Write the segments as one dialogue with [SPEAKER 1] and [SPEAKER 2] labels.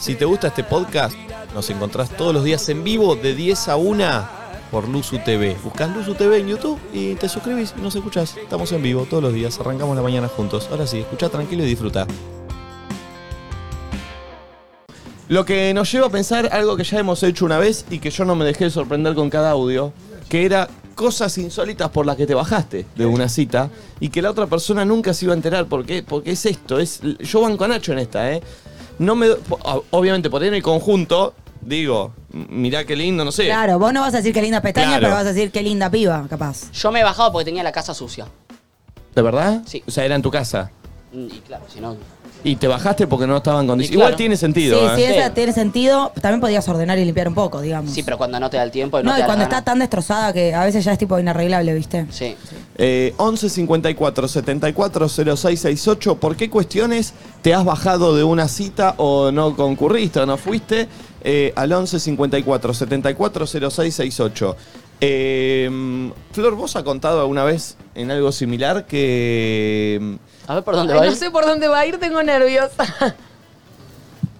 [SPEAKER 1] Si te gusta este podcast, nos encontrás todos los días en vivo de 10 a 1 por Luzu TV. Buscás Luzu TV en YouTube y te suscribís y nos escuchás. Estamos en vivo todos los días, arrancamos la mañana juntos. Ahora sí, escucha tranquilo y disfruta. Lo que nos lleva a pensar algo que ya hemos hecho una vez y que yo no me dejé sorprender con cada audio, que era cosas insólitas por las que te bajaste de una cita y que la otra persona nunca se iba a enterar porque, porque es esto, es yo banco a Nacho en esta, ¿eh? No me do- o- obviamente por ahí en el conjunto digo, "M- mirá qué lindo, no sé.
[SPEAKER 2] Claro, vos no vas a decir qué linda pestaña,
[SPEAKER 1] Claro.
[SPEAKER 2] pero vas a decir qué linda piba, capaz.
[SPEAKER 3] Yo me he bajado porque tenía la casa sucia.
[SPEAKER 1] ¿De verdad?
[SPEAKER 3] Sí.
[SPEAKER 1] O sea, era en tu casa.
[SPEAKER 3] Mm, Y claro, si no.
[SPEAKER 1] Y te bajaste porque no estaba en condiciones.
[SPEAKER 3] Y claro.
[SPEAKER 1] Igual tiene sentido.
[SPEAKER 2] sí,
[SPEAKER 1] ¿eh?
[SPEAKER 2] sí, esa
[SPEAKER 3] Sí.
[SPEAKER 2] tiene sentido. También podías ordenar y limpiar un poco, digamos.
[SPEAKER 3] Sí, pero cuando no te da el tiempo. Y no,
[SPEAKER 2] no,
[SPEAKER 3] te
[SPEAKER 2] y
[SPEAKER 3] da la
[SPEAKER 2] cuando
[SPEAKER 3] gana.
[SPEAKER 2] está tan destrozada que a veces ya es tipo inarreglable, ¿viste?
[SPEAKER 3] Sí.
[SPEAKER 1] Eh, 11 54 74 06 68. ¿Por qué cuestiones te has bajado de una cita o no concurriste o no fuiste? Eh, al 11 54 74 06 68. Eh, Flor, ¿vos ha contado alguna vez en algo similar que,
[SPEAKER 3] A ver por dónde
[SPEAKER 4] Ay,
[SPEAKER 3] va.
[SPEAKER 4] no sé por dónde va a ir, tengo nerviosa.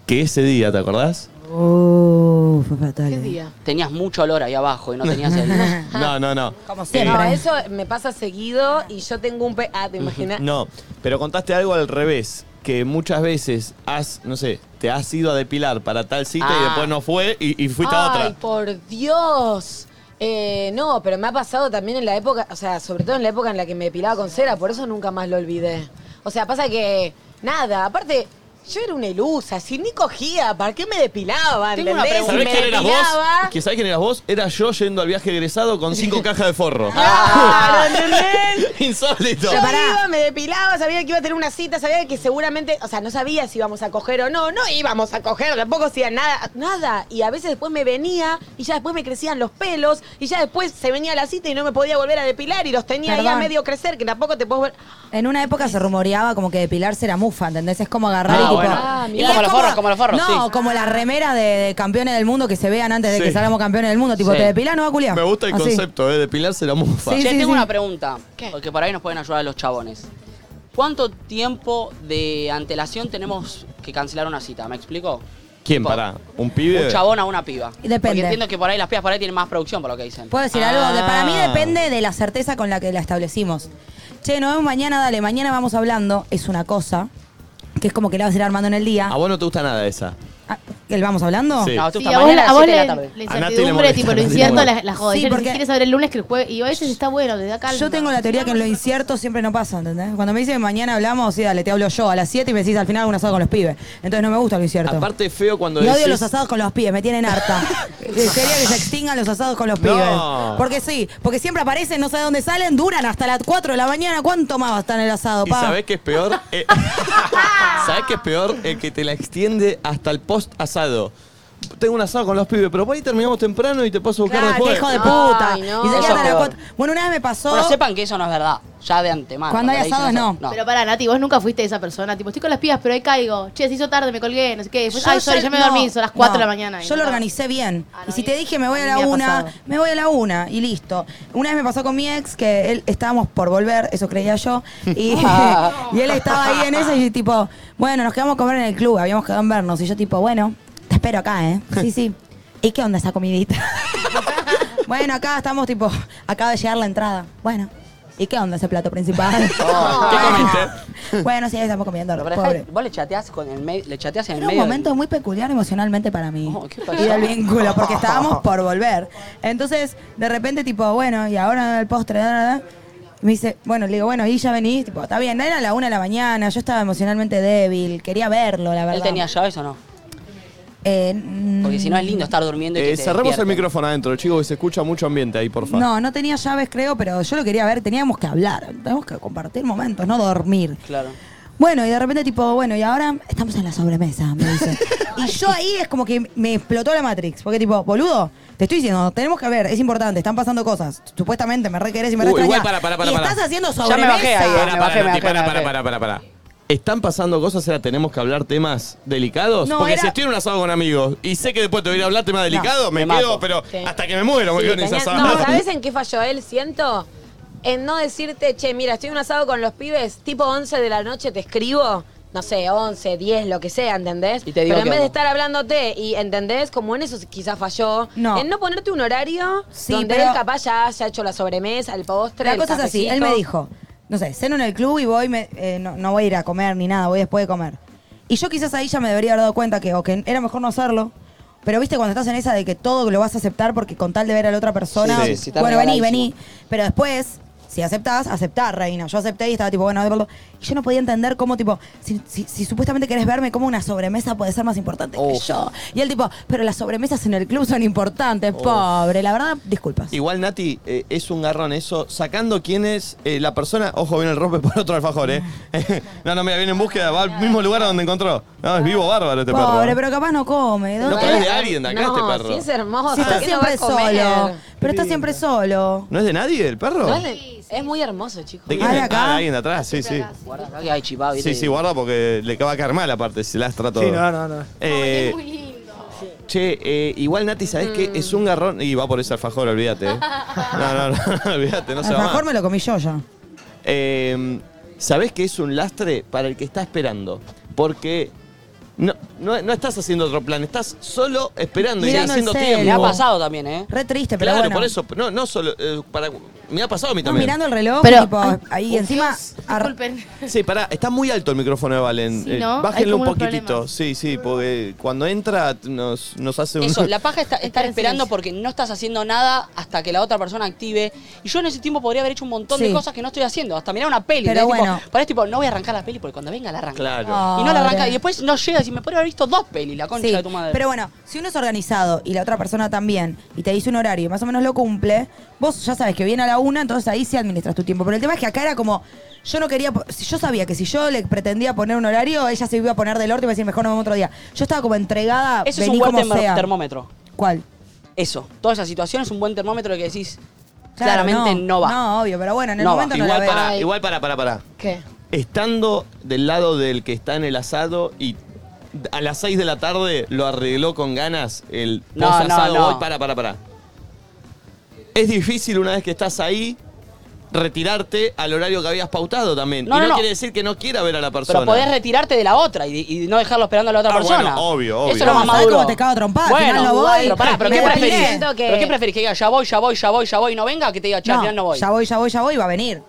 [SPEAKER 1] que ese día, ¿te acordás?
[SPEAKER 2] Uh, fue fatal.
[SPEAKER 4] ¿Qué día?
[SPEAKER 3] Tenías mucho olor ahí abajo y no tenías el.
[SPEAKER 1] No, no, no. Eh,
[SPEAKER 2] Como siempre.
[SPEAKER 4] No, eso me pasa seguido y yo tengo un... Pe ah, ¿te imaginas?
[SPEAKER 1] No, pero contaste algo al revés, que muchas veces has, no sé, te has ido a depilar para tal cita y
[SPEAKER 3] Ah.
[SPEAKER 1] después no fue y, y fuiste a
[SPEAKER 4] Ay,
[SPEAKER 1] otra.
[SPEAKER 4] por Dios. Eh, no, pero me ha pasado también en la época, o sea, sobre todo en la época en la que me depilaba con cera, por eso nunca más lo olvidé. O sea, pasa que, nada, aparte, yo era una ilusa, si ni cogía, ¿para qué me depilaba?
[SPEAKER 3] Tengo una
[SPEAKER 4] ¿Entendés? Si
[SPEAKER 1] ¿Sabés
[SPEAKER 3] pregunta.
[SPEAKER 4] me
[SPEAKER 1] quién eras vos?
[SPEAKER 4] depilaba-
[SPEAKER 1] ¿Que ¿Sabés quién eras vos? Era yo yendo al viaje egresado con cinco cajas de forro.
[SPEAKER 4] Claro, ¿entendés?
[SPEAKER 1] Insólito.
[SPEAKER 4] Ah. Yo
[SPEAKER 2] pará.
[SPEAKER 4] iba, me depilaba, sabía que iba a tener una cita, sabía que seguramente, o sea, no sabía si íbamos a coger o no, no íbamos a coger, tampoco hacía nada, nada. Y a veces después me venía y ya después me crecían los pelos y ya después se venía la cita y no me podía volver a depilar y los tenía ahí a
[SPEAKER 2] Perdón.
[SPEAKER 4] medio crecer, que tampoco te puedo ver.
[SPEAKER 2] En una época se rumoreaba como que depilarse era mufa, ¿entendés? Es como agarrar
[SPEAKER 3] Ah,
[SPEAKER 2] y tipo.
[SPEAKER 3] bueno.
[SPEAKER 4] Ah,
[SPEAKER 2] Y
[SPEAKER 3] mirá.
[SPEAKER 2] es
[SPEAKER 3] Como los forros, como los forros,
[SPEAKER 2] No,
[SPEAKER 3] sí.
[SPEAKER 2] como las remeras de, de campeones del mundo que se vean antes de
[SPEAKER 1] Sí.
[SPEAKER 2] que salgamos campeones del mundo. Tipo,
[SPEAKER 3] Sí.
[SPEAKER 2] te depilás, no va a culiar.
[SPEAKER 1] Me gusta el
[SPEAKER 2] Así.
[SPEAKER 1] concepto, ¿eh? Depilarse la mufa.
[SPEAKER 2] Sí,
[SPEAKER 3] Che,
[SPEAKER 2] sí,
[SPEAKER 3] tengo
[SPEAKER 2] sí.
[SPEAKER 3] una pregunta.
[SPEAKER 4] ¿Qué?
[SPEAKER 3] Porque por ahí nos pueden ayudar los chabones. ¿Cuánto tiempo de antelación tenemos que cancelar una cita? ¿Me explico?
[SPEAKER 1] ¿Quién?
[SPEAKER 3] Tipo,
[SPEAKER 1] Pará. ¿Un pibe?
[SPEAKER 3] Un chabón a una piba.
[SPEAKER 2] Y depende.
[SPEAKER 3] Porque entiendo que por ahí las pibas por ahí tienen más producción, por lo que dicen.
[SPEAKER 2] Puedo decir
[SPEAKER 1] Ah.
[SPEAKER 2] algo, De- para mí depende de la certeza con la que la establecimos. Che, nos vemos mañana, dale, mañana vamos hablando, es una cosa, que es como que la vas a ir armando en el día.
[SPEAKER 1] A vos no te gusta nada esa.
[SPEAKER 2] Ah, ¿El vamos hablando?
[SPEAKER 1] Sí.
[SPEAKER 3] No, tú
[SPEAKER 5] Sí,
[SPEAKER 3] estás
[SPEAKER 5] a vos, la,
[SPEAKER 3] mañana a
[SPEAKER 5] a
[SPEAKER 3] las
[SPEAKER 5] vos
[SPEAKER 3] 7 de
[SPEAKER 5] la,
[SPEAKER 3] la tarde.
[SPEAKER 5] la
[SPEAKER 1] A Nati le
[SPEAKER 5] incertidumbre,
[SPEAKER 1] molesta,
[SPEAKER 5] tipo,
[SPEAKER 1] a
[SPEAKER 5] lo
[SPEAKER 1] Nati le
[SPEAKER 5] incierto,
[SPEAKER 1] molesta.
[SPEAKER 5] la, la joda.
[SPEAKER 2] Sí,
[SPEAKER 5] Ella
[SPEAKER 2] porque-
[SPEAKER 5] quiere saber el lunes que el jueves. Y a veces está bueno, le da calma.
[SPEAKER 2] Yo tengo la teoría que en lo incierto siempre no pasa, ¿entendés? Cuando me dicen mañana hablamos, sí, dale, te hablo yo a las 7 y me decís al final hago un asado con los pibes. Entonces no me gusta lo incierto.
[SPEAKER 1] Aparte es feo cuando
[SPEAKER 2] y odio
[SPEAKER 1] decís-
[SPEAKER 2] los asados con los pibes, me tienen harta. Eh, Sería que se extingan los asados con los
[SPEAKER 1] No.
[SPEAKER 2] pibes. Porque sí, porque siempre aparecen, no sé de dónde salen, duran hasta las 4 de la mañana. ¿Cuánto más va a estar en el asado,
[SPEAKER 1] ¿Y
[SPEAKER 2] pa?
[SPEAKER 1] sabés qué es peor? Eh, ¿Sabés qué es peor? El que te la extiende hasta el post asado. Tengo un asado con los pibes, pero por ahí terminamos temprano y te paso a buscar
[SPEAKER 2] Claro, qué
[SPEAKER 1] después.
[SPEAKER 2] hijo de puta.
[SPEAKER 4] Ay, no.
[SPEAKER 2] Y se
[SPEAKER 3] Eso
[SPEAKER 2] quedan a las
[SPEAKER 3] peor.
[SPEAKER 2] cuatro. Bueno, una vez me pasó.
[SPEAKER 3] Bueno, sepan que eso no es verdad. Ya de antemano.
[SPEAKER 2] Cuando hay
[SPEAKER 3] le dicen
[SPEAKER 2] asados,
[SPEAKER 3] eso,
[SPEAKER 2] no.
[SPEAKER 5] Pero pará, Nati, vos nunca fuiste esa persona. Tipo, estoy con las pibas, pero ahí caigo. Che, se hizo tarde, me colgué, no sé qué. Después,
[SPEAKER 2] Yo
[SPEAKER 5] ay, sorry,
[SPEAKER 2] ya-
[SPEAKER 5] ya me
[SPEAKER 2] no,
[SPEAKER 5] dormí, son las 4
[SPEAKER 2] no,
[SPEAKER 5] de la mañana. Y
[SPEAKER 2] Yo lo
[SPEAKER 5] no.
[SPEAKER 2] organicé bien.
[SPEAKER 5] Ah, no,
[SPEAKER 2] y si
[SPEAKER 5] a
[SPEAKER 2] te
[SPEAKER 5] mí-
[SPEAKER 2] dije me voy a
[SPEAKER 5] a mí
[SPEAKER 2] la
[SPEAKER 5] me ha
[SPEAKER 2] una,
[SPEAKER 5] pasado.
[SPEAKER 2] me voy a la una y listo. Una vez me pasó con mi ex que él estábamos por volver, eso creía yo, y, y él estaba ahí en eso y tipo, bueno, nos quedamos a comer en el club, habíamos quedado en vernos. Y yo tipo, bueno, te espero acá, ¿eh? Sí, sí. ¿Y qué onda esa comidita? bueno, acá estamos tipo, acaba de llegar la entrada. Bueno. ¿Y qué onda ese plato principal?
[SPEAKER 1] Oh, ¿qué
[SPEAKER 2] Bueno.
[SPEAKER 1] comiste?
[SPEAKER 2] Bueno, sí, estamos comiendo,
[SPEAKER 3] Pero dejá-
[SPEAKER 2] pobre.
[SPEAKER 3] vos le chateás, con el me- le chateás en el
[SPEAKER 2] Era un
[SPEAKER 3] medio. del-
[SPEAKER 2] momento muy peculiar emocionalmente para mí.
[SPEAKER 3] Oh, ¿qué pasó?
[SPEAKER 2] y del vínculo, porque estábamos por volver. Entonces, de repente, tipo, bueno, y ahora el postre, da, da, da. me dice, bueno, le digo, bueno, y ya venís, tipo, está bien, era la una de la mañana, yo estaba emocionalmente débil, quería verlo, la verdad.
[SPEAKER 3] ¿Él tenía llaves o no?
[SPEAKER 2] Eh, mm,
[SPEAKER 3] Porque si no es lindo estar durmiendo y que
[SPEAKER 1] Eh,
[SPEAKER 3] te
[SPEAKER 1] cerremos el
[SPEAKER 3] despierten.
[SPEAKER 1] micrófono adentro, chicos, que se escucha mucho ambiente ahí, por favor.
[SPEAKER 2] No, no tenía llaves, creo, pero yo lo quería ver, teníamos que hablar, teníamos que compartir momentos, no dormir.
[SPEAKER 3] Claro.
[SPEAKER 2] Bueno, y de repente tipo, bueno, y ahora estamos en la sobremesa, me dice. y yo ahí es como que me explotó la Matrix, porque tipo, boludo, te estoy diciendo, tenemos que ver, es importante, están pasando cosas. Supuestamente me re querés y me re
[SPEAKER 1] Uh, igual,
[SPEAKER 2] extrañás.
[SPEAKER 1] para, para, para,
[SPEAKER 2] Y
[SPEAKER 1] para.
[SPEAKER 2] estás haciendo
[SPEAKER 3] Ya
[SPEAKER 2] sobremesa.
[SPEAKER 3] me bajé ahí,
[SPEAKER 1] Pará,
[SPEAKER 3] eh. Me
[SPEAKER 1] pará,
[SPEAKER 3] bajé, me
[SPEAKER 1] Nati,
[SPEAKER 3] bajé,
[SPEAKER 1] pará,
[SPEAKER 3] me
[SPEAKER 1] pará,
[SPEAKER 3] bajé.
[SPEAKER 1] pará, pará, pará. ¿Están pasando cosas? ¿Era tenemos que hablar temas delicados?
[SPEAKER 2] No,
[SPEAKER 1] Porque
[SPEAKER 2] era-
[SPEAKER 1] si estoy en un asado con amigos y sé que después te voy a ir a hablar temas delicados, me,
[SPEAKER 3] me mato.
[SPEAKER 1] quedo, pero
[SPEAKER 4] Sí.
[SPEAKER 1] hasta que me muero me
[SPEAKER 4] Sí,
[SPEAKER 1] quedo en ese
[SPEAKER 4] tenía-
[SPEAKER 1] asado.
[SPEAKER 4] no, ¿sabes en qué falló él? Siento en no decirte, che, mira, estoy en un asado con los pibes, tipo 11 de la noche te escribo no sé, 11, 10, lo que sea, ¿entendés?
[SPEAKER 3] Y te digo
[SPEAKER 4] Pero en
[SPEAKER 3] que
[SPEAKER 4] vez de
[SPEAKER 3] no.
[SPEAKER 4] estar hablándote y, ¿entendés? Como en eso quizás falló.
[SPEAKER 2] No.
[SPEAKER 4] En no ponerte un horario
[SPEAKER 2] Sí,
[SPEAKER 4] donde
[SPEAKER 2] pero-
[SPEAKER 4] él capaz ya haya hecho la sobremesa, el postre,
[SPEAKER 2] La
[SPEAKER 4] el
[SPEAKER 2] cosa es así, él
[SPEAKER 4] cafecito.
[SPEAKER 2] me dijo, no sé, ceno en el club y voy, me- eh, no, no voy a ir a comer ni nada, voy después de comer. Y yo quizás ahí ya me debería haber dado cuenta que, o que era mejor no hacerlo, pero viste cuando estás en esa de que todo lo vas a aceptar porque con tal de ver a la otra persona,
[SPEAKER 1] Sí, sí,
[SPEAKER 3] sí, está
[SPEAKER 2] bueno, vení, vení.
[SPEAKER 3] regaladísimo.
[SPEAKER 2] Pero después, si aceptás, aceptar, reina. Yo acepté y estaba tipo, bueno, de acuerdo. Y yo no podía entender cómo, tipo, si, si- si supuestamente querés verme, cómo una sobremesa puede ser más importante que
[SPEAKER 1] Uf.
[SPEAKER 2] yo. Y él tipo, pero las sobremesas en el club son importantes, pobre. La verdad, disculpas.
[SPEAKER 1] Igual, Nati, eh, es un garrón eso, sacando quién es eh, la persona. Ojo, viene el rompe por otro alfajor, ¿eh? no, no, mira, viene en búsqueda, va al mismo lugar donde encontró. No, es vivo bárbaro este perro.
[SPEAKER 2] Pobre,
[SPEAKER 1] ¿eh?
[SPEAKER 2] pero capaz no come. ¿dónde
[SPEAKER 1] No,
[SPEAKER 2] está?
[SPEAKER 1] pero es de alguien de acá
[SPEAKER 4] no,
[SPEAKER 1] este perro.
[SPEAKER 4] Sí, es hermoso.
[SPEAKER 2] Si está
[SPEAKER 4] ¿qué no va
[SPEAKER 2] siempre
[SPEAKER 4] a comer?
[SPEAKER 2] solo. Pero está siempre solo.
[SPEAKER 1] ¿No es de nadie el perro?
[SPEAKER 4] No, es, de- es muy hermoso, chicos.
[SPEAKER 1] ¿De quién
[SPEAKER 2] Ah, de
[SPEAKER 1] es?
[SPEAKER 2] acá.
[SPEAKER 1] Ah, de alguien de atrás, sí, sí.
[SPEAKER 3] Guarda, acá que hay chipado, ¿viste?
[SPEAKER 1] Sí, sí, guarda porque le acaba a caer mal aparte, se lastra todo.
[SPEAKER 6] Sí, no, no, no.
[SPEAKER 1] Eh,
[SPEAKER 5] es muy lindo.
[SPEAKER 1] Che, eh, igual Nati, ¿sabés qué? Es un garrón. Y va por ese alfajor, olvídate. eh. No, no, no, olvídate, no
[SPEAKER 2] El
[SPEAKER 1] se va.
[SPEAKER 2] mejor me
[SPEAKER 1] más.
[SPEAKER 2] lo comí yo ya.
[SPEAKER 1] Eh, ¿Sabés que es un lastre para el que está esperando? Porque no, no, no estás haciendo otro plan, estás solo esperando y
[SPEAKER 2] Mirando el
[SPEAKER 1] haciendo
[SPEAKER 2] cel.
[SPEAKER 1] tiempo.
[SPEAKER 3] Me ha
[SPEAKER 2] No.
[SPEAKER 3] pasado también, ¿eh?
[SPEAKER 2] Re triste, pero
[SPEAKER 1] Claro,
[SPEAKER 2] bueno.
[SPEAKER 1] por eso. No, no solo. eh, para, me ha pasado a mí
[SPEAKER 2] No,
[SPEAKER 1] también.
[SPEAKER 2] mirando el reloj,
[SPEAKER 5] Pero-
[SPEAKER 2] tipo,
[SPEAKER 5] Ay,
[SPEAKER 2] ahí
[SPEAKER 5] Dios,
[SPEAKER 2] encima. ar-
[SPEAKER 5] Disculpen.
[SPEAKER 1] Sí, pará, está muy alto el micrófono de Valen.
[SPEAKER 5] Sí,
[SPEAKER 1] Eh,
[SPEAKER 5] ¿no? Hay
[SPEAKER 1] Bájenlo un
[SPEAKER 5] como unos
[SPEAKER 1] poquitito.
[SPEAKER 5] problemas.
[SPEAKER 1] Sí, sí, porque cuando entra nos, nos hace un.
[SPEAKER 3] Eso, la paja está estar
[SPEAKER 5] Estar en
[SPEAKER 3] esperando
[SPEAKER 5] silencio.
[SPEAKER 3] porque no estás haciendo nada hasta que la otra persona active. Y yo en ese tiempo podría haber hecho un montón
[SPEAKER 2] Sí.
[SPEAKER 3] de cosas que no estoy haciendo. Hasta mirar una peli.
[SPEAKER 2] Pero
[SPEAKER 3] ¿entendés?
[SPEAKER 2] bueno.
[SPEAKER 3] Tipo, parás, tipo, no voy a arrancar la peli porque cuando venga la arranca.
[SPEAKER 1] Claro.
[SPEAKER 3] Y no la arranca.
[SPEAKER 2] Pobre.
[SPEAKER 3] Y después no llega. Y me podría haber visto dos pelis, la concha
[SPEAKER 2] Sí,
[SPEAKER 3] de tu madre.
[SPEAKER 2] Pero bueno, si uno es organizado y la otra persona también, y te dice un horario y más o menos lo cumple, vos ya sabes que viene a la una, entonces ahí sí administras tu tiempo. Pero el tema es que acá era como, yo no quería, po- si yo sabía que si yo le pretendía poner un horario, ella se iba a poner del orto y iba a decir, mejor nos vemos otro día. Yo estaba como entregada,
[SPEAKER 3] Eso
[SPEAKER 2] vení
[SPEAKER 3] es un buen
[SPEAKER 2] como
[SPEAKER 3] termo-
[SPEAKER 2] sea.
[SPEAKER 3] termómetro.
[SPEAKER 2] ¿Cuál?
[SPEAKER 3] Eso. Toda esa situación es un buen termómetro de que decís, claramente no, va.
[SPEAKER 2] No, obvio, pero bueno, en el
[SPEAKER 3] No va.
[SPEAKER 2] momento no la
[SPEAKER 1] igual,
[SPEAKER 2] veo.
[SPEAKER 1] para, igual para, para, para.
[SPEAKER 4] ¿Qué?
[SPEAKER 1] Estando del lado del que está en el asado y a las 6 de la tarde lo arregló con ganas el
[SPEAKER 3] No,
[SPEAKER 1] post
[SPEAKER 3] no,
[SPEAKER 1] asado.
[SPEAKER 3] no.
[SPEAKER 1] Voy, para, para, para. Es difícil una vez que estás ahí retirarte al horario que habías pautado también.
[SPEAKER 3] No,
[SPEAKER 1] y no,
[SPEAKER 3] no, no.
[SPEAKER 1] quiere decir que no quiera ver a la persona.
[SPEAKER 3] Pero podés retirarte de la otra y, y no dejarlo esperando a la otra
[SPEAKER 1] Ah,
[SPEAKER 3] persona.
[SPEAKER 1] bueno, obvio, obvio.
[SPEAKER 3] Eso es lo más
[SPEAKER 2] No, ¿sabés
[SPEAKER 3] maduro.
[SPEAKER 2] cómo te cago a trompada? Al final
[SPEAKER 3] Bueno,
[SPEAKER 2] no voy.
[SPEAKER 3] pero pará, pero
[SPEAKER 2] Me
[SPEAKER 3] ¿qué
[SPEAKER 2] depilé.
[SPEAKER 3] preferís?
[SPEAKER 4] Siento que-
[SPEAKER 3] ¿Pero qué preferís? Que diga ya voy, ya voy, ya voy, ya voy y no venga, que te diga, che, al
[SPEAKER 2] No,
[SPEAKER 3] final no voy.
[SPEAKER 2] Ya voy, ya voy, ya voy, va a venir.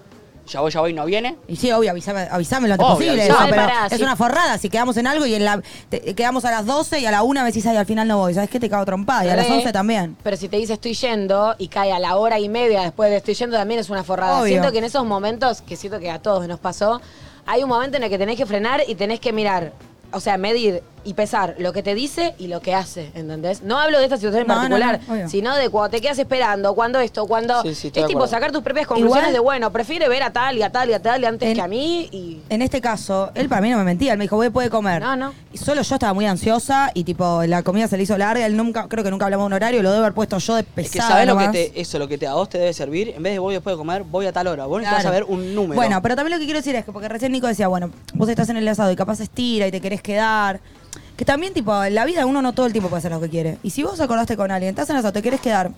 [SPEAKER 3] Ya voy, ya voy y no viene.
[SPEAKER 2] Y sí, obvio, avísame, avísame lo antes
[SPEAKER 3] Obvio,
[SPEAKER 2] posible.
[SPEAKER 3] avísame.
[SPEAKER 2] eso, pero
[SPEAKER 4] Pará,
[SPEAKER 2] es
[SPEAKER 4] sí.
[SPEAKER 2] una forrada. Si quedamos en algo y en la, te- quedamos a las 12 y a la 1 me decís, ay, al final no voy. ¿Sabes qué? Te cago trompada. Y a las
[SPEAKER 4] Re.
[SPEAKER 2] 11 también.
[SPEAKER 4] Pero si te dice estoy yendo y cae a la hora y media después de estoy yendo, también es una forrada.
[SPEAKER 2] Obvio.
[SPEAKER 4] Siento que en esos momentos, que siento que a todos nos pasó, hay un momento en el que tenés que frenar y tenés que mirar. O sea, medir y pesar lo que te dice y lo que hace, ¿entendés? No hablo de esta situación en
[SPEAKER 2] No, no,
[SPEAKER 4] particular,
[SPEAKER 2] no, obvio.
[SPEAKER 4] sino de cuando te quedas esperando, cuando esto, cuando...
[SPEAKER 3] Sí, sí, estoy
[SPEAKER 4] es
[SPEAKER 3] de
[SPEAKER 4] tipo
[SPEAKER 3] acuerdo.
[SPEAKER 4] sacar tus propias conclusiones
[SPEAKER 2] Igual-
[SPEAKER 4] de, bueno, prefiere ver a tal y a tal y a tal y antes
[SPEAKER 2] En-
[SPEAKER 4] que a mí y...
[SPEAKER 2] En este caso, él para mí no me mentía. Él me dijo, voy, puede comer.
[SPEAKER 4] No, no.
[SPEAKER 2] Y solo yo estaba muy ansiosa y, tipo, la comida se le hizo larga. Él nunca, creo que nunca hablamos de un horario. Lo debo haber puesto yo de pesada
[SPEAKER 3] Es que sabés lo que
[SPEAKER 2] nomás.
[SPEAKER 3] te, eso, lo que te, a vos te debe servir. En vez de voy después de comer, voy a tal hora. Vos necesitas
[SPEAKER 2] Claro.
[SPEAKER 3] saber un número.
[SPEAKER 2] Bueno, pero también lo que quiero decir es que, porque recién Nico decía, bueno, vos estás en el asado y capaz estira y te querés quedar. Que también, tipo, en la vida uno no todo el tiempo puede hacer lo que quiere. Y si vos acordaste con alguien, estás en el asado, te querés quedar,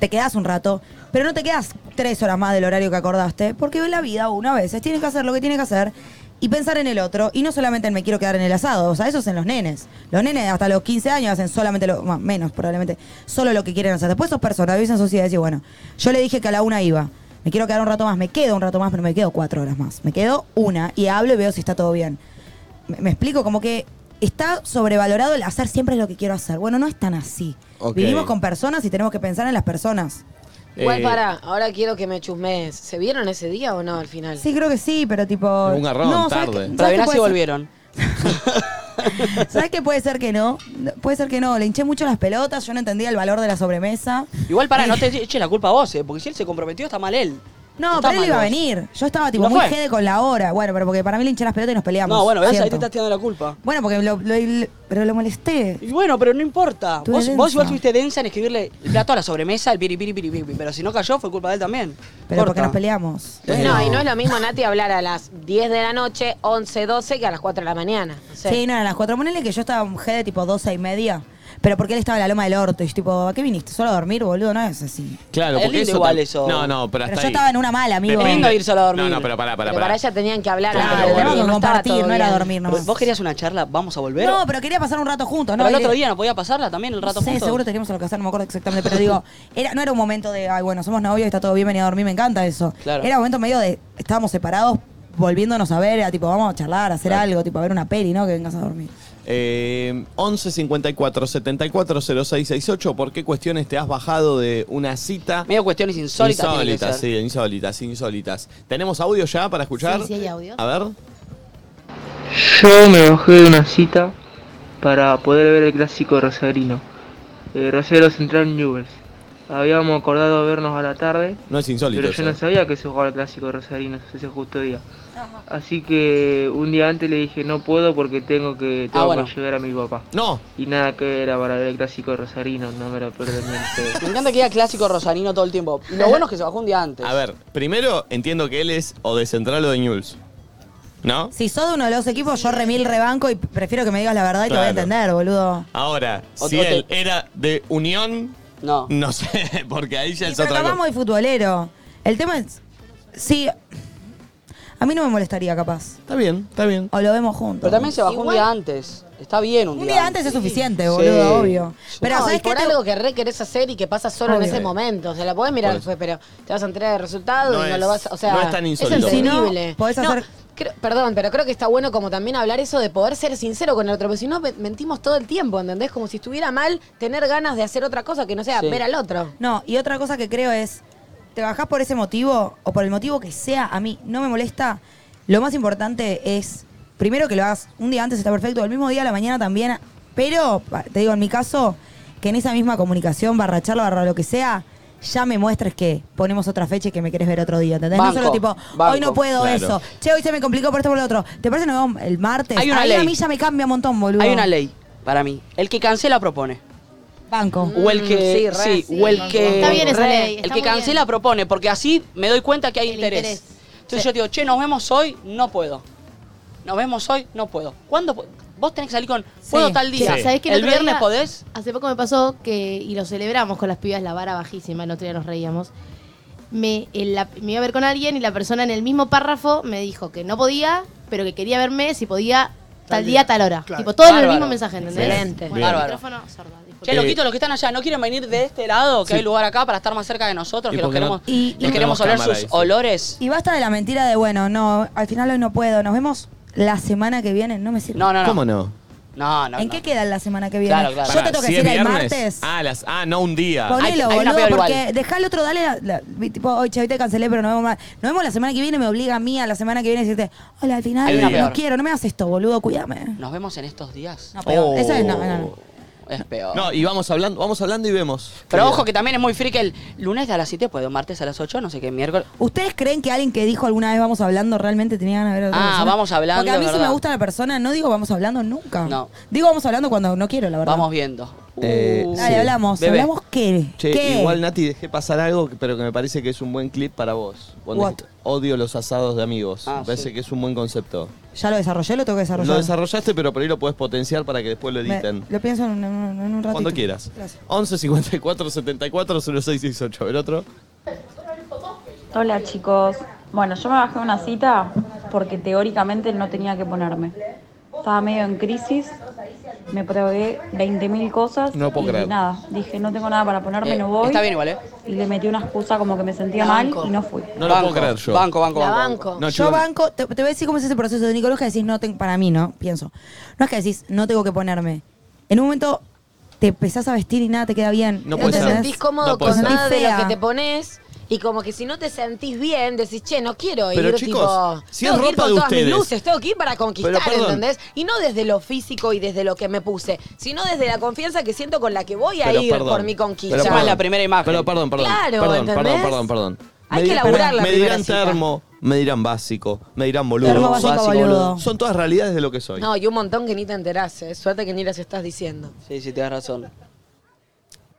[SPEAKER 2] te quedás un rato, pero no te quedás tres horas más del horario que acordaste, porque en la vida uno a veces tiene que hacer lo que tiene que hacer y pensar en el otro, y no solamente en me quiero quedar en el asado, o sea, eso es en los nenes. Los nenes hasta los 15 años hacen solamente lo, más, menos probablemente, solo lo que quieren hacer. Después sos personas, vivís en sociedad y decís, bueno, yo le dije que a la una iba, me quiero quedar un rato más, me quedo un rato más, pero me quedo cuatro horas más, me quedo una y hablo y veo si está todo bien. Me, me explico, como que está sobrevalorado el hacer siempre lo que quiero hacer. Bueno, no es tan así.
[SPEAKER 1] Ok.
[SPEAKER 2] Vivimos con personas y tenemos que pensar en las personas.
[SPEAKER 4] Igual
[SPEAKER 1] Eh,
[SPEAKER 4] para, ahora quiero que me chusmees. ¿Se vieron ese día o no al final?
[SPEAKER 2] Sí, creo que sí, pero tipo.
[SPEAKER 1] Un garrón,
[SPEAKER 2] ¿sabes
[SPEAKER 1] tarde.
[SPEAKER 2] qué-
[SPEAKER 3] Pero
[SPEAKER 2] ¿sabes qué
[SPEAKER 3] verás si
[SPEAKER 2] puede ser?
[SPEAKER 3] volvieron.
[SPEAKER 2] ¿Sabes qué puede ser que no? Puede ser que no. Le hinché mucho las pelotas, yo no entendía el valor de la sobremesa.
[SPEAKER 3] Igual pará, no te eches la culpa a vos, eh, porque si él se comprometió, está mal él.
[SPEAKER 2] No,
[SPEAKER 3] Está
[SPEAKER 2] pero él
[SPEAKER 3] mal
[SPEAKER 2] iba a
[SPEAKER 3] vos.
[SPEAKER 2] venir. Yo estaba tipo
[SPEAKER 3] No
[SPEAKER 2] muy
[SPEAKER 3] fue.
[SPEAKER 2] jede con la hora. Bueno, pero porque para mí le hinché las pelotas y nos peleamos.
[SPEAKER 3] No, bueno, ves, ahí te
[SPEAKER 2] Siento.
[SPEAKER 3] estás tirando la culpa.
[SPEAKER 2] Bueno, porque lo, lo- pero lo molesté.
[SPEAKER 3] Y bueno, pero no importa.
[SPEAKER 2] Estuve
[SPEAKER 3] Vos, vos
[SPEAKER 2] densa.
[SPEAKER 3] igual fuiste densa en escribirle el plato a la sobremesa, el piri piri piri piri, pero si no cayó fue culpa de él también.
[SPEAKER 2] Pero porque
[SPEAKER 3] Corta.
[SPEAKER 2] nos peleamos.
[SPEAKER 4] No, y no es lo mismo, Nati, hablar a las 10 de la noche, 11, 12, que a las 4 de la mañana. O sea,
[SPEAKER 2] Sí, no, eran las cuatro. Ponele que yo estaba mujer de tipo doce y media. pero porque él estaba en la loma del orto. Y yo, tipo, ¿a qué viniste? ¿Solo a dormir, boludo? No es así.
[SPEAKER 1] Claro,
[SPEAKER 3] Es
[SPEAKER 1] porque
[SPEAKER 3] lindo
[SPEAKER 1] eso
[SPEAKER 3] igual
[SPEAKER 1] tam-
[SPEAKER 3] eso.
[SPEAKER 1] No, no, pero hasta
[SPEAKER 2] Pero yo
[SPEAKER 1] ahí.
[SPEAKER 2] estaba en una mala, amigo.
[SPEAKER 1] Depende.
[SPEAKER 3] Lindo ir solo a dormir.
[SPEAKER 1] No, no, pero pará, pará,
[SPEAKER 4] Pero para
[SPEAKER 1] pará.
[SPEAKER 4] ella tenían que hablar.
[SPEAKER 1] Claro,
[SPEAKER 4] algo,
[SPEAKER 1] teníamos que
[SPEAKER 4] no estaba
[SPEAKER 2] compartir,
[SPEAKER 4] todo
[SPEAKER 2] no era
[SPEAKER 4] bien.
[SPEAKER 2] dormir, no.
[SPEAKER 3] ¿Vos vos querías una charla? ¿Vamos a volver?
[SPEAKER 2] No, pero quería pasar un rato juntos, ¿no?
[SPEAKER 3] Pero el
[SPEAKER 2] Era-
[SPEAKER 3] otro día no podía pasarla también el rato
[SPEAKER 2] no sé,
[SPEAKER 3] juntos.
[SPEAKER 2] seguro teníamos algo que hacer, no me acuerdo exactamente, pero digo, era, no era un momento de, ay, bueno, somos novios, está todo bien, venía a dormir, me encanta eso.
[SPEAKER 3] Claro.
[SPEAKER 2] Era un momento medio de, estábamos separados, volviéndonos a ver, era tipo, vamos a charlar, a hacer
[SPEAKER 1] Claro.
[SPEAKER 2] algo, tipo, a ver una peli, ¿no? Que vengas a dormir.
[SPEAKER 1] Eh, 11 54 74 06 68. ¿Por qué cuestiones te has bajado de una cita?
[SPEAKER 3] Medio cuestiones insólitas. tiene que
[SPEAKER 1] insólitas,
[SPEAKER 3] ser.
[SPEAKER 1] sí, insólitas, insólitas. ¿Tenemos audio ya para escuchar?
[SPEAKER 5] Sí, sí hay audio.
[SPEAKER 1] A ver.
[SPEAKER 6] Yo me bajé de una cita para poder ver el clásico rosarino. Eh, Rosario Central Newells. Habíamos acordado vernos a la tarde,
[SPEAKER 1] No es insólito.
[SPEAKER 6] pero yo no
[SPEAKER 1] eso.
[SPEAKER 6] sabía que se jugaba el clásico rosarino ese justo día. Así que un día antes le dije no puedo porque tengo que tengo
[SPEAKER 3] Ah, bueno.
[SPEAKER 6] que ayudar a mi papá.
[SPEAKER 1] No,
[SPEAKER 6] Y nada que era para ver el clásico rosarino, no me lo pierdo ni en pedo.
[SPEAKER 3] Me encanta que diga clásico rosarino todo el tiempo. Y Lo bueno es que se bajó un día antes.
[SPEAKER 1] a ver, primero entiendo que él es o de Central o de News. ¿No?
[SPEAKER 2] Si sos de uno de los equipos, yo remil rebanco y prefiero que me digas la verdad y te voy a
[SPEAKER 1] Claro.
[SPEAKER 2] entender, boludo.
[SPEAKER 1] Ahora,
[SPEAKER 3] O-
[SPEAKER 1] si
[SPEAKER 3] o te-
[SPEAKER 1] él era de Unión,
[SPEAKER 3] No.
[SPEAKER 1] no sé, porque ahí ya
[SPEAKER 2] Sí,
[SPEAKER 1] es
[SPEAKER 2] pero
[SPEAKER 1] otra
[SPEAKER 2] acabamos
[SPEAKER 1] cosa.
[SPEAKER 2] de futbolero. El tema es, sí, a mí no me molestaría capaz.
[SPEAKER 1] Está bien, está bien.
[SPEAKER 2] O lo vemos juntos.
[SPEAKER 3] Pero también se bajó un
[SPEAKER 5] Igual-
[SPEAKER 3] día antes. Está bien un día
[SPEAKER 2] Un día antes es suficiente,
[SPEAKER 3] Sí.
[SPEAKER 2] boludo, obvio. Pero
[SPEAKER 4] no,
[SPEAKER 2] ¿sabés
[SPEAKER 4] y
[SPEAKER 2] qué?
[SPEAKER 4] por
[SPEAKER 2] Te-
[SPEAKER 4] algo que re querés hacer y que pasa solo
[SPEAKER 2] Obvio.
[SPEAKER 4] en ese momento. O sea, la podés mirar
[SPEAKER 1] Por eso.
[SPEAKER 4] después, pero te vas a enterar del resultado
[SPEAKER 1] No
[SPEAKER 4] y no
[SPEAKER 1] es-
[SPEAKER 4] lo vas O sea,
[SPEAKER 1] no es tan insólito.
[SPEAKER 4] Es
[SPEAKER 2] Si
[SPEAKER 4] entendible.
[SPEAKER 2] no, podés
[SPEAKER 4] No,
[SPEAKER 2] hacer-
[SPEAKER 4] creo- perdón, pero creo que está bueno como también hablar eso de poder ser sincero con el otro. Porque si no, me- mentimos todo el tiempo, ¿entendés? Como si estuviera mal tener ganas de hacer otra cosa que no sea
[SPEAKER 3] Sí.
[SPEAKER 4] ver al otro.
[SPEAKER 2] No, y otra cosa que creo es, te bajás por ese motivo o por el motivo que sea, a mí no me molesta. Lo más importante es, primero que lo hagas un día antes está perfecto, el mismo día a la mañana también, pero pa- te digo, en mi caso, que en esa misma comunicación, barra charla, barra lo que sea, ya me muestres que ponemos otra fecha y que me querés ver otro día, ¿entendés?
[SPEAKER 3] Banco,
[SPEAKER 2] no solo tipo,
[SPEAKER 3] banco,
[SPEAKER 2] hoy no puedo
[SPEAKER 1] claro.
[SPEAKER 2] eso, che, hoy se me complicó por esto por lo otro, ¿te parece que nos vemos el martes?
[SPEAKER 3] Hay una
[SPEAKER 2] Ahí a
[SPEAKER 3] ley.
[SPEAKER 2] mí ya me cambia un montón, boludo.
[SPEAKER 3] Hay una ley para mí. El que cancela propone.
[SPEAKER 2] Banco.
[SPEAKER 3] O el que.
[SPEAKER 4] Mm, sí,
[SPEAKER 3] Sí,
[SPEAKER 4] re,
[SPEAKER 3] o el que.
[SPEAKER 5] Está bien esa ley.
[SPEAKER 3] El
[SPEAKER 5] está
[SPEAKER 3] que
[SPEAKER 5] muy
[SPEAKER 3] cancela
[SPEAKER 5] bien.
[SPEAKER 3] propone, porque así me doy cuenta que hay
[SPEAKER 5] El
[SPEAKER 3] interés.
[SPEAKER 5] interés.
[SPEAKER 3] Entonces yo digo, che, nos vemos hoy, no puedo. Nos vemos hoy, no puedo. ¿Cuándo? po- Vos tenés que salir con, puedo tal
[SPEAKER 5] Que-
[SPEAKER 3] día.
[SPEAKER 5] ¿sabés que
[SPEAKER 3] ¿El
[SPEAKER 5] otro día-
[SPEAKER 3] viernes podés?
[SPEAKER 5] Hace poco me pasó que, y lo celebramos con las pibas, la vara bajísima, el otro día nos reíamos. Me, el- la- me iba a ver con alguien y la persona en el mismo párrafo me dijo que no podía, pero que quería verme si podía tal, día, tal hora.
[SPEAKER 7] Claro.
[SPEAKER 5] Tipo, todo en el
[SPEAKER 3] Bárbaro.
[SPEAKER 5] mismo mensaje, ¿entendés?
[SPEAKER 4] Excelente.
[SPEAKER 5] Bueno,
[SPEAKER 3] Bárbaro.
[SPEAKER 5] el micrófono, sorda, disculpa.
[SPEAKER 3] Che,
[SPEAKER 1] Eh,
[SPEAKER 3] loquitos, los que están allá, ¿no quieren venir de este lado? Que
[SPEAKER 1] sí.
[SPEAKER 3] hay lugar acá para estar más cerca de nosotros,
[SPEAKER 1] Y
[SPEAKER 3] que los
[SPEAKER 1] porque no-
[SPEAKER 3] queremos,
[SPEAKER 2] y-
[SPEAKER 3] les
[SPEAKER 2] no
[SPEAKER 3] queremos
[SPEAKER 1] tenemos
[SPEAKER 3] oler
[SPEAKER 1] cámara,
[SPEAKER 3] sus
[SPEAKER 1] dice.
[SPEAKER 3] olores.
[SPEAKER 2] Y basta de la mentira de, bueno, no, al final hoy no puedo, nos vemos la semana que viene, no me sirve.
[SPEAKER 3] No, no, no.
[SPEAKER 1] ¿Cómo no?
[SPEAKER 3] No, no,
[SPEAKER 2] ¿En
[SPEAKER 3] no.
[SPEAKER 2] qué queda la semana que viene?
[SPEAKER 3] Claro, claro.
[SPEAKER 2] Yo
[SPEAKER 1] Pará,
[SPEAKER 2] te tengo que
[SPEAKER 1] si es
[SPEAKER 2] decir el
[SPEAKER 1] viernes.
[SPEAKER 2] martes.
[SPEAKER 1] Ah, las, ah, no un día.
[SPEAKER 3] Ay,
[SPEAKER 2] Ponelo,
[SPEAKER 3] hay una
[SPEAKER 2] boludo,
[SPEAKER 3] peor igual.
[SPEAKER 2] porque dejá el otro, dale la, la- vi- tipo, oye, che, hoy te cancelé, pero nos vemos más. Nos vemos la semana que viene, me obliga a mí a la semana que viene decirte, hola, al
[SPEAKER 3] Hay
[SPEAKER 2] final
[SPEAKER 3] una
[SPEAKER 2] no,
[SPEAKER 3] peor.
[SPEAKER 2] quiero, no me hagas esto, boludo, cuídame.
[SPEAKER 3] Nos vemos en estos días.
[SPEAKER 2] No, peor.
[SPEAKER 1] Oh.
[SPEAKER 2] Eso es, no, no, no.
[SPEAKER 3] Es peor.
[SPEAKER 1] No, y vamos hablando, vamos hablando y vemos.
[SPEAKER 3] Pero ojo que también es muy freak el lunes a las 7, puedo, martes a las 8, no sé qué, miércoles.
[SPEAKER 2] ¿Ustedes creen que alguien que dijo alguna vez vamos hablando realmente tenía ganas de ver a otra
[SPEAKER 3] Ah,
[SPEAKER 2] persona?
[SPEAKER 3] vamos hablando,
[SPEAKER 2] Porque a mí si
[SPEAKER 3] ¿verdad?
[SPEAKER 2] me gusta la persona, no digo vamos hablando nunca.
[SPEAKER 3] No.
[SPEAKER 2] Digo vamos hablando cuando no quiero, la verdad.
[SPEAKER 3] Vamos viendo.
[SPEAKER 1] Eh,
[SPEAKER 3] Uh,
[SPEAKER 2] Dale,
[SPEAKER 1] Sí.
[SPEAKER 2] hablamos.
[SPEAKER 3] Bebé.
[SPEAKER 2] ¿Hablamos qué?
[SPEAKER 1] Che,
[SPEAKER 2] ¿Qué?
[SPEAKER 1] igual Nati dejé pasar algo, que- pero que me parece que es un buen clip para vos. Cuando
[SPEAKER 2] What?
[SPEAKER 1] Odio los asados de amigos.
[SPEAKER 3] Ah,
[SPEAKER 1] me parece
[SPEAKER 3] sí.
[SPEAKER 1] que es un buen concepto.
[SPEAKER 2] ¿Ya lo desarrollé? ¿Lo tengo que desarrollar?
[SPEAKER 1] Lo desarrollaste, pero por ahí lo puedes potenciar para que después lo
[SPEAKER 2] Me-
[SPEAKER 1] editen.
[SPEAKER 2] lo pienso en, un- en un- en un ratito.
[SPEAKER 1] Cuando quieras.
[SPEAKER 2] Gracias.
[SPEAKER 1] 11 54 74 0668. El otro.
[SPEAKER 8] Hola chicos. Bueno, yo me bajé de una cita porque teóricamente no tenía que ponerme. Estaba medio en crisis, me probé 20.000 cosas
[SPEAKER 1] No puedo
[SPEAKER 8] y
[SPEAKER 1] creer.
[SPEAKER 8] nada, dije no tengo nada para ponerme,
[SPEAKER 3] Eh,
[SPEAKER 8] no voy.
[SPEAKER 3] está bien igual, ¿eh?
[SPEAKER 8] Y le metí una excusa como que me sentía
[SPEAKER 4] La
[SPEAKER 8] mal
[SPEAKER 4] banco.
[SPEAKER 8] y no fui.
[SPEAKER 1] No lo puedo creer yo.
[SPEAKER 3] Banco, banco,
[SPEAKER 4] La
[SPEAKER 3] banco.
[SPEAKER 4] banco.
[SPEAKER 1] No,
[SPEAKER 2] Yo
[SPEAKER 1] chico,
[SPEAKER 2] banco, te, te voy a decir cómo es ese proceso, Nico. No es que decís, no, tengo- para mí, ¿no? Pienso. No es que decís, no tengo que ponerme. En un momento te empezás a vestir y nada te queda bien.
[SPEAKER 1] No
[SPEAKER 4] No
[SPEAKER 1] puede
[SPEAKER 4] te
[SPEAKER 1] ser.
[SPEAKER 4] sentís cómodo
[SPEAKER 1] No puede
[SPEAKER 4] con
[SPEAKER 1] ser.
[SPEAKER 4] nada de
[SPEAKER 2] Fea.
[SPEAKER 4] lo que te pones. Y como que si no te sentís bien, decís, che, no quiero ir,
[SPEAKER 1] Pero, chicos,
[SPEAKER 4] tipo.
[SPEAKER 1] si
[SPEAKER 4] tengo
[SPEAKER 1] es
[SPEAKER 4] que ir
[SPEAKER 1] ropa
[SPEAKER 4] con
[SPEAKER 1] de
[SPEAKER 4] todas mis
[SPEAKER 1] ustedes.
[SPEAKER 4] luces, tengo que ir para conquistar,
[SPEAKER 1] Pero, perdón.
[SPEAKER 4] ¿entendés? Y no desde lo físico y desde lo que me puse, sino desde la confianza que siento con la que voy a
[SPEAKER 1] Pero
[SPEAKER 4] ir
[SPEAKER 1] perdón.
[SPEAKER 4] por mi conquista.
[SPEAKER 1] Pero
[SPEAKER 3] Ya
[SPEAKER 1] perdón.
[SPEAKER 3] la primera imagen.
[SPEAKER 1] Pero perdón, perdón.
[SPEAKER 4] Claro,
[SPEAKER 1] perdón,
[SPEAKER 4] ¿entendés?
[SPEAKER 1] perdón, perdón, perdón.
[SPEAKER 4] Hay que
[SPEAKER 1] Me di-
[SPEAKER 4] laburar la
[SPEAKER 1] Me
[SPEAKER 4] primera
[SPEAKER 1] dirán
[SPEAKER 4] cita.
[SPEAKER 1] termo, me dirán básico, me dirán boludo.
[SPEAKER 2] Termo, básico, boludo.
[SPEAKER 1] Son todas realidades de lo que soy.
[SPEAKER 4] No, y un montón que ni te enterás, eh. suerte que ni las estás diciendo.
[SPEAKER 3] Sí, sí, tienes razón.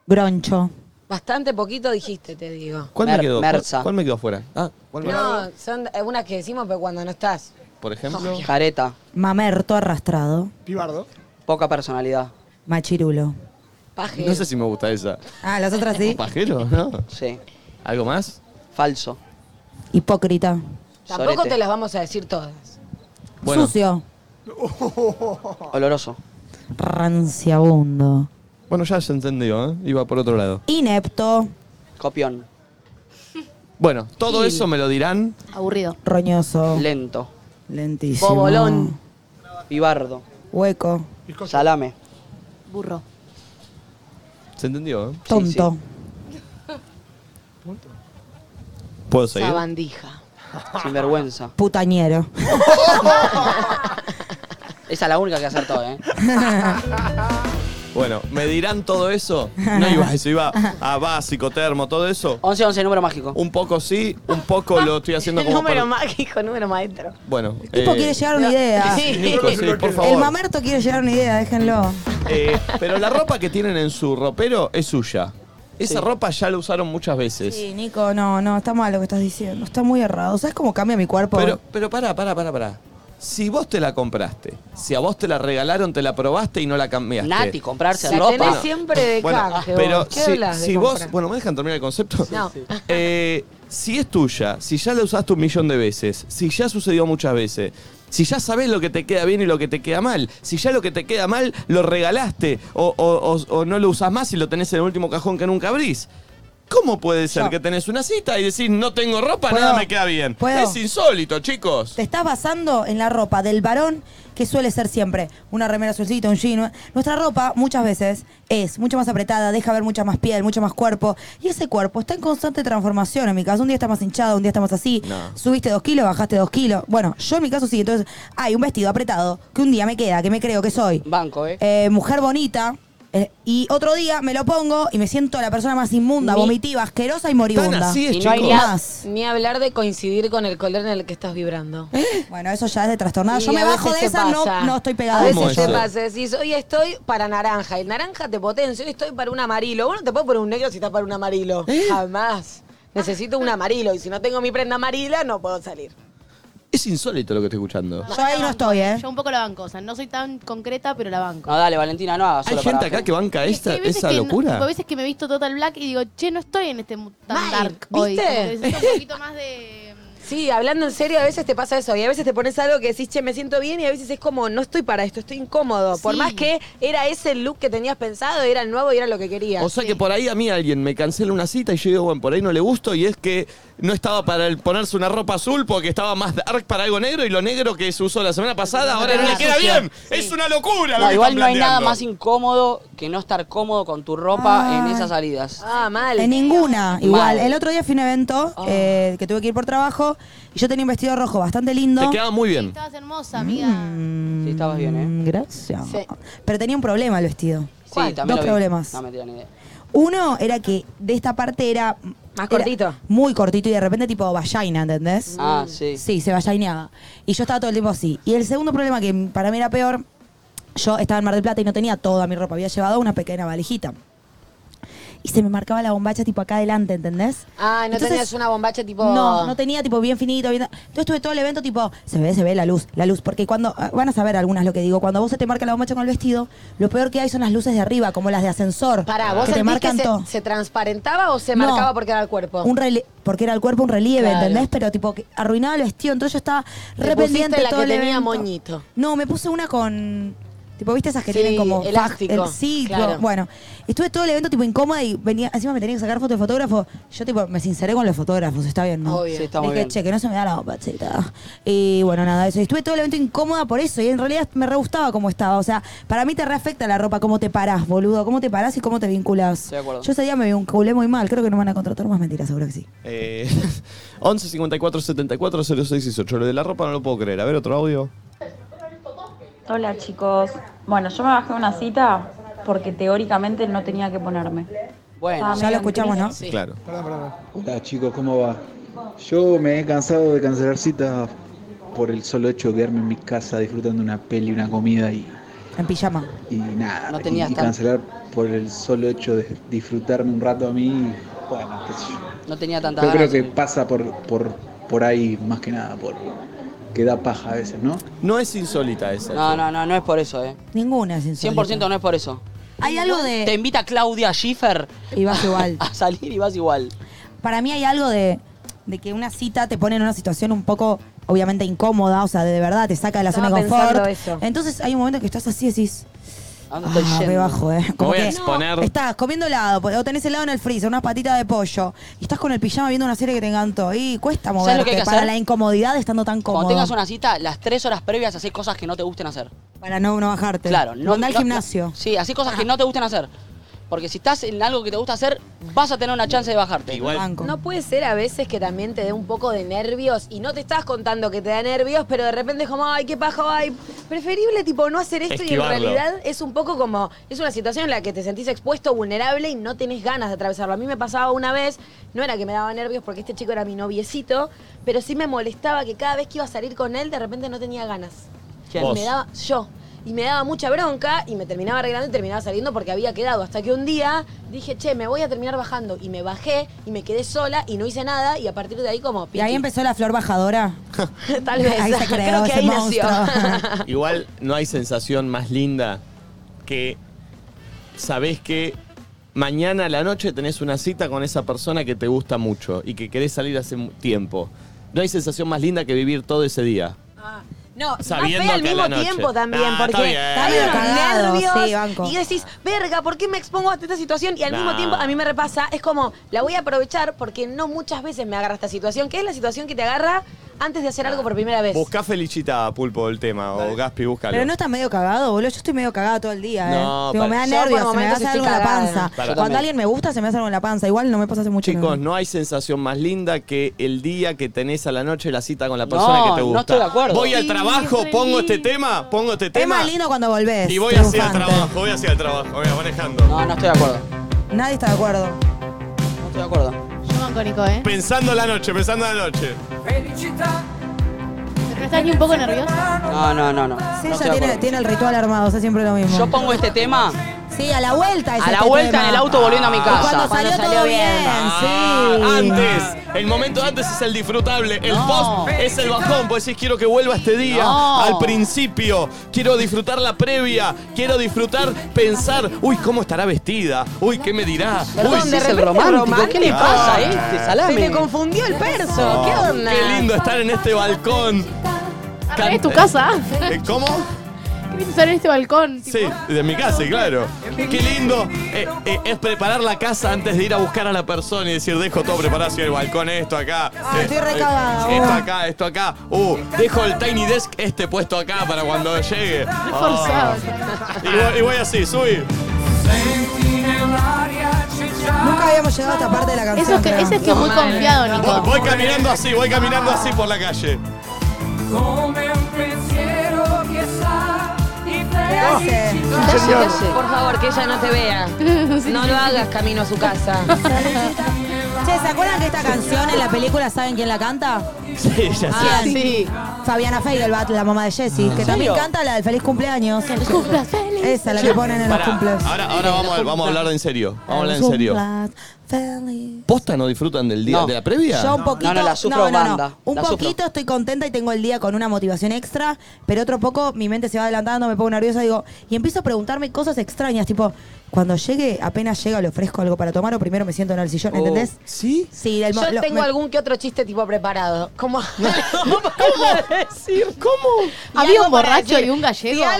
[SPEAKER 2] Groncho.
[SPEAKER 4] Bastante poquito dijiste, te digo.
[SPEAKER 1] ¿Cuál me
[SPEAKER 3] Mer-
[SPEAKER 1] quedó?
[SPEAKER 3] Merza.
[SPEAKER 1] ¿Cuál, cuál me quedó fuera? Ah, ¿cuál me
[SPEAKER 4] No, son eh, unas que decimos, pero cuando no estás.
[SPEAKER 1] Por ejemplo.
[SPEAKER 3] Careta,
[SPEAKER 2] Mamerto arrastrado.
[SPEAKER 7] Pibardo.
[SPEAKER 3] poca personalidad.
[SPEAKER 2] Machirulo.
[SPEAKER 4] Pajero.
[SPEAKER 1] No sé si me gusta esa.
[SPEAKER 2] Ah, las otras sí.
[SPEAKER 1] ¿Pajero? ¿No?
[SPEAKER 3] Sí.
[SPEAKER 1] ¿Algo más?
[SPEAKER 3] Falso.
[SPEAKER 2] Hipócrita.
[SPEAKER 4] Tampoco
[SPEAKER 3] Sorete.
[SPEAKER 4] te las vamos a decir todas.
[SPEAKER 1] Bueno.
[SPEAKER 2] Sucio.
[SPEAKER 3] Oloroso.
[SPEAKER 2] Ranciabundo.
[SPEAKER 1] Bueno, ya se entendió, ¿eh? Iba por otro lado.
[SPEAKER 2] Inepto.
[SPEAKER 3] Copión.
[SPEAKER 1] Bueno, todo eso me lo dirán.
[SPEAKER 5] Aburrido.
[SPEAKER 2] Roñoso.
[SPEAKER 3] Lento.
[SPEAKER 2] Lentísimo.
[SPEAKER 4] Bobolón.
[SPEAKER 3] Vivardo.
[SPEAKER 2] Hueco.
[SPEAKER 3] Salame.
[SPEAKER 5] Burro.
[SPEAKER 1] ¿Se entendió? ¿eh?
[SPEAKER 2] Tonto.
[SPEAKER 1] ¿Puedo seguir?
[SPEAKER 4] Sabandija.
[SPEAKER 3] Sinvergüenza.
[SPEAKER 2] Putañero.
[SPEAKER 3] Esa es la única que acertó, ¿eh?
[SPEAKER 1] Bueno, ¿me dirán todo eso? No iba a eso, iba a básico, termo, todo eso.
[SPEAKER 3] 11-11, número mágico.
[SPEAKER 1] Un poco sí, un poco lo estoy haciendo como...
[SPEAKER 4] número
[SPEAKER 1] para-
[SPEAKER 4] mágico, número maestro.
[SPEAKER 1] Bueno.
[SPEAKER 2] Tipo
[SPEAKER 1] eh,
[SPEAKER 2] quiere llegar a una idea.
[SPEAKER 4] Sí.
[SPEAKER 1] Nico, sí, por
[SPEAKER 2] El
[SPEAKER 1] favor.
[SPEAKER 2] mamerto quiere llegar a una idea, déjenlo.
[SPEAKER 1] Eh, pero la ropa que tienen en su ropero es suya. Esa ropa ya la usaron muchas veces.
[SPEAKER 2] Sí, Nico, no, no, está mal lo que estás diciendo. Está muy errado. ¿Sabes cómo cambia mi cuerpo?
[SPEAKER 1] Pero, pero pará, pará, pará, pará. Si vos te la compraste, si a vos te la regalaron, te la probaste y no la cambiaste.
[SPEAKER 3] Nati, comprarse
[SPEAKER 4] La
[SPEAKER 3] ropa.
[SPEAKER 4] tenés siempre de canje, vos.
[SPEAKER 1] pero
[SPEAKER 4] ¿Qué
[SPEAKER 1] si,
[SPEAKER 4] hablas de
[SPEAKER 1] si vos,
[SPEAKER 4] comprar?
[SPEAKER 1] bueno, ¿me dejan terminar el concepto?
[SPEAKER 4] No. Sí,
[SPEAKER 1] Eh, si es tuya, si ya la usaste un millón de veces, si ya sucedió muchas veces, si ya sabes lo que te queda bien y lo que te queda mal, si ya lo que te queda mal lo regalaste o, o- o- o no lo usas más y lo tenés en el último cajón que nunca abrís. ¿Cómo puede ser
[SPEAKER 2] Yo.
[SPEAKER 1] que tenés una cita y decís no tengo ropa,
[SPEAKER 2] ¿Puedo?
[SPEAKER 1] nada me queda bien?
[SPEAKER 2] ¿Puedo?
[SPEAKER 1] Es insólito, chicos.
[SPEAKER 2] Te estás basando en la ropa del varón que suele ser siempre una remera azulcita, un jean. Nuestra ropa muchas veces es mucho más apretada, deja ver mucha más piel, mucho más cuerpo. Y ese cuerpo está en constante transformación en mi caso. Un día está más hinchado, un día está más así.
[SPEAKER 1] No.
[SPEAKER 2] Subiste dos kilos, bajaste dos kilos. Bueno, yo en mi caso sí. Entonces hay un vestido apretado que un día me queda, que me creo que soy.
[SPEAKER 3] Banco, ¿eh?
[SPEAKER 2] eh, mujer bonita. eh, y otro día me lo pongo y me siento la persona más inmunda,
[SPEAKER 3] Ni-
[SPEAKER 2] vomitiva, asquerosa y moribunda.
[SPEAKER 1] Tan así es,
[SPEAKER 3] Y no hay
[SPEAKER 1] chicos.
[SPEAKER 3] nada.
[SPEAKER 2] Más.
[SPEAKER 4] Ni hablar de coincidir con el color en el que estás vibrando.
[SPEAKER 2] Bueno, eso ya es de trastornada.
[SPEAKER 4] Y
[SPEAKER 2] Yo me
[SPEAKER 4] a
[SPEAKER 2] bajo
[SPEAKER 4] veces
[SPEAKER 2] de
[SPEAKER 4] te
[SPEAKER 2] esa, no,
[SPEAKER 4] pasa.
[SPEAKER 2] no estoy pegada.
[SPEAKER 4] A
[SPEAKER 1] ¿Cómo
[SPEAKER 4] veces
[SPEAKER 1] eso?
[SPEAKER 4] te pasa, decís, hoy estoy para naranja. El naranja te potencia, hoy estoy para un amarillo. Vos no te puedes poner un negro si estás para un amarillo.
[SPEAKER 1] Eh.
[SPEAKER 4] Jamás. Necesito un amarillo y si no tengo mi prenda amarilla no puedo salir.
[SPEAKER 1] Es insólito lo que estoy escuchando.
[SPEAKER 2] Yo ahí no estoy, ¿eh?
[SPEAKER 5] Yo un poco la banco. O sea, no soy tan concreta, pero la banco.
[SPEAKER 3] No, dale, Valentina, no hagas
[SPEAKER 1] Hay
[SPEAKER 3] solo
[SPEAKER 1] gente
[SPEAKER 3] para-
[SPEAKER 1] acá que banca esta,
[SPEAKER 5] hay veces
[SPEAKER 1] esa
[SPEAKER 5] que no-
[SPEAKER 1] locura.
[SPEAKER 5] tipo, a veces que me he visto Total Black y digo, che, no estoy en este mu- tan
[SPEAKER 4] Mal,
[SPEAKER 5] dark hoy.
[SPEAKER 4] ¿viste?
[SPEAKER 5] Como que necesito un poquito más de...
[SPEAKER 4] Sí, hablando en serio, a veces te pasa eso. Y a veces te pones algo que decís, che, me siento bien. Y a veces es como, no estoy para esto, estoy incómodo. Por
[SPEAKER 5] Sí.
[SPEAKER 4] más que era ese el look que tenías pensado, era el nuevo y era lo que querías.
[SPEAKER 1] O sea que por ahí a mí alguien me cancela una cita y yo digo, bueno, por ahí no le gusto y es que no estaba para el ponerse una ropa azul porque estaba más dark para algo negro y lo negro que se usó la semana pasada ahora no le queda bien. Es una locura. lo
[SPEAKER 3] No,
[SPEAKER 1] que
[SPEAKER 3] igual
[SPEAKER 1] están
[SPEAKER 3] no hay nada
[SPEAKER 1] planteando.
[SPEAKER 3] más incómodo que no estar cómodo con tu ropa en esas salidas.
[SPEAKER 4] Ah, mal. Oh.
[SPEAKER 2] En ninguna, igual.
[SPEAKER 3] Mal.
[SPEAKER 2] El otro día fui a un evento eh, que tuve que ir por trabajo y yo tenía un vestido rojo bastante lindo.
[SPEAKER 1] Te queda muy bien.
[SPEAKER 5] Estabas hermosa, amiga.
[SPEAKER 3] Sí, estabas bien, ¿eh?
[SPEAKER 2] Mm, Gracias.
[SPEAKER 4] Sí.
[SPEAKER 2] Pero tenía un problema el vestido.
[SPEAKER 3] Sí, también
[SPEAKER 2] Dos
[SPEAKER 3] lo vi.
[SPEAKER 2] problemas.
[SPEAKER 3] No, mentira, ni idea.
[SPEAKER 2] Uno era que de esta parte era...
[SPEAKER 4] Más
[SPEAKER 2] era
[SPEAKER 4] cortito. Mm.
[SPEAKER 2] Muy cortito y de repente tipo vallaina, ¿entendés?
[SPEAKER 3] Ah, sí.
[SPEAKER 2] Sí, se vallaineaba. Y yo estaba todo el tiempo así. Y el segundo problema que para mí era peor, yo estaba en Mar del Plata y no tenía toda mi ropa. Había llevado una pequeña valijita. Y se me marcaba la bombacha tipo acá adelante, ¿entendés?
[SPEAKER 4] Ah, ¿no
[SPEAKER 2] Entonces,
[SPEAKER 4] tenías una bombacha tipo...?
[SPEAKER 2] No, no tenía tipo bien finito. Bien... Entonces estuve todo el evento tipo, se ve, se ve la luz, la luz. Porque cuando, ah, van a saber algunas lo que digo, cuando vos se te marca la bombacha con el vestido, lo peor que hay son las luces de arriba, como las de ascensor.
[SPEAKER 4] Pará, ¿vos
[SPEAKER 2] que te
[SPEAKER 4] sentís que
[SPEAKER 2] marcan
[SPEAKER 4] se,
[SPEAKER 2] todo.
[SPEAKER 4] se transparentaba o se
[SPEAKER 2] No.
[SPEAKER 4] marcaba porque era el cuerpo?
[SPEAKER 2] Un rele- porque era el cuerpo un relieve,
[SPEAKER 4] Claro.
[SPEAKER 2] ¿entendés? Pero tipo que arruinaba el vestido, entonces yo estaba
[SPEAKER 4] Te
[SPEAKER 2] re
[SPEAKER 4] pusiste
[SPEAKER 2] pendiente
[SPEAKER 4] la
[SPEAKER 2] todo
[SPEAKER 4] que
[SPEAKER 2] el
[SPEAKER 4] tenía
[SPEAKER 2] evento.
[SPEAKER 4] moñito.
[SPEAKER 2] No, me puse una con tipo viste esas que
[SPEAKER 4] Sí,
[SPEAKER 2] tienen como faj-
[SPEAKER 4] elástico,
[SPEAKER 2] el- sí, tipo,
[SPEAKER 4] claro.
[SPEAKER 2] bueno, estuve todo el evento tipo incómoda y venía encima me tenía que sacar foto de fotógrafo. Yo tipo me sinceré con los fotógrafos, está bien, ¿no?
[SPEAKER 4] Obvio.
[SPEAKER 3] Sí, está
[SPEAKER 2] Le
[SPEAKER 3] muy
[SPEAKER 2] dije,
[SPEAKER 3] bien.
[SPEAKER 2] che, que no se me da la bombachita. Y bueno, nada, eso. Y estuve todo el evento incómoda por eso. Y en realidad me re gustaba cómo estaba. O sea, para mí te reafecta la ropa, cómo te parás, boludo. Cómo te parás y cómo te vinculás.
[SPEAKER 3] Estoy de acuerdo.
[SPEAKER 2] Yo ese día me vinculé muy mal. Creo que no me van a contratar más mentiras, seguro que sí.
[SPEAKER 1] Eh, 11 54 74 06 18. Lo de la ropa no lo puedo creer. A ver, otro audio.
[SPEAKER 8] Hola chicos. Bueno, yo me bajé una cita porque teóricamente no tenía que ponerme.
[SPEAKER 3] Bueno,
[SPEAKER 2] Ya lo escuchamos, ¿no?
[SPEAKER 1] Claro.
[SPEAKER 7] Hola chicos, ¿cómo va? Yo me he cansado de cancelar citas por el solo hecho de quedarme en mi casa disfrutando una peli, una comida y,
[SPEAKER 2] En pijama.
[SPEAKER 7] y nada.
[SPEAKER 3] No tenías
[SPEAKER 7] y, y
[SPEAKER 3] tan-
[SPEAKER 7] cancelar por el solo hecho de disfrutarme un rato a mí, bueno, qué sé yo.
[SPEAKER 3] no tenía tanta
[SPEAKER 7] Yo creo
[SPEAKER 3] ganas.
[SPEAKER 7] que pasa por, por, por ahí más que nada, por que da paja a veces, ¿no?
[SPEAKER 1] No es insólita esa.
[SPEAKER 3] No, no, no, no es por eso, ¿eh?
[SPEAKER 2] Ninguna es insólita.
[SPEAKER 3] 100% no es por eso.
[SPEAKER 2] Hay algo
[SPEAKER 3] Te
[SPEAKER 2] de.
[SPEAKER 3] invita Claudia Schiffer
[SPEAKER 2] Y vas igual.
[SPEAKER 3] a salir y vas igual.
[SPEAKER 2] Para mí hay algo de, de que una cita te pone en una situación un poco, obviamente, incómoda, o sea, de verdad, te saca de la
[SPEAKER 8] Estaba
[SPEAKER 2] zona de confort.
[SPEAKER 8] pensando eso.
[SPEAKER 2] Entonces hay un momento que estás así y decís.
[SPEAKER 3] ¿A dónde estoy
[SPEAKER 2] Ah,
[SPEAKER 3] yendo?
[SPEAKER 2] re bajo, eh. Como
[SPEAKER 1] voy a
[SPEAKER 2] que
[SPEAKER 1] exponer.
[SPEAKER 2] Estás comiendo helado, o tenés helado en el freezer, unas patitas de pollo, y estás con el pijama viendo una serie que te encantó. Y cuesta
[SPEAKER 3] ¿Sabes lo que hay
[SPEAKER 2] moverte
[SPEAKER 3] que
[SPEAKER 2] para
[SPEAKER 3] hacer?
[SPEAKER 2] la incomodidad estando tan cómodo.
[SPEAKER 3] Cuando tengas una cita, las tres horas previas haces cosas que no te gusten hacer.
[SPEAKER 2] Para no, no bajarte.
[SPEAKER 3] Claro, no.
[SPEAKER 2] Andá al
[SPEAKER 3] no-
[SPEAKER 2] gimnasio.
[SPEAKER 3] sí, así cosas que no te gusten hacer. Porque si estás en algo que te gusta hacer, vas a tener una chance de bajarte.
[SPEAKER 1] Igual.
[SPEAKER 2] Banco.
[SPEAKER 4] No puede ser a veces que también te dé un poco de nervios y no te estás contando que te da nervios, pero de repente es como, ay, qué paja, ay. Preferible, tipo, no hacer esto y
[SPEAKER 1] Esquivarlo.
[SPEAKER 4] en realidad es un poco como, es una situación en la que te sentís expuesto, vulnerable y no tenés ganas de atravesarlo. A mí me pasaba una vez, no era que me daba nervios porque este chico era mi noviecito, pero sí me molestaba que cada vez que iba a salir con él, de repente no tenía ganas.
[SPEAKER 3] ¿Quién?
[SPEAKER 1] Vos.
[SPEAKER 4] Y me daba yo. Y me daba mucha bronca y me terminaba arreglando y terminaba saliendo porque había quedado. Hasta que un día dije, che, me voy a terminar bajando. Y me bajé y me quedé sola y no hice nada. Y a partir de ahí, como.
[SPEAKER 2] Y ahí empezó la flor bajadora.
[SPEAKER 4] Tal vez.
[SPEAKER 2] Ahí se creó
[SPEAKER 4] Creo que
[SPEAKER 2] ese
[SPEAKER 4] ahí nació.
[SPEAKER 2] monstruo.
[SPEAKER 1] Igual no hay sensación más linda que sabés que mañana a la noche tenés una cita con esa persona que te gusta mucho y que querés salir hace mu- tiempo. No hay sensación más linda que vivir todo ese día.
[SPEAKER 4] No, y
[SPEAKER 1] Sabiendo
[SPEAKER 4] más fea al
[SPEAKER 1] que a la
[SPEAKER 4] mismo
[SPEAKER 1] noche.
[SPEAKER 4] tiempo también,
[SPEAKER 1] Ah, está
[SPEAKER 4] porque
[SPEAKER 1] bien.
[SPEAKER 4] hay unos
[SPEAKER 2] Está cagado,
[SPEAKER 4] nervios
[SPEAKER 2] sí, banco.
[SPEAKER 4] y decís, verga, ¿por qué me expongo a esta situación? Y al
[SPEAKER 1] Nah.
[SPEAKER 4] mismo tiempo, a mí me repasa, es como, la voy a aprovechar porque no muchas veces me agarra esta situación, que es la situación que te agarra antes de hacer algo por primera vez.
[SPEAKER 1] Buscá Felicita, Pulpo, el tema, o Gaspi, búscalo.
[SPEAKER 2] Pero no estás medio cagado, boludo. Yo estoy medio cagado todo el día,
[SPEAKER 1] No,
[SPEAKER 2] ¿eh? Digo,
[SPEAKER 1] para-
[SPEAKER 2] me da
[SPEAKER 4] Yo por
[SPEAKER 2] nervios, se me
[SPEAKER 4] momentos
[SPEAKER 2] hace
[SPEAKER 4] estoy
[SPEAKER 2] algo en la
[SPEAKER 4] cagada.
[SPEAKER 2] panza.
[SPEAKER 4] Yo
[SPEAKER 2] Cuando
[SPEAKER 3] también.
[SPEAKER 2] alguien me gusta, se me hace algo en la panza. Igual no me pasa hace mucho. que
[SPEAKER 1] Chicos,
[SPEAKER 2] no.
[SPEAKER 1] no hay sensación más linda que el día que tenés a la noche la cita con la persona
[SPEAKER 3] No,
[SPEAKER 1] que te
[SPEAKER 3] no
[SPEAKER 1] gusta.
[SPEAKER 3] estoy de acuerdo.
[SPEAKER 1] Voy al
[SPEAKER 5] Sí,
[SPEAKER 1] trabajo,
[SPEAKER 5] re
[SPEAKER 1] pongo este
[SPEAKER 5] lindo.
[SPEAKER 1] tema, pongo este
[SPEAKER 2] Es
[SPEAKER 1] tema
[SPEAKER 2] más lindo cuando volvés.
[SPEAKER 1] y voy hacia el
[SPEAKER 2] triunfante.
[SPEAKER 1] trabajo, voy hacia el trabajo, voy manejando.
[SPEAKER 3] No, no estoy de acuerdo.
[SPEAKER 2] Nadie está de acuerdo.
[SPEAKER 3] No estoy de acuerdo.
[SPEAKER 5] Yo banco, Nico, ¿eh?
[SPEAKER 1] Pensando la noche, pensando la noche.
[SPEAKER 5] ¿Pero no estás ni un poco nervioso?
[SPEAKER 3] No, no, no, no.
[SPEAKER 2] Sí,
[SPEAKER 3] No estoy
[SPEAKER 2] ella
[SPEAKER 3] de
[SPEAKER 2] tiene,
[SPEAKER 3] acuerdo.
[SPEAKER 2] tiene el ritual armado, o sea, siempre lo mismo.
[SPEAKER 3] Yo pongo este tema
[SPEAKER 2] Sí, a la vuelta es
[SPEAKER 3] a la
[SPEAKER 2] este
[SPEAKER 3] vuelta
[SPEAKER 2] tema.
[SPEAKER 3] en el auto volviendo a mi casa.
[SPEAKER 2] Cuando,
[SPEAKER 4] Cuando
[SPEAKER 2] salió,
[SPEAKER 4] salió
[SPEAKER 2] todo bien,
[SPEAKER 4] bien.
[SPEAKER 1] Ah,
[SPEAKER 2] sí.
[SPEAKER 1] Antes, el momento antes es el disfrutable, el
[SPEAKER 3] No.
[SPEAKER 1] post es el bajón, pues decís quiero que vuelva este día,
[SPEAKER 3] No.
[SPEAKER 1] al principio, quiero disfrutar la previa, quiero disfrutar, pensar, uy, ¿cómo estará vestida? Uy, ¿qué me dirá? Uy,
[SPEAKER 3] Perdón,
[SPEAKER 1] sí,
[SPEAKER 3] de
[SPEAKER 1] sí,
[SPEAKER 3] repente romántico. ¿Qué le pasa a este
[SPEAKER 4] Se
[SPEAKER 3] salame?
[SPEAKER 4] me confundió el perso, ¿qué onda?
[SPEAKER 1] qué lindo estar en este balcón.
[SPEAKER 5] Arre, Ah, ¿Es tu casa?
[SPEAKER 1] Eh, ¿Cómo?
[SPEAKER 5] ¿Qué estar en este balcón?
[SPEAKER 1] Sí, de mi casa, claro. Qué lindo eh, eh, es preparar la casa antes de ir a buscar a la persona y decir, dejo todo preparado hacia el balcón, esto acá. eh,
[SPEAKER 2] Ah, estoy recagada,
[SPEAKER 1] esto
[SPEAKER 2] uh.
[SPEAKER 1] acá, esto acá. Uh, dejo el tiny desk este puesto acá para cuando llegue. Oh.
[SPEAKER 5] Forzado.
[SPEAKER 1] Ah. Y, voy, y voy así, subí.
[SPEAKER 2] Nunca habíamos llegado a esta parte de la canción.
[SPEAKER 5] Eso es que,
[SPEAKER 2] creo.
[SPEAKER 5] ese es que es muy confiado,
[SPEAKER 1] Voy,
[SPEAKER 5] Nico.
[SPEAKER 1] voy caminando así, voy caminando así por la calle.
[SPEAKER 2] ¿Qué hace?
[SPEAKER 4] Por favor, que ella no te vea. No lo hagas camino a su casa.
[SPEAKER 2] Che, ¿se acuerdan que esta canción en la película saben quién la canta?
[SPEAKER 1] Sí, ya sé.
[SPEAKER 2] Ah, sí. Fabiana Feigelbat, la mamá de
[SPEAKER 1] Ah.
[SPEAKER 2] Jessie, que también canta la del feliz cumpleaños.
[SPEAKER 5] Cumplas feliz.
[SPEAKER 2] Esa, la que ponen en los
[SPEAKER 1] Pará,
[SPEAKER 2] cumples.
[SPEAKER 1] ahora ahora vamos, a, vamos a hablar en serio. Vamos a hablar en serio.
[SPEAKER 2] Cumplas feliz.
[SPEAKER 1] ¿Posta no disfrutan del día
[SPEAKER 3] No.
[SPEAKER 1] de la previa?
[SPEAKER 2] Yo un poquito.
[SPEAKER 3] no, no, la sufro
[SPEAKER 2] no, no, no.
[SPEAKER 3] banda.
[SPEAKER 2] Un
[SPEAKER 3] La sufro.
[SPEAKER 2] poquito estoy contenta y tengo el día con una motivación extra, pero otro poco mi mente se va adelantando, me pongo nerviosa, digo, y empiezo a preguntarme cosas extrañas, tipo, cuando llegue, apenas llega, le ofrezco algo para tomar o primero me siento en el sillón, ¿entendés?
[SPEAKER 1] Oh. ¿Sí?
[SPEAKER 2] Sí, del mo-
[SPEAKER 4] Yo
[SPEAKER 2] lo-
[SPEAKER 4] tengo
[SPEAKER 2] me-
[SPEAKER 4] algún que otro chiste tipo preparado. Como ¿Cómo? para decir. ¿Cómo?
[SPEAKER 5] Había un borracho y un gallego.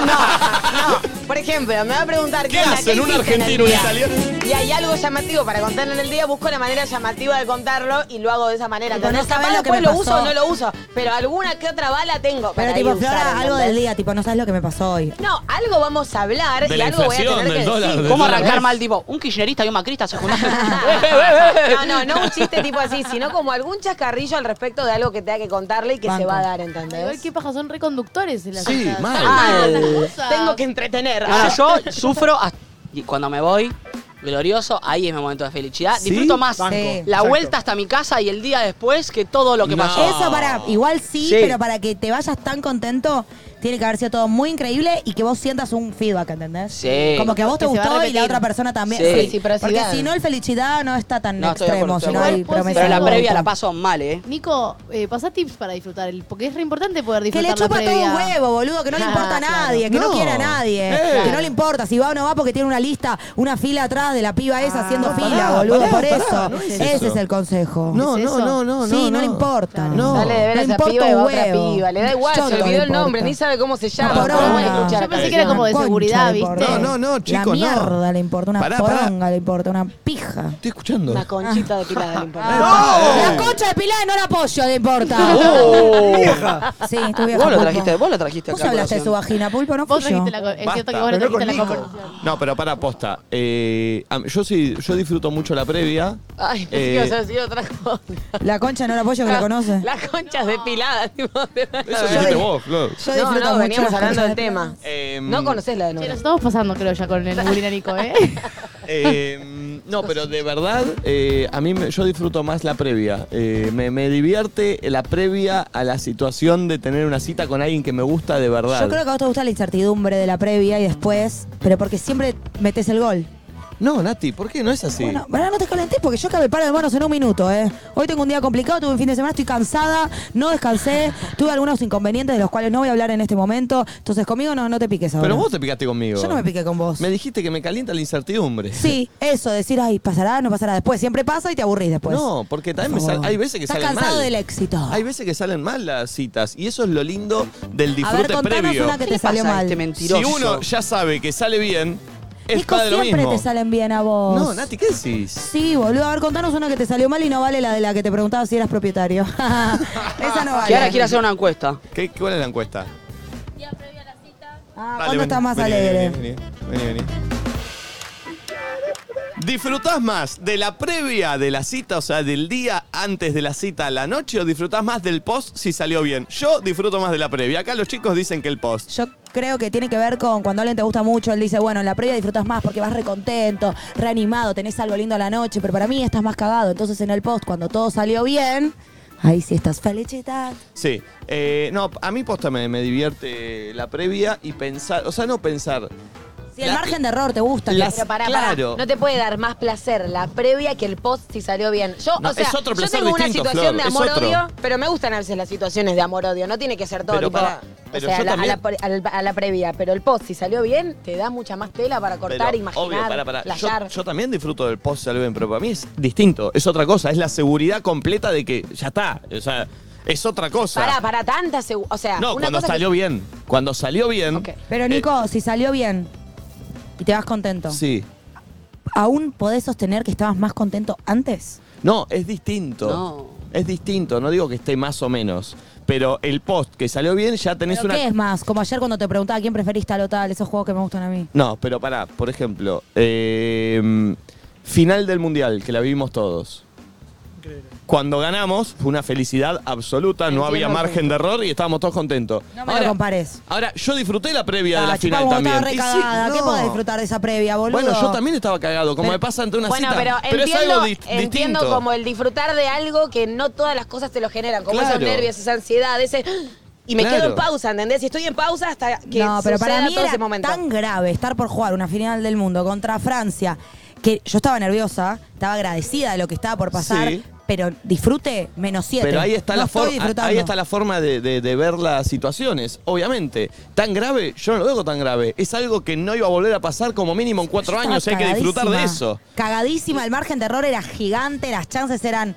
[SPEAKER 4] No, no. Por ejemplo, me va a preguntar
[SPEAKER 1] ¿Qué
[SPEAKER 4] onda,
[SPEAKER 1] hacen? ¿Un
[SPEAKER 4] hiciste en el
[SPEAKER 1] argentino, un
[SPEAKER 4] día?
[SPEAKER 1] italiano?
[SPEAKER 4] Y hay algo llamativo para contarlo en el día, busco la manera llamativa de contarlo y lo hago de esa manera.
[SPEAKER 2] Y cuando
[SPEAKER 4] Entonces,
[SPEAKER 2] sabés
[SPEAKER 4] capaz
[SPEAKER 2] lo que
[SPEAKER 4] después
[SPEAKER 2] me
[SPEAKER 4] lo uso o
[SPEAKER 2] pasó.
[SPEAKER 4] no lo uso, pero alguna que otra bala tengo.
[SPEAKER 2] Pero
[SPEAKER 4] para
[SPEAKER 2] tipo,
[SPEAKER 4] ahí usar,
[SPEAKER 2] Flora, algo del
[SPEAKER 4] ¿entendés?
[SPEAKER 2] día, tipo, no sabes lo que me pasó hoy.
[SPEAKER 4] No, algo vamos a hablar
[SPEAKER 1] De
[SPEAKER 4] y
[SPEAKER 1] la
[SPEAKER 4] algo voy a
[SPEAKER 1] inflación,
[SPEAKER 4] tener que
[SPEAKER 1] del
[SPEAKER 4] decir.
[SPEAKER 1] dólar, del
[SPEAKER 3] ¿Cómo
[SPEAKER 1] dólar.
[SPEAKER 3] arrancar mal, tipo? Un kirchnerista y un macrista se juntaron.
[SPEAKER 4] No, no, no un chiste tipo así, sino como algún chascarrillo al respecto de algo que tenga que contarle y que
[SPEAKER 2] Banco.
[SPEAKER 4] se va a dar,
[SPEAKER 5] Igual
[SPEAKER 4] ¿entendés?
[SPEAKER 5] qué paja, son reconductores en la
[SPEAKER 1] Sí,
[SPEAKER 5] ciudad.
[SPEAKER 1] mal.
[SPEAKER 5] Ah, las
[SPEAKER 4] Mal.
[SPEAKER 5] cosas.
[SPEAKER 4] Tengo que entretener.
[SPEAKER 3] No, no, Ah, yo sufro hasta- y cuando me voy, glorioso, ahí es mi momento de felicidad.
[SPEAKER 1] ¿Sí?
[SPEAKER 3] Disfruto más
[SPEAKER 2] Banco.
[SPEAKER 3] la
[SPEAKER 2] Exacto.
[SPEAKER 3] vuelta hasta mi casa y el día después que todo lo que
[SPEAKER 1] No.
[SPEAKER 3] pasó.
[SPEAKER 2] Eso para, igual sí,
[SPEAKER 3] Sí.
[SPEAKER 2] pero para que te vayas tan contento, tiene que haber sido todo muy increíble y que vos sientas un feedback, ¿entendés?
[SPEAKER 3] Sí.
[SPEAKER 2] Como que a vos te
[SPEAKER 5] Que se va a
[SPEAKER 2] gustó y la
[SPEAKER 5] repetir.
[SPEAKER 2] otra persona también.
[SPEAKER 3] Sí.
[SPEAKER 4] Reciprocidad.
[SPEAKER 2] Porque si no, el felicidad no está tan
[SPEAKER 3] No, estoy de acuerdo,
[SPEAKER 2] extremo,
[SPEAKER 3] estoy
[SPEAKER 2] sino
[SPEAKER 3] de
[SPEAKER 2] hay
[SPEAKER 5] acuerdo. Pero
[SPEAKER 2] promesa.
[SPEAKER 3] Pero la
[SPEAKER 5] Sí.
[SPEAKER 3] previa la paso mal, ¿eh?
[SPEAKER 5] Nico, eh, pasá tips para disfrutar, el- porque es re importante poder
[SPEAKER 2] Que
[SPEAKER 5] disfrutar
[SPEAKER 2] le chupa
[SPEAKER 5] la
[SPEAKER 2] todo
[SPEAKER 5] previa.
[SPEAKER 2] un huevo, boludo, que no le
[SPEAKER 4] Ah,
[SPEAKER 2] importa a
[SPEAKER 4] claro.
[SPEAKER 2] nadie, que no,
[SPEAKER 1] No.
[SPEAKER 2] quiere a nadie,
[SPEAKER 1] Eh.
[SPEAKER 2] que no le importa si va o no va porque tiene una lista, una fila atrás de la piba esa haciendo
[SPEAKER 1] pará,
[SPEAKER 2] fila, boludo,
[SPEAKER 1] pará,
[SPEAKER 2] por
[SPEAKER 1] pará,
[SPEAKER 2] eso.
[SPEAKER 1] no es
[SPEAKER 2] Ese
[SPEAKER 1] eso.
[SPEAKER 2] es el consejo.
[SPEAKER 1] No,
[SPEAKER 5] ¿Es
[SPEAKER 1] no,
[SPEAKER 5] eso?
[SPEAKER 1] no, no,
[SPEAKER 2] sí, no, le importa.
[SPEAKER 1] No.
[SPEAKER 4] Dale de ver
[SPEAKER 2] No
[SPEAKER 4] a esa
[SPEAKER 2] importa
[SPEAKER 4] piba y
[SPEAKER 2] un
[SPEAKER 4] va a otra
[SPEAKER 2] huevo.
[SPEAKER 4] piba. Le da igual,
[SPEAKER 2] Choto
[SPEAKER 4] se
[SPEAKER 2] le
[SPEAKER 4] olvidó el
[SPEAKER 2] importa.
[SPEAKER 4] nombre, ni sabe cómo se llama.
[SPEAKER 2] poronga.
[SPEAKER 4] ¿Cómo va a escuchar
[SPEAKER 5] Yo pensé
[SPEAKER 4] esta
[SPEAKER 5] que era como de
[SPEAKER 2] Concha
[SPEAKER 5] seguridad,
[SPEAKER 2] le importa.
[SPEAKER 5] ¿viste?
[SPEAKER 1] No, no, no, chicos, no.
[SPEAKER 2] La mierda le importa, una
[SPEAKER 1] Pará, pará.
[SPEAKER 2] poronga le importa, una pija.
[SPEAKER 1] Estoy escuchando. Ah,
[SPEAKER 4] Una conchita de pila de importa.
[SPEAKER 2] La concha de Pilar no la apoyo, le importa. Sí, tu vieja,
[SPEAKER 3] Oh. Vos lo
[SPEAKER 2] Pulpo.
[SPEAKER 3] trajiste, vos lo trajiste
[SPEAKER 2] Vos
[SPEAKER 3] acá,
[SPEAKER 2] hablaste de su
[SPEAKER 3] colación.
[SPEAKER 2] vagina, Pulpo, no fui
[SPEAKER 5] Vos
[SPEAKER 2] yo.
[SPEAKER 5] trajiste la, co- es
[SPEAKER 1] Basta.
[SPEAKER 5] cierto que vos no
[SPEAKER 9] Pero no
[SPEAKER 5] trajiste la
[SPEAKER 9] con Nico.
[SPEAKER 5] conversación.
[SPEAKER 1] No, pero para posta. Eh, am- yo sí, yo disfruto mucho la previa.
[SPEAKER 4] Ay, pensé que
[SPEAKER 1] Eh,
[SPEAKER 4] ibas a decir otra cosa.
[SPEAKER 2] La concha no la
[SPEAKER 4] pues
[SPEAKER 2] apoyo que
[SPEAKER 5] Ah.
[SPEAKER 2] la conoce.
[SPEAKER 4] Las conchas depiladas. tipo, de-
[SPEAKER 1] eso dijiste vos, Flor.
[SPEAKER 2] Yo
[SPEAKER 4] No,
[SPEAKER 2] disfruto
[SPEAKER 4] no,
[SPEAKER 2] mucho
[SPEAKER 4] veníamos
[SPEAKER 2] las
[SPEAKER 4] hablando del
[SPEAKER 2] conchas de
[SPEAKER 4] tema.
[SPEAKER 1] Em,
[SPEAKER 4] No conocés la de
[SPEAKER 5] Che, nos
[SPEAKER 4] Nora.
[SPEAKER 5] estamos pasando, creo, ya con el bullying a Nico, ¿eh?
[SPEAKER 1] Eh, no, pero de verdad, eh, a mí me- yo disfruto más la previa. Eh, me, me divierte la previa a la situación de tener una cita con alguien que me gusta de verdad.
[SPEAKER 2] Yo creo que a vos te gusta la incertidumbre de la previa y después, pero porque siempre metes el gol.
[SPEAKER 1] No, Nati, ¿por qué no es así?
[SPEAKER 2] Bueno, bueno, no te calentés porque yo acabé el paro de manos en un minuto, ¿eh? Hoy tengo un día complicado, tuve un fin de semana, estoy cansada, no descansé, tuve algunos inconvenientes de los cuales no voy a hablar en este momento. Entonces conmigo no, no te piques ahora.
[SPEAKER 1] pero vos te picaste conmigo.
[SPEAKER 2] Yo no me piqué con vos.
[SPEAKER 1] Me dijiste que me calienta la incertidumbre.
[SPEAKER 2] Sí, eso, decir, ay, pasará, no pasará después. Siempre pasa y te aburrís después.
[SPEAKER 1] no, porque también
[SPEAKER 2] pues. Por
[SPEAKER 1] me sal-
[SPEAKER 2] favor.
[SPEAKER 1] Pues hay veces que
[SPEAKER 2] Estás
[SPEAKER 1] salen
[SPEAKER 2] cansado
[SPEAKER 1] mal.
[SPEAKER 2] del éxito.
[SPEAKER 1] Hay veces que salen mal las citas y eso es lo lindo del
[SPEAKER 2] a ver,
[SPEAKER 1] disfrute
[SPEAKER 2] contanos
[SPEAKER 1] previo.
[SPEAKER 2] una que
[SPEAKER 3] ¿Qué
[SPEAKER 2] te
[SPEAKER 3] le
[SPEAKER 2] salió
[SPEAKER 3] pasa a
[SPEAKER 2] mal.
[SPEAKER 3] este
[SPEAKER 1] Si
[SPEAKER 3] mentiroso?
[SPEAKER 1] uno ya sabe que sale bien, es
[SPEAKER 2] Nico,
[SPEAKER 1] padre lo
[SPEAKER 2] siempre
[SPEAKER 1] mismo.
[SPEAKER 2] te salen bien a vos.
[SPEAKER 1] No, Nati, ¿qué decís?
[SPEAKER 2] Sí, boludo. A ver, contanos una que te salió mal y no vale la de la que te preguntaba si eras propietario. Esa no vale.
[SPEAKER 3] Que Ah, ahora quiere hacer una encuesta.
[SPEAKER 1] ¿Qué, ¿Cuál es la encuesta?
[SPEAKER 2] Ah,
[SPEAKER 3] Ah,
[SPEAKER 1] Dale,
[SPEAKER 2] ¿Cuándo
[SPEAKER 1] ven,
[SPEAKER 2] estás más
[SPEAKER 1] vení,
[SPEAKER 2] alegre?
[SPEAKER 1] Vení, vení, vení, vení. ¿Disfrutás más de la previa de la cita, o sea, del día antes de la cita a la noche, o disfrutás más del post si salió bien? Yo disfruto más de la previa. Acá los chicos dicen que el post.
[SPEAKER 2] Yo creo que tiene que ver con cuando alguien te gusta mucho, él dice, bueno, en la previa disfrutas más porque vas recontento, reanimado, tenés algo lindo a la noche, pero para mí estás más cagado. Entonces en el post, cuando todo salió bien, ahí sí estás felicitad.
[SPEAKER 1] Sí. Eh, no, a mí posta me, me divierte la previa y pensar, o sea, no pensar.
[SPEAKER 2] Si el
[SPEAKER 1] La-
[SPEAKER 2] margen de error te gusta,
[SPEAKER 1] Las-
[SPEAKER 2] que-
[SPEAKER 4] Pero pará,
[SPEAKER 1] Claro.
[SPEAKER 4] pará. No te puede dar más placer la previa que el post si salió bien. Yo,
[SPEAKER 1] No,
[SPEAKER 4] o sea,
[SPEAKER 1] es otro
[SPEAKER 4] yo
[SPEAKER 1] placer
[SPEAKER 4] tengo una
[SPEAKER 1] distinto,
[SPEAKER 4] situación de
[SPEAKER 1] Flor, es
[SPEAKER 4] amor-odio,
[SPEAKER 1] otro.
[SPEAKER 4] pero me gustan a veces las situaciones de amor-odio. No tiene que ser todo
[SPEAKER 1] Pero
[SPEAKER 4] tipo,
[SPEAKER 1] pará,
[SPEAKER 4] o
[SPEAKER 1] pero
[SPEAKER 4] sea,
[SPEAKER 1] yo
[SPEAKER 4] a la, a la
[SPEAKER 1] también-
[SPEAKER 4] pre- al- a la previa. Pero el post, si salió bien, te da mucha más tela para cortar,
[SPEAKER 1] Pero,
[SPEAKER 4] imaginar,
[SPEAKER 1] obvio, pará, pará. Yo,
[SPEAKER 4] playar.
[SPEAKER 1] yo también disfruto del post salió bien, pero para mí es distinto. Es otra cosa. Es la seguridad completa de que ya está. O sea, es otra cosa.
[SPEAKER 4] Para, para tanta segu- O sea,
[SPEAKER 1] No,
[SPEAKER 4] una
[SPEAKER 1] cuando
[SPEAKER 4] cosa que-
[SPEAKER 1] salió bien. Cuando salió bien.
[SPEAKER 4] Ok.
[SPEAKER 2] Pero Nico, si salió bien y te vas contento,
[SPEAKER 1] Sí.
[SPEAKER 2] ¿aún podés sostener que estabas más contento antes?
[SPEAKER 1] No, es distinto.
[SPEAKER 3] No.
[SPEAKER 1] Es distinto. No digo que esté más o menos. Pero el post que salió bien ya tenés
[SPEAKER 2] ¿Pero
[SPEAKER 1] una.
[SPEAKER 2] qué es más? Como ayer cuando te preguntaba quién preferís tal o tal, esos juegos que me gustan a mí.
[SPEAKER 1] No, pero pará, por ejemplo, eh, final del mundial, que la vivimos todos. Cuando ganamos, fue una felicidad absoluta, no había margen de error y estábamos todos contentos.
[SPEAKER 2] No me lo compares.
[SPEAKER 1] Ahora, yo disfruté la previa de
[SPEAKER 2] Ah,
[SPEAKER 1] la
[SPEAKER 2] chupá,
[SPEAKER 1] final
[SPEAKER 2] como estaba
[SPEAKER 1] también. Y sí,
[SPEAKER 2] recagada. ¿Qué
[SPEAKER 1] no.
[SPEAKER 2] podés disfrutar de esa previa, boludo?
[SPEAKER 1] Bueno, yo también estaba cagado, como me pasa ante una
[SPEAKER 4] bueno,
[SPEAKER 1] cita.
[SPEAKER 4] pero, entiendo,
[SPEAKER 1] es algo di-
[SPEAKER 4] entiendo
[SPEAKER 1] distinto.
[SPEAKER 4] como el disfrutar de algo que no todas las cosas te lo generan, como
[SPEAKER 1] Claro.
[SPEAKER 4] esos nervios, esa ansiedad, ese... Y me
[SPEAKER 1] Claro.
[SPEAKER 4] quedo en pausa, ¿entendés? Y estoy en pausa hasta que
[SPEAKER 2] no, pero para
[SPEAKER 4] suceda
[SPEAKER 2] mí
[SPEAKER 4] todo
[SPEAKER 2] era
[SPEAKER 4] ese momento.
[SPEAKER 2] tan grave estar por jugar una final del mundo contra Francia que yo estaba nerviosa, estaba agradecida de lo que estaba por pasar,
[SPEAKER 1] Sí.
[SPEAKER 2] pero disfrute menos siete.
[SPEAKER 1] Pero ahí está,
[SPEAKER 2] No
[SPEAKER 1] la
[SPEAKER 2] estoy
[SPEAKER 1] forma,
[SPEAKER 2] disfrutando.
[SPEAKER 1] ahí está la forma de, de- de ver las situaciones. Obviamente, tan grave, yo no lo veo tan grave. Es algo que no iba a volver a pasar como mínimo en cuatro
[SPEAKER 2] Yo estaba
[SPEAKER 1] años. Hay que disfrutar de
[SPEAKER 2] cagadísima.
[SPEAKER 1] eso.
[SPEAKER 2] Cagadísima, el margen de error era gigante, las chances eran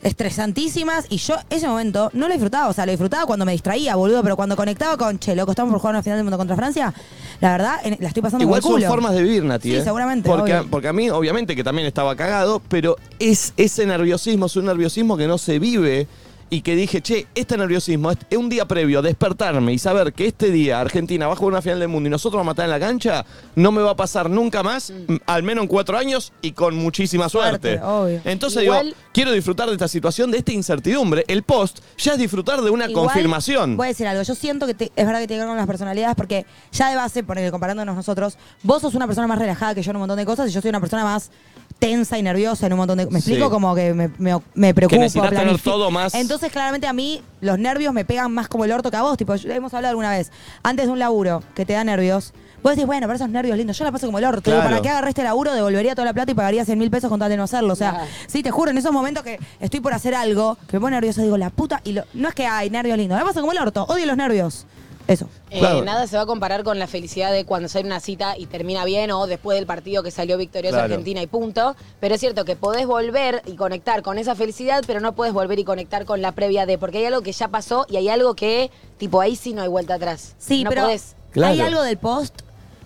[SPEAKER 2] estresantísimas y yo ese momento no lo disfrutaba, o sea, lo disfrutaba cuando me distraía, boludo, pero cuando conectaba con, che, loco, estamos por jugar una final del mundo contra Francia, la verdad, en- la estoy pasando
[SPEAKER 1] Igual
[SPEAKER 2] como
[SPEAKER 1] son
[SPEAKER 2] el culo.
[SPEAKER 1] formas de vivir, Nati.
[SPEAKER 2] Sí,
[SPEAKER 1] ¿eh?
[SPEAKER 2] seguramente,
[SPEAKER 1] Porque, a-
[SPEAKER 2] obvio.
[SPEAKER 1] porque a mí, obviamente, que también estaba cagado, pero es ese nerviosismo, es un nerviosismo que no se vive. Y que dije, che, este nerviosismo, es un día previo, despertarme y saber que este día Argentina va a jugar una final del mundo y nosotros vamos a estar en la cancha, no me va a pasar nunca
[SPEAKER 2] Mm.
[SPEAKER 1] más, m- al menos en cuatro años y con muchísima suerte.
[SPEAKER 2] Suerte, obvio.
[SPEAKER 1] Entonces
[SPEAKER 4] Igual-
[SPEAKER 1] digo, quiero disfrutar de esta situación, de esta incertidumbre. El post ya es disfrutar de una
[SPEAKER 2] Igual,
[SPEAKER 1] confirmación.
[SPEAKER 2] Voy a decir algo. Yo siento que te- es verdad que tiene que ver con las personalidades, porque ya de base, por ejemplo, comparándonos nosotros, vos sos una persona más relajada que yo en un montón de cosas y yo soy una persona más tensa y nerviosa en un montón de... ¿Me
[SPEAKER 1] Sí.
[SPEAKER 2] explico? Como que me, me, me preocupo.
[SPEAKER 1] necesitas tener
[SPEAKER 2] planifico.
[SPEAKER 1] todo más-
[SPEAKER 2] Entonces, claramente a mí los nervios me pegan más como el orto que a vos. Tipo, yo- hemos hablado alguna vez, antes de un laburo que te da nervios, vos decís, bueno, pero esos nervios lindos, yo la paso como el orto. Digo,
[SPEAKER 1] Claro.
[SPEAKER 2] ¿Para qué agarré este laburo? Devolvería toda la plata y pagaría 100 mil pesos con tal de no hacerlo. O sea, sí, te juro, en esos momentos que estoy por hacer algo, que me pone nerviosa, digo, la puta, y lo- no es que hay nervios lindos, la paso como el orto, odio los nervios. Eso.
[SPEAKER 4] Eh,
[SPEAKER 1] Claro.
[SPEAKER 4] Nada se va a comparar con la felicidad de cuando sale una cita y termina bien o después del partido que salió victoriosa
[SPEAKER 1] Claro.
[SPEAKER 4] Argentina y punto. Pero es cierto que podés volver y conectar con esa felicidad, pero no podés volver y conectar con la previa de, porque hay algo que ya pasó y hay algo que, tipo, ahí sí no hay vuelta atrás.
[SPEAKER 2] Sí,
[SPEAKER 4] no
[SPEAKER 2] pero
[SPEAKER 4] podés.
[SPEAKER 1] Claro.
[SPEAKER 2] hay algo del post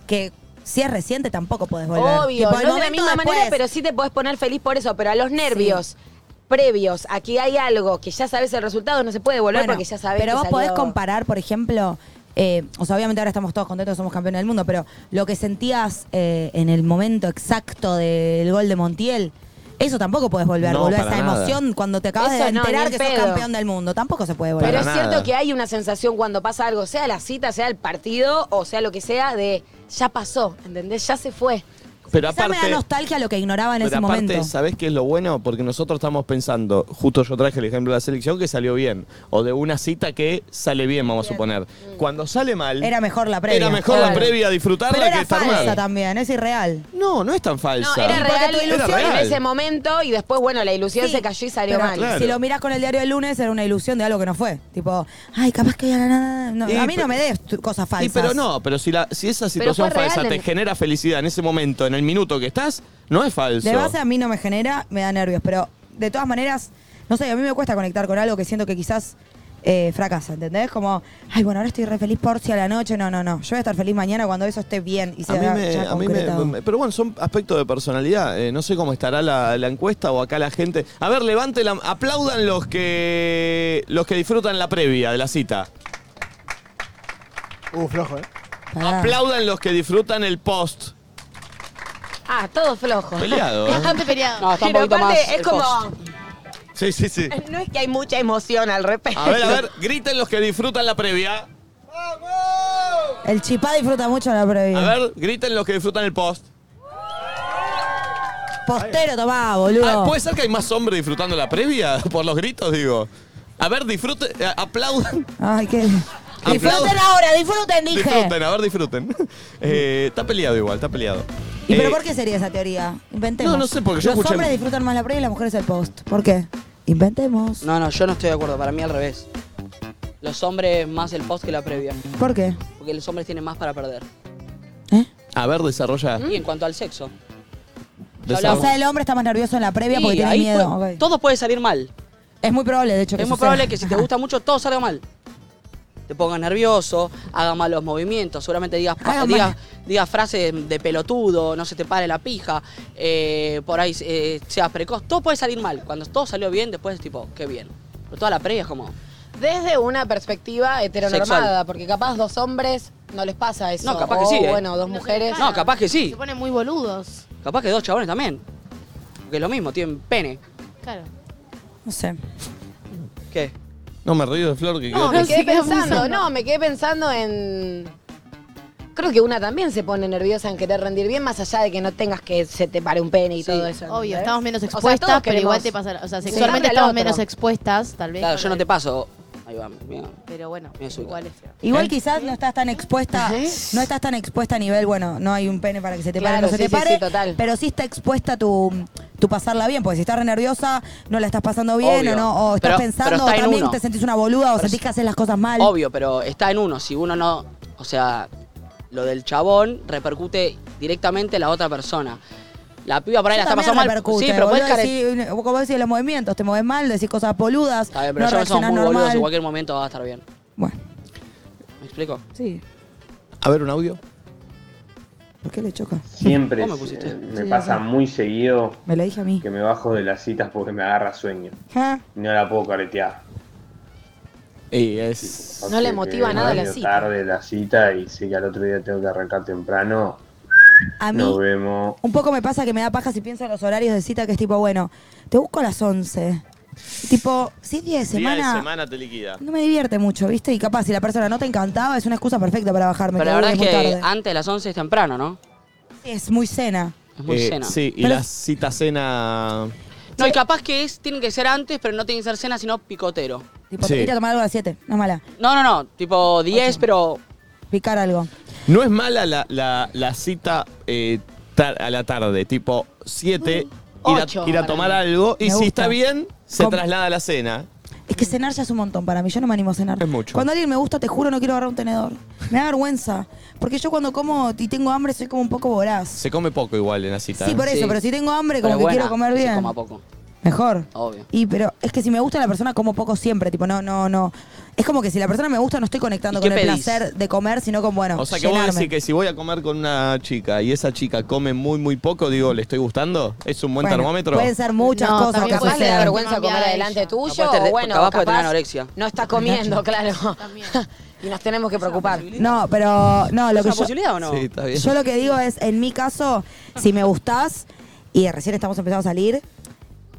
[SPEAKER 2] que si es reciente tampoco podés volver.
[SPEAKER 4] Obvio,
[SPEAKER 2] Tipo, el
[SPEAKER 4] no de la
[SPEAKER 2] momento
[SPEAKER 4] misma manera,
[SPEAKER 2] después.
[SPEAKER 4] pero sí te podés poner feliz por eso. Pero a los nervios previos, aquí hay algo que ya sabes el resultado, no se puede volver
[SPEAKER 2] Bueno,
[SPEAKER 4] porque ya sabes
[SPEAKER 2] Pero
[SPEAKER 4] que
[SPEAKER 2] vos podés
[SPEAKER 4] salió-
[SPEAKER 2] comparar, por ejemplo, eh, o sea, obviamente ahora estamos todos contentos, somos campeones del mundo, pero lo que sentías eh, en el momento exacto del gol de Montiel. Eso tampoco podés volver,
[SPEAKER 1] No,
[SPEAKER 2] volver a
[SPEAKER 1] para
[SPEAKER 2] esa
[SPEAKER 1] nada.
[SPEAKER 2] emoción cuando te acabas
[SPEAKER 4] Eso no,
[SPEAKER 2] de
[SPEAKER 4] ni
[SPEAKER 2] enterar
[SPEAKER 4] en
[SPEAKER 2] que
[SPEAKER 4] pedo.
[SPEAKER 2] sos campeón del mundo. Tampoco se puede volver.
[SPEAKER 4] Pero es
[SPEAKER 1] Para nada.
[SPEAKER 4] cierto que hay una sensación cuando pasa algo, sea la cita, sea el partido o sea lo que sea, de ya pasó, ¿entendés? Ya se fue.
[SPEAKER 1] Pero
[SPEAKER 2] Quizá me da
[SPEAKER 1] aparte,
[SPEAKER 2] nostalgia lo que ignoraba en
[SPEAKER 1] pero
[SPEAKER 2] ese
[SPEAKER 1] aparte
[SPEAKER 2] momento.
[SPEAKER 1] ¿sabés qué es lo bueno? Porque nosotros estamos pensando, justo yo traje el ejemplo de la selección que salió bien, o de una cita que sale bien, vamos a suponer.
[SPEAKER 4] Mm.
[SPEAKER 1] Cuando sale mal,
[SPEAKER 2] Era mejor la previa.
[SPEAKER 1] era mejor la
[SPEAKER 2] Claro.
[SPEAKER 1] previa disfrutarla
[SPEAKER 2] Pero
[SPEAKER 1] que
[SPEAKER 2] era
[SPEAKER 1] estar
[SPEAKER 2] falsa
[SPEAKER 1] mal.
[SPEAKER 2] también, es irreal.
[SPEAKER 1] No, no es tan falsa.
[SPEAKER 4] No, era
[SPEAKER 2] Porque
[SPEAKER 4] real
[SPEAKER 2] tu ilusión
[SPEAKER 1] Era real.
[SPEAKER 4] en ese momento y después, bueno, la ilusión
[SPEAKER 2] Sí,
[SPEAKER 4] se cayó y salió
[SPEAKER 2] pero
[SPEAKER 4] mal.
[SPEAKER 1] claro.
[SPEAKER 2] Si lo mirás con el diario del lunes, era una ilusión de algo que no fue. Tipo, ay, capaz que ya no- no- no.
[SPEAKER 1] Y
[SPEAKER 2] a mí
[SPEAKER 1] pe-
[SPEAKER 2] no me des tu- cosas falsas.
[SPEAKER 1] Y pero no, pero si, la, si esa situación
[SPEAKER 4] fue
[SPEAKER 1] falsa
[SPEAKER 4] real
[SPEAKER 1] te
[SPEAKER 4] en-
[SPEAKER 1] genera felicidad en ese momento, en el minuto que estás, no es falso.
[SPEAKER 2] De base a mí no me genera, me da nervios, pero de todas maneras, no sé, a mí me cuesta conectar con algo que siento que quizás eh, fracasa, ¿entendés? Como, ay, bueno, ahora estoy re feliz por si a la noche, no, no, no, yo voy a estar feliz mañana cuando eso esté bien y se
[SPEAKER 1] A mí
[SPEAKER 2] vea
[SPEAKER 1] me-
[SPEAKER 2] ya
[SPEAKER 1] a mí me-
[SPEAKER 2] concretado.
[SPEAKER 1] me- pero bueno, son aspectos de personalidad. Eh, no sé cómo estará la, la encuesta o acá la gente. A ver, levante la, aplaudan los que los que disfrutan la previa de la cita.
[SPEAKER 9] Uh, flojo, ¿eh?
[SPEAKER 2] Pará.
[SPEAKER 1] Aplaudan los que disfrutan el post.
[SPEAKER 4] Ah, todo flojo.
[SPEAKER 1] Peleado. ¿eh?
[SPEAKER 5] Bastante peleado.
[SPEAKER 3] No, está un
[SPEAKER 4] Pero
[SPEAKER 3] poquito más.
[SPEAKER 4] aparte es
[SPEAKER 3] el
[SPEAKER 4] como,
[SPEAKER 3] post.
[SPEAKER 1] Sí, sí, sí.
[SPEAKER 4] no es que hay mucha emoción al respecto.
[SPEAKER 1] A ver, a ver, griten los que disfrutan la previa.
[SPEAKER 2] El chipá disfruta mucho la previa.
[SPEAKER 1] A ver, griten los que disfrutan el post.
[SPEAKER 2] Postero tomá, boludo.
[SPEAKER 1] Ah, ¿Puede ser que hay más hombres disfrutando la previa? Por los gritos, digo. A ver, disfruten, eh, aplaudan.
[SPEAKER 2] Ay, qué...
[SPEAKER 1] Aplaudo.
[SPEAKER 2] Disfruten ahora, disfruten, dije.
[SPEAKER 1] Disfruten, a ver, disfruten. Eh, está peleado igual, está peleado.
[SPEAKER 2] ¿Y pero
[SPEAKER 1] Eh,
[SPEAKER 2] por qué sería esa teoría? Inventemos.
[SPEAKER 1] No, no sé, porque yo
[SPEAKER 2] Los
[SPEAKER 1] escuché-
[SPEAKER 2] hombres disfrutan más la previa y las mujeres el post. ¿Por qué? Inventemos.
[SPEAKER 3] No, no, yo no estoy de acuerdo. Para mí al revés. Los hombres más el post que la previa.
[SPEAKER 2] ¿Por qué?
[SPEAKER 3] Porque los hombres tienen más para perder.
[SPEAKER 2] ¿Eh?
[SPEAKER 1] A ver, desarrolla.
[SPEAKER 2] ¿Mm?
[SPEAKER 3] Y en cuanto al sexo. Ya
[SPEAKER 1] desarrolla.
[SPEAKER 2] O sea, el hombre está más nervioso en la previa
[SPEAKER 3] Sí,
[SPEAKER 2] porque tiene
[SPEAKER 3] ahí
[SPEAKER 2] miedo.
[SPEAKER 3] puede-
[SPEAKER 2] ok.
[SPEAKER 3] Todo puede salir mal.
[SPEAKER 2] Es muy probable, de hecho, que
[SPEAKER 3] Es muy
[SPEAKER 2] suceda.
[SPEAKER 3] probable que si te gusta mucho todo salga mal. Te pongas nervioso, hagas malos movimientos, seguramente digas, pa-
[SPEAKER 2] Haga
[SPEAKER 3] digas,
[SPEAKER 2] mal.
[SPEAKER 3] digas frases de pelotudo, no se te pare la pija, eh, por ahí eh, seas precoz. Todo puede salir mal. Cuando todo salió bien, después tipo, qué bien. Pero toda la previa es como,
[SPEAKER 4] Desde una perspectiva heteronormada,
[SPEAKER 3] Sexual.
[SPEAKER 4] porque capaz dos hombres no les pasa eso.
[SPEAKER 3] No, capaz que
[SPEAKER 4] O,
[SPEAKER 3] sí, ¿eh?
[SPEAKER 4] bueno, dos
[SPEAKER 5] No se
[SPEAKER 4] mujeres.
[SPEAKER 5] prepara.
[SPEAKER 3] No, capaz que sí.
[SPEAKER 5] Se ponen muy boludos.
[SPEAKER 3] capaz que dos chabones también. Porque es lo mismo, tienen pene.
[SPEAKER 5] Claro.
[SPEAKER 2] No sé.
[SPEAKER 3] ¿Qué?
[SPEAKER 1] No me río de Flor que
[SPEAKER 4] No,
[SPEAKER 1] quedó-
[SPEAKER 4] me quedé
[SPEAKER 5] Sí, quedamos
[SPEAKER 4] pensando,
[SPEAKER 5] pensando.
[SPEAKER 4] no, me quedé pensando en. Creo que una también se pone nerviosa en querer rendir bien, más allá de que no tengas que se te pare un pene y
[SPEAKER 3] Sí,
[SPEAKER 4] todo eso.
[SPEAKER 5] Obvio,
[SPEAKER 4] ¿entendés?
[SPEAKER 5] estamos menos
[SPEAKER 4] O sea, todos
[SPEAKER 5] expuestas, pero
[SPEAKER 4] queremos-
[SPEAKER 5] igual te pasa. O sea,
[SPEAKER 4] Sí.
[SPEAKER 5] sexualmente
[SPEAKER 4] Darle al
[SPEAKER 5] estamos
[SPEAKER 4] otro.
[SPEAKER 5] menos expuestas, tal vez.
[SPEAKER 3] Claro,
[SPEAKER 5] con
[SPEAKER 3] yo no
[SPEAKER 5] el-
[SPEAKER 3] te paso. Ahí va, mira.
[SPEAKER 5] Pero bueno,
[SPEAKER 3] Me subo.
[SPEAKER 5] igual es feo.
[SPEAKER 2] Igual quizás no estás tan expuesta, no estás tan expuesta a nivel, bueno, no hay un pene para que se te pare,
[SPEAKER 4] Claro,
[SPEAKER 2] no se
[SPEAKER 4] sí,
[SPEAKER 2] te
[SPEAKER 4] sí,
[SPEAKER 2] pare,
[SPEAKER 4] sí, total.
[SPEAKER 2] pero sí está expuesta tu, tu pasarla bien, porque si estás re nerviosa, no la estás pasando bien
[SPEAKER 3] Obvio.
[SPEAKER 2] o no, o estás
[SPEAKER 3] Pero-
[SPEAKER 2] pensando,
[SPEAKER 3] pero está
[SPEAKER 2] o
[SPEAKER 3] en
[SPEAKER 2] también
[SPEAKER 3] uno.
[SPEAKER 2] te sentís una boluda o
[SPEAKER 3] Pero
[SPEAKER 2] sentís
[SPEAKER 3] sí.
[SPEAKER 2] que haces las cosas mal.
[SPEAKER 3] Obvio, pero está en uno. Si uno no. O sea, lo del chabón repercute directamente en la otra persona. La piba por ahí
[SPEAKER 2] Yo
[SPEAKER 3] la está
[SPEAKER 2] también
[SPEAKER 3] pasando mal.
[SPEAKER 2] repercute,
[SPEAKER 3] Sí, pero puedes
[SPEAKER 2] boludo,
[SPEAKER 3] care...
[SPEAKER 2] decís- como decís, los movimientos, te mueves mal, decís cosas boludas,
[SPEAKER 3] Está bien, pero
[SPEAKER 2] no
[SPEAKER 3] ya no somos
[SPEAKER 2] reaccionás
[SPEAKER 3] muy boludos.
[SPEAKER 2] normal.
[SPEAKER 3] En cualquier momento va a estar bien.
[SPEAKER 2] Bueno,
[SPEAKER 3] ¿Me explico?
[SPEAKER 2] sí.
[SPEAKER 1] A ver, un audio.
[SPEAKER 2] ¿Por qué le choca?
[SPEAKER 10] Siempre
[SPEAKER 3] ¿Vos me
[SPEAKER 10] es-
[SPEAKER 3] pusiste?
[SPEAKER 10] eh, me
[SPEAKER 2] Sí,
[SPEAKER 10] pasa
[SPEAKER 2] ya sé.
[SPEAKER 10] muy seguido
[SPEAKER 2] Me lo dije a mí.
[SPEAKER 10] que me bajo de las citas porque me agarra sueño.
[SPEAKER 2] Ah.
[SPEAKER 10] Y no la puedo caretear.
[SPEAKER 1] Y es.
[SPEAKER 4] No
[SPEAKER 10] Porque
[SPEAKER 4] le motiva
[SPEAKER 10] me
[SPEAKER 4] nada la
[SPEAKER 10] baño
[SPEAKER 4] cita.
[SPEAKER 10] tarde la cita y sé que al otro día tengo que arrancar temprano.
[SPEAKER 2] A mí,
[SPEAKER 10] Nos vemos.
[SPEAKER 2] Un poco me pasa que me da paja si pienso en los horarios de cita, que es tipo, bueno, te busco a las 11. Tipo, si es día de semana,
[SPEAKER 1] te liquida.
[SPEAKER 2] no me divierte mucho, ¿viste? Y capaz, si la persona no te encantaba, es una excusa perfecta para bajarme.
[SPEAKER 3] Pero
[SPEAKER 2] te
[SPEAKER 3] la verdad es
[SPEAKER 2] aburre
[SPEAKER 3] que
[SPEAKER 2] muy tarde.
[SPEAKER 3] antes de las 11 es temprano, ¿no?
[SPEAKER 2] Es muy cena.
[SPEAKER 3] Es muy
[SPEAKER 1] Eh,
[SPEAKER 3] cena.
[SPEAKER 1] Sí, y
[SPEAKER 2] Pero-
[SPEAKER 1] la cita cena.
[SPEAKER 3] No, y capaz que es, tienen que ser antes, pero no tiene que ser cena, sino picotero.
[SPEAKER 2] Tipo,
[SPEAKER 1] Sí.
[SPEAKER 2] irte a tomar algo a las 7, no es mala.
[SPEAKER 3] No, no, no, tipo 10, pero
[SPEAKER 2] Picar algo.
[SPEAKER 1] No es mala la, la- la cita eh, tar- a la tarde, tipo 7, ir, a-
[SPEAKER 3] Ocho,
[SPEAKER 1] ir a
[SPEAKER 3] para
[SPEAKER 1] tomar
[SPEAKER 3] mí.
[SPEAKER 1] algo y
[SPEAKER 2] Me
[SPEAKER 1] si
[SPEAKER 2] gusta.
[SPEAKER 1] está bien, se
[SPEAKER 2] Com-
[SPEAKER 1] traslada a la cena.
[SPEAKER 2] Es que cenar ya es un montón para mí, yo no me animo a cenar.
[SPEAKER 1] Es mucho.
[SPEAKER 2] Cuando alguien me gusta, te juro, no quiero agarrar un tenedor. Me da vergüenza. Porque yo cuando como y tengo hambre soy como un poco voraz.
[SPEAKER 1] Se come poco igual en la cita. ¿eh?
[SPEAKER 2] Sí, por eso,
[SPEAKER 3] Sí.
[SPEAKER 2] pero si tengo hambre,
[SPEAKER 3] pero
[SPEAKER 2] como que
[SPEAKER 3] buena,
[SPEAKER 2] quiero comer
[SPEAKER 3] que se
[SPEAKER 2] bien.
[SPEAKER 3] coma poco,
[SPEAKER 2] Mejor.
[SPEAKER 3] obvio.
[SPEAKER 2] Y pero es que si me gusta la persona como poco siempre, tipo no no no. Es como que si la persona me gusta no estoy conectando
[SPEAKER 3] ¿Y
[SPEAKER 2] con
[SPEAKER 3] qué
[SPEAKER 2] el
[SPEAKER 3] pedís?
[SPEAKER 2] placer de comer, sino con bueno,
[SPEAKER 1] O sea que
[SPEAKER 2] llenarme.
[SPEAKER 1] vos decís que si voy a comer con una chica y esa chica come muy, muy poco, digo, ¿le estoy gustando? ¿Es un buen
[SPEAKER 2] Bueno,
[SPEAKER 1] termómetro?
[SPEAKER 2] Pueden ser muchas
[SPEAKER 5] No,
[SPEAKER 2] cosas
[SPEAKER 5] también
[SPEAKER 2] que
[SPEAKER 5] puede
[SPEAKER 4] Capaz le da
[SPEAKER 5] ser.
[SPEAKER 2] sucedan.
[SPEAKER 4] vergüenza
[SPEAKER 5] Cambiar
[SPEAKER 4] comer
[SPEAKER 5] a
[SPEAKER 4] adelante
[SPEAKER 5] ella.
[SPEAKER 4] tuyo,
[SPEAKER 3] Capaz te-
[SPEAKER 4] o bueno,
[SPEAKER 3] capaz
[SPEAKER 4] capaz
[SPEAKER 3] puede tener anorexia.
[SPEAKER 4] No está comiendo, claro. y nos tenemos que preocupar.
[SPEAKER 2] No, pero no, lo
[SPEAKER 3] ¿Es
[SPEAKER 2] que
[SPEAKER 3] una
[SPEAKER 2] yo,
[SPEAKER 3] posibilidad o no?
[SPEAKER 1] Sí, está bien.
[SPEAKER 2] yo lo que digo es, en mi caso, si me gustás y recién estamos empezando a salir,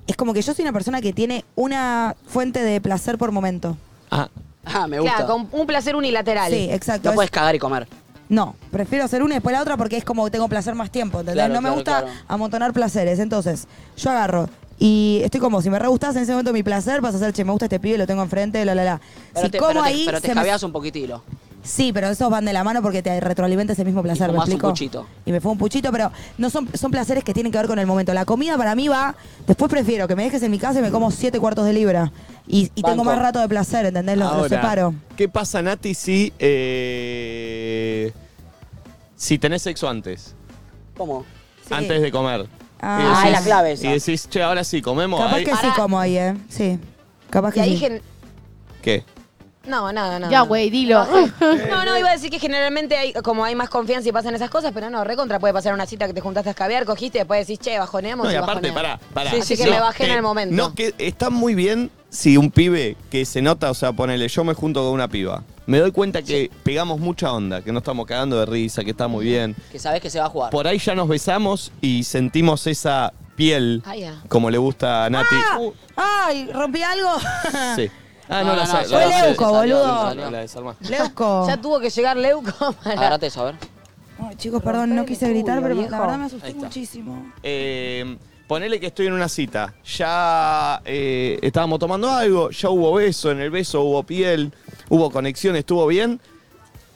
[SPEAKER 2] es como que yo soy una persona que tiene una fuente de placer por momento.
[SPEAKER 1] Ah,
[SPEAKER 3] Ah, me gusta.
[SPEAKER 4] Claro, con un placer unilateral.
[SPEAKER 2] Sí, exacto.
[SPEAKER 3] no
[SPEAKER 2] es-
[SPEAKER 3] puedes cagar y comer.
[SPEAKER 2] No, prefiero hacer una y después la otra porque es como que tengo placer más tiempo, ¿entendés?
[SPEAKER 3] Claro,
[SPEAKER 2] no me
[SPEAKER 3] claro,
[SPEAKER 2] gusta
[SPEAKER 3] claro.
[SPEAKER 2] amontonar placeres. Entonces, yo agarro y estoy como, si me re gustás en ese momento mi placer, vas a hacer, che, me gusta este pibe, lo tengo enfrente, la, la, la.
[SPEAKER 3] Pero
[SPEAKER 2] si
[SPEAKER 3] te,
[SPEAKER 2] como
[SPEAKER 3] pero te-
[SPEAKER 2] ahí...
[SPEAKER 3] pero te
[SPEAKER 2] se me-
[SPEAKER 3] jabeás un poquitilo.
[SPEAKER 2] Sí, pero esos van de la mano porque te retroalimenta ese mismo placer, ¿me
[SPEAKER 3] fumás un
[SPEAKER 2] explico?
[SPEAKER 3] puchito.
[SPEAKER 2] Y me fue un puchito, pero no son, son placeres que tienen que ver con el momento. La comida para mí va, después prefiero que me dejes en mi casa y me como siete cuartos de libra. Y, y tengo
[SPEAKER 3] Banco.
[SPEAKER 2] más rato de placer, ¿entendés? Lo, lo
[SPEAKER 1] ahora,
[SPEAKER 2] separo.
[SPEAKER 1] ¿Qué pasa, Nati, si, eh, si tenés sexo antes?
[SPEAKER 3] ¿Cómo?
[SPEAKER 2] Sí.
[SPEAKER 1] Antes de comer.
[SPEAKER 2] Ah.
[SPEAKER 1] Y
[SPEAKER 3] Ah, la clave esa. Ah,
[SPEAKER 1] Y decís, che, ahora sí, comemos.
[SPEAKER 2] Capaz
[SPEAKER 1] ahí-
[SPEAKER 2] que sí como ahí, ¿eh? Sí. Capaz
[SPEAKER 4] Y
[SPEAKER 2] que
[SPEAKER 4] ahí
[SPEAKER 2] sí.
[SPEAKER 4] gen-
[SPEAKER 1] ¿Qué?
[SPEAKER 4] No, nada, nada.
[SPEAKER 5] Ya, güey, dilo.
[SPEAKER 4] No, no, iba a decir que generalmente hay, como hay más confianza y pasan esas cosas, pero no, recontra puede pasar una cita que te juntaste a caviar, cogiste y después decís, che, bajoneamos.
[SPEAKER 1] No, y
[SPEAKER 4] y
[SPEAKER 1] aparte,
[SPEAKER 4] bajoneamos.
[SPEAKER 1] pará, pará. Eh,
[SPEAKER 4] Sí, sí, que me bajé en el momento.
[SPEAKER 1] No, que está muy bien si un pibe que se nota, o sea, ponele, yo me junto con una piba. Me doy cuenta que pegamos mucha onda, que no estamos cagando de risa, que está muy bien.
[SPEAKER 3] Que sabes que se va a jugar.
[SPEAKER 1] Por ahí ya nos besamos y sentimos esa piel,
[SPEAKER 4] Ah, ya.
[SPEAKER 1] como le gusta a Nati.
[SPEAKER 4] Ah.
[SPEAKER 2] Ah.
[SPEAKER 1] Uh,
[SPEAKER 2] ¡Ay! ¿Rompí algo?
[SPEAKER 1] sí. Ah, no, la sa-
[SPEAKER 2] Fue
[SPEAKER 1] la- la-
[SPEAKER 2] Leuco,
[SPEAKER 1] la-
[SPEAKER 2] boludo.
[SPEAKER 1] la- la- la desarmaste.
[SPEAKER 2] Leuco.
[SPEAKER 4] Ya tuvo que llegar Leuco para...
[SPEAKER 3] Agárrate eso, a ver.
[SPEAKER 2] Ay, chicos, perdón, no quise
[SPEAKER 4] el
[SPEAKER 2] gritar,
[SPEAKER 4] culo,
[SPEAKER 2] pero la
[SPEAKER 4] viejo.
[SPEAKER 2] verdad me
[SPEAKER 1] Ahí
[SPEAKER 2] asusté
[SPEAKER 1] está.
[SPEAKER 2] muchísimo.
[SPEAKER 1] Eh, ponele que estoy en una cita. Ya eh, estábamos tomando algo, ya hubo beso, en el beso hubo piel, hubo conexión, estuvo bien.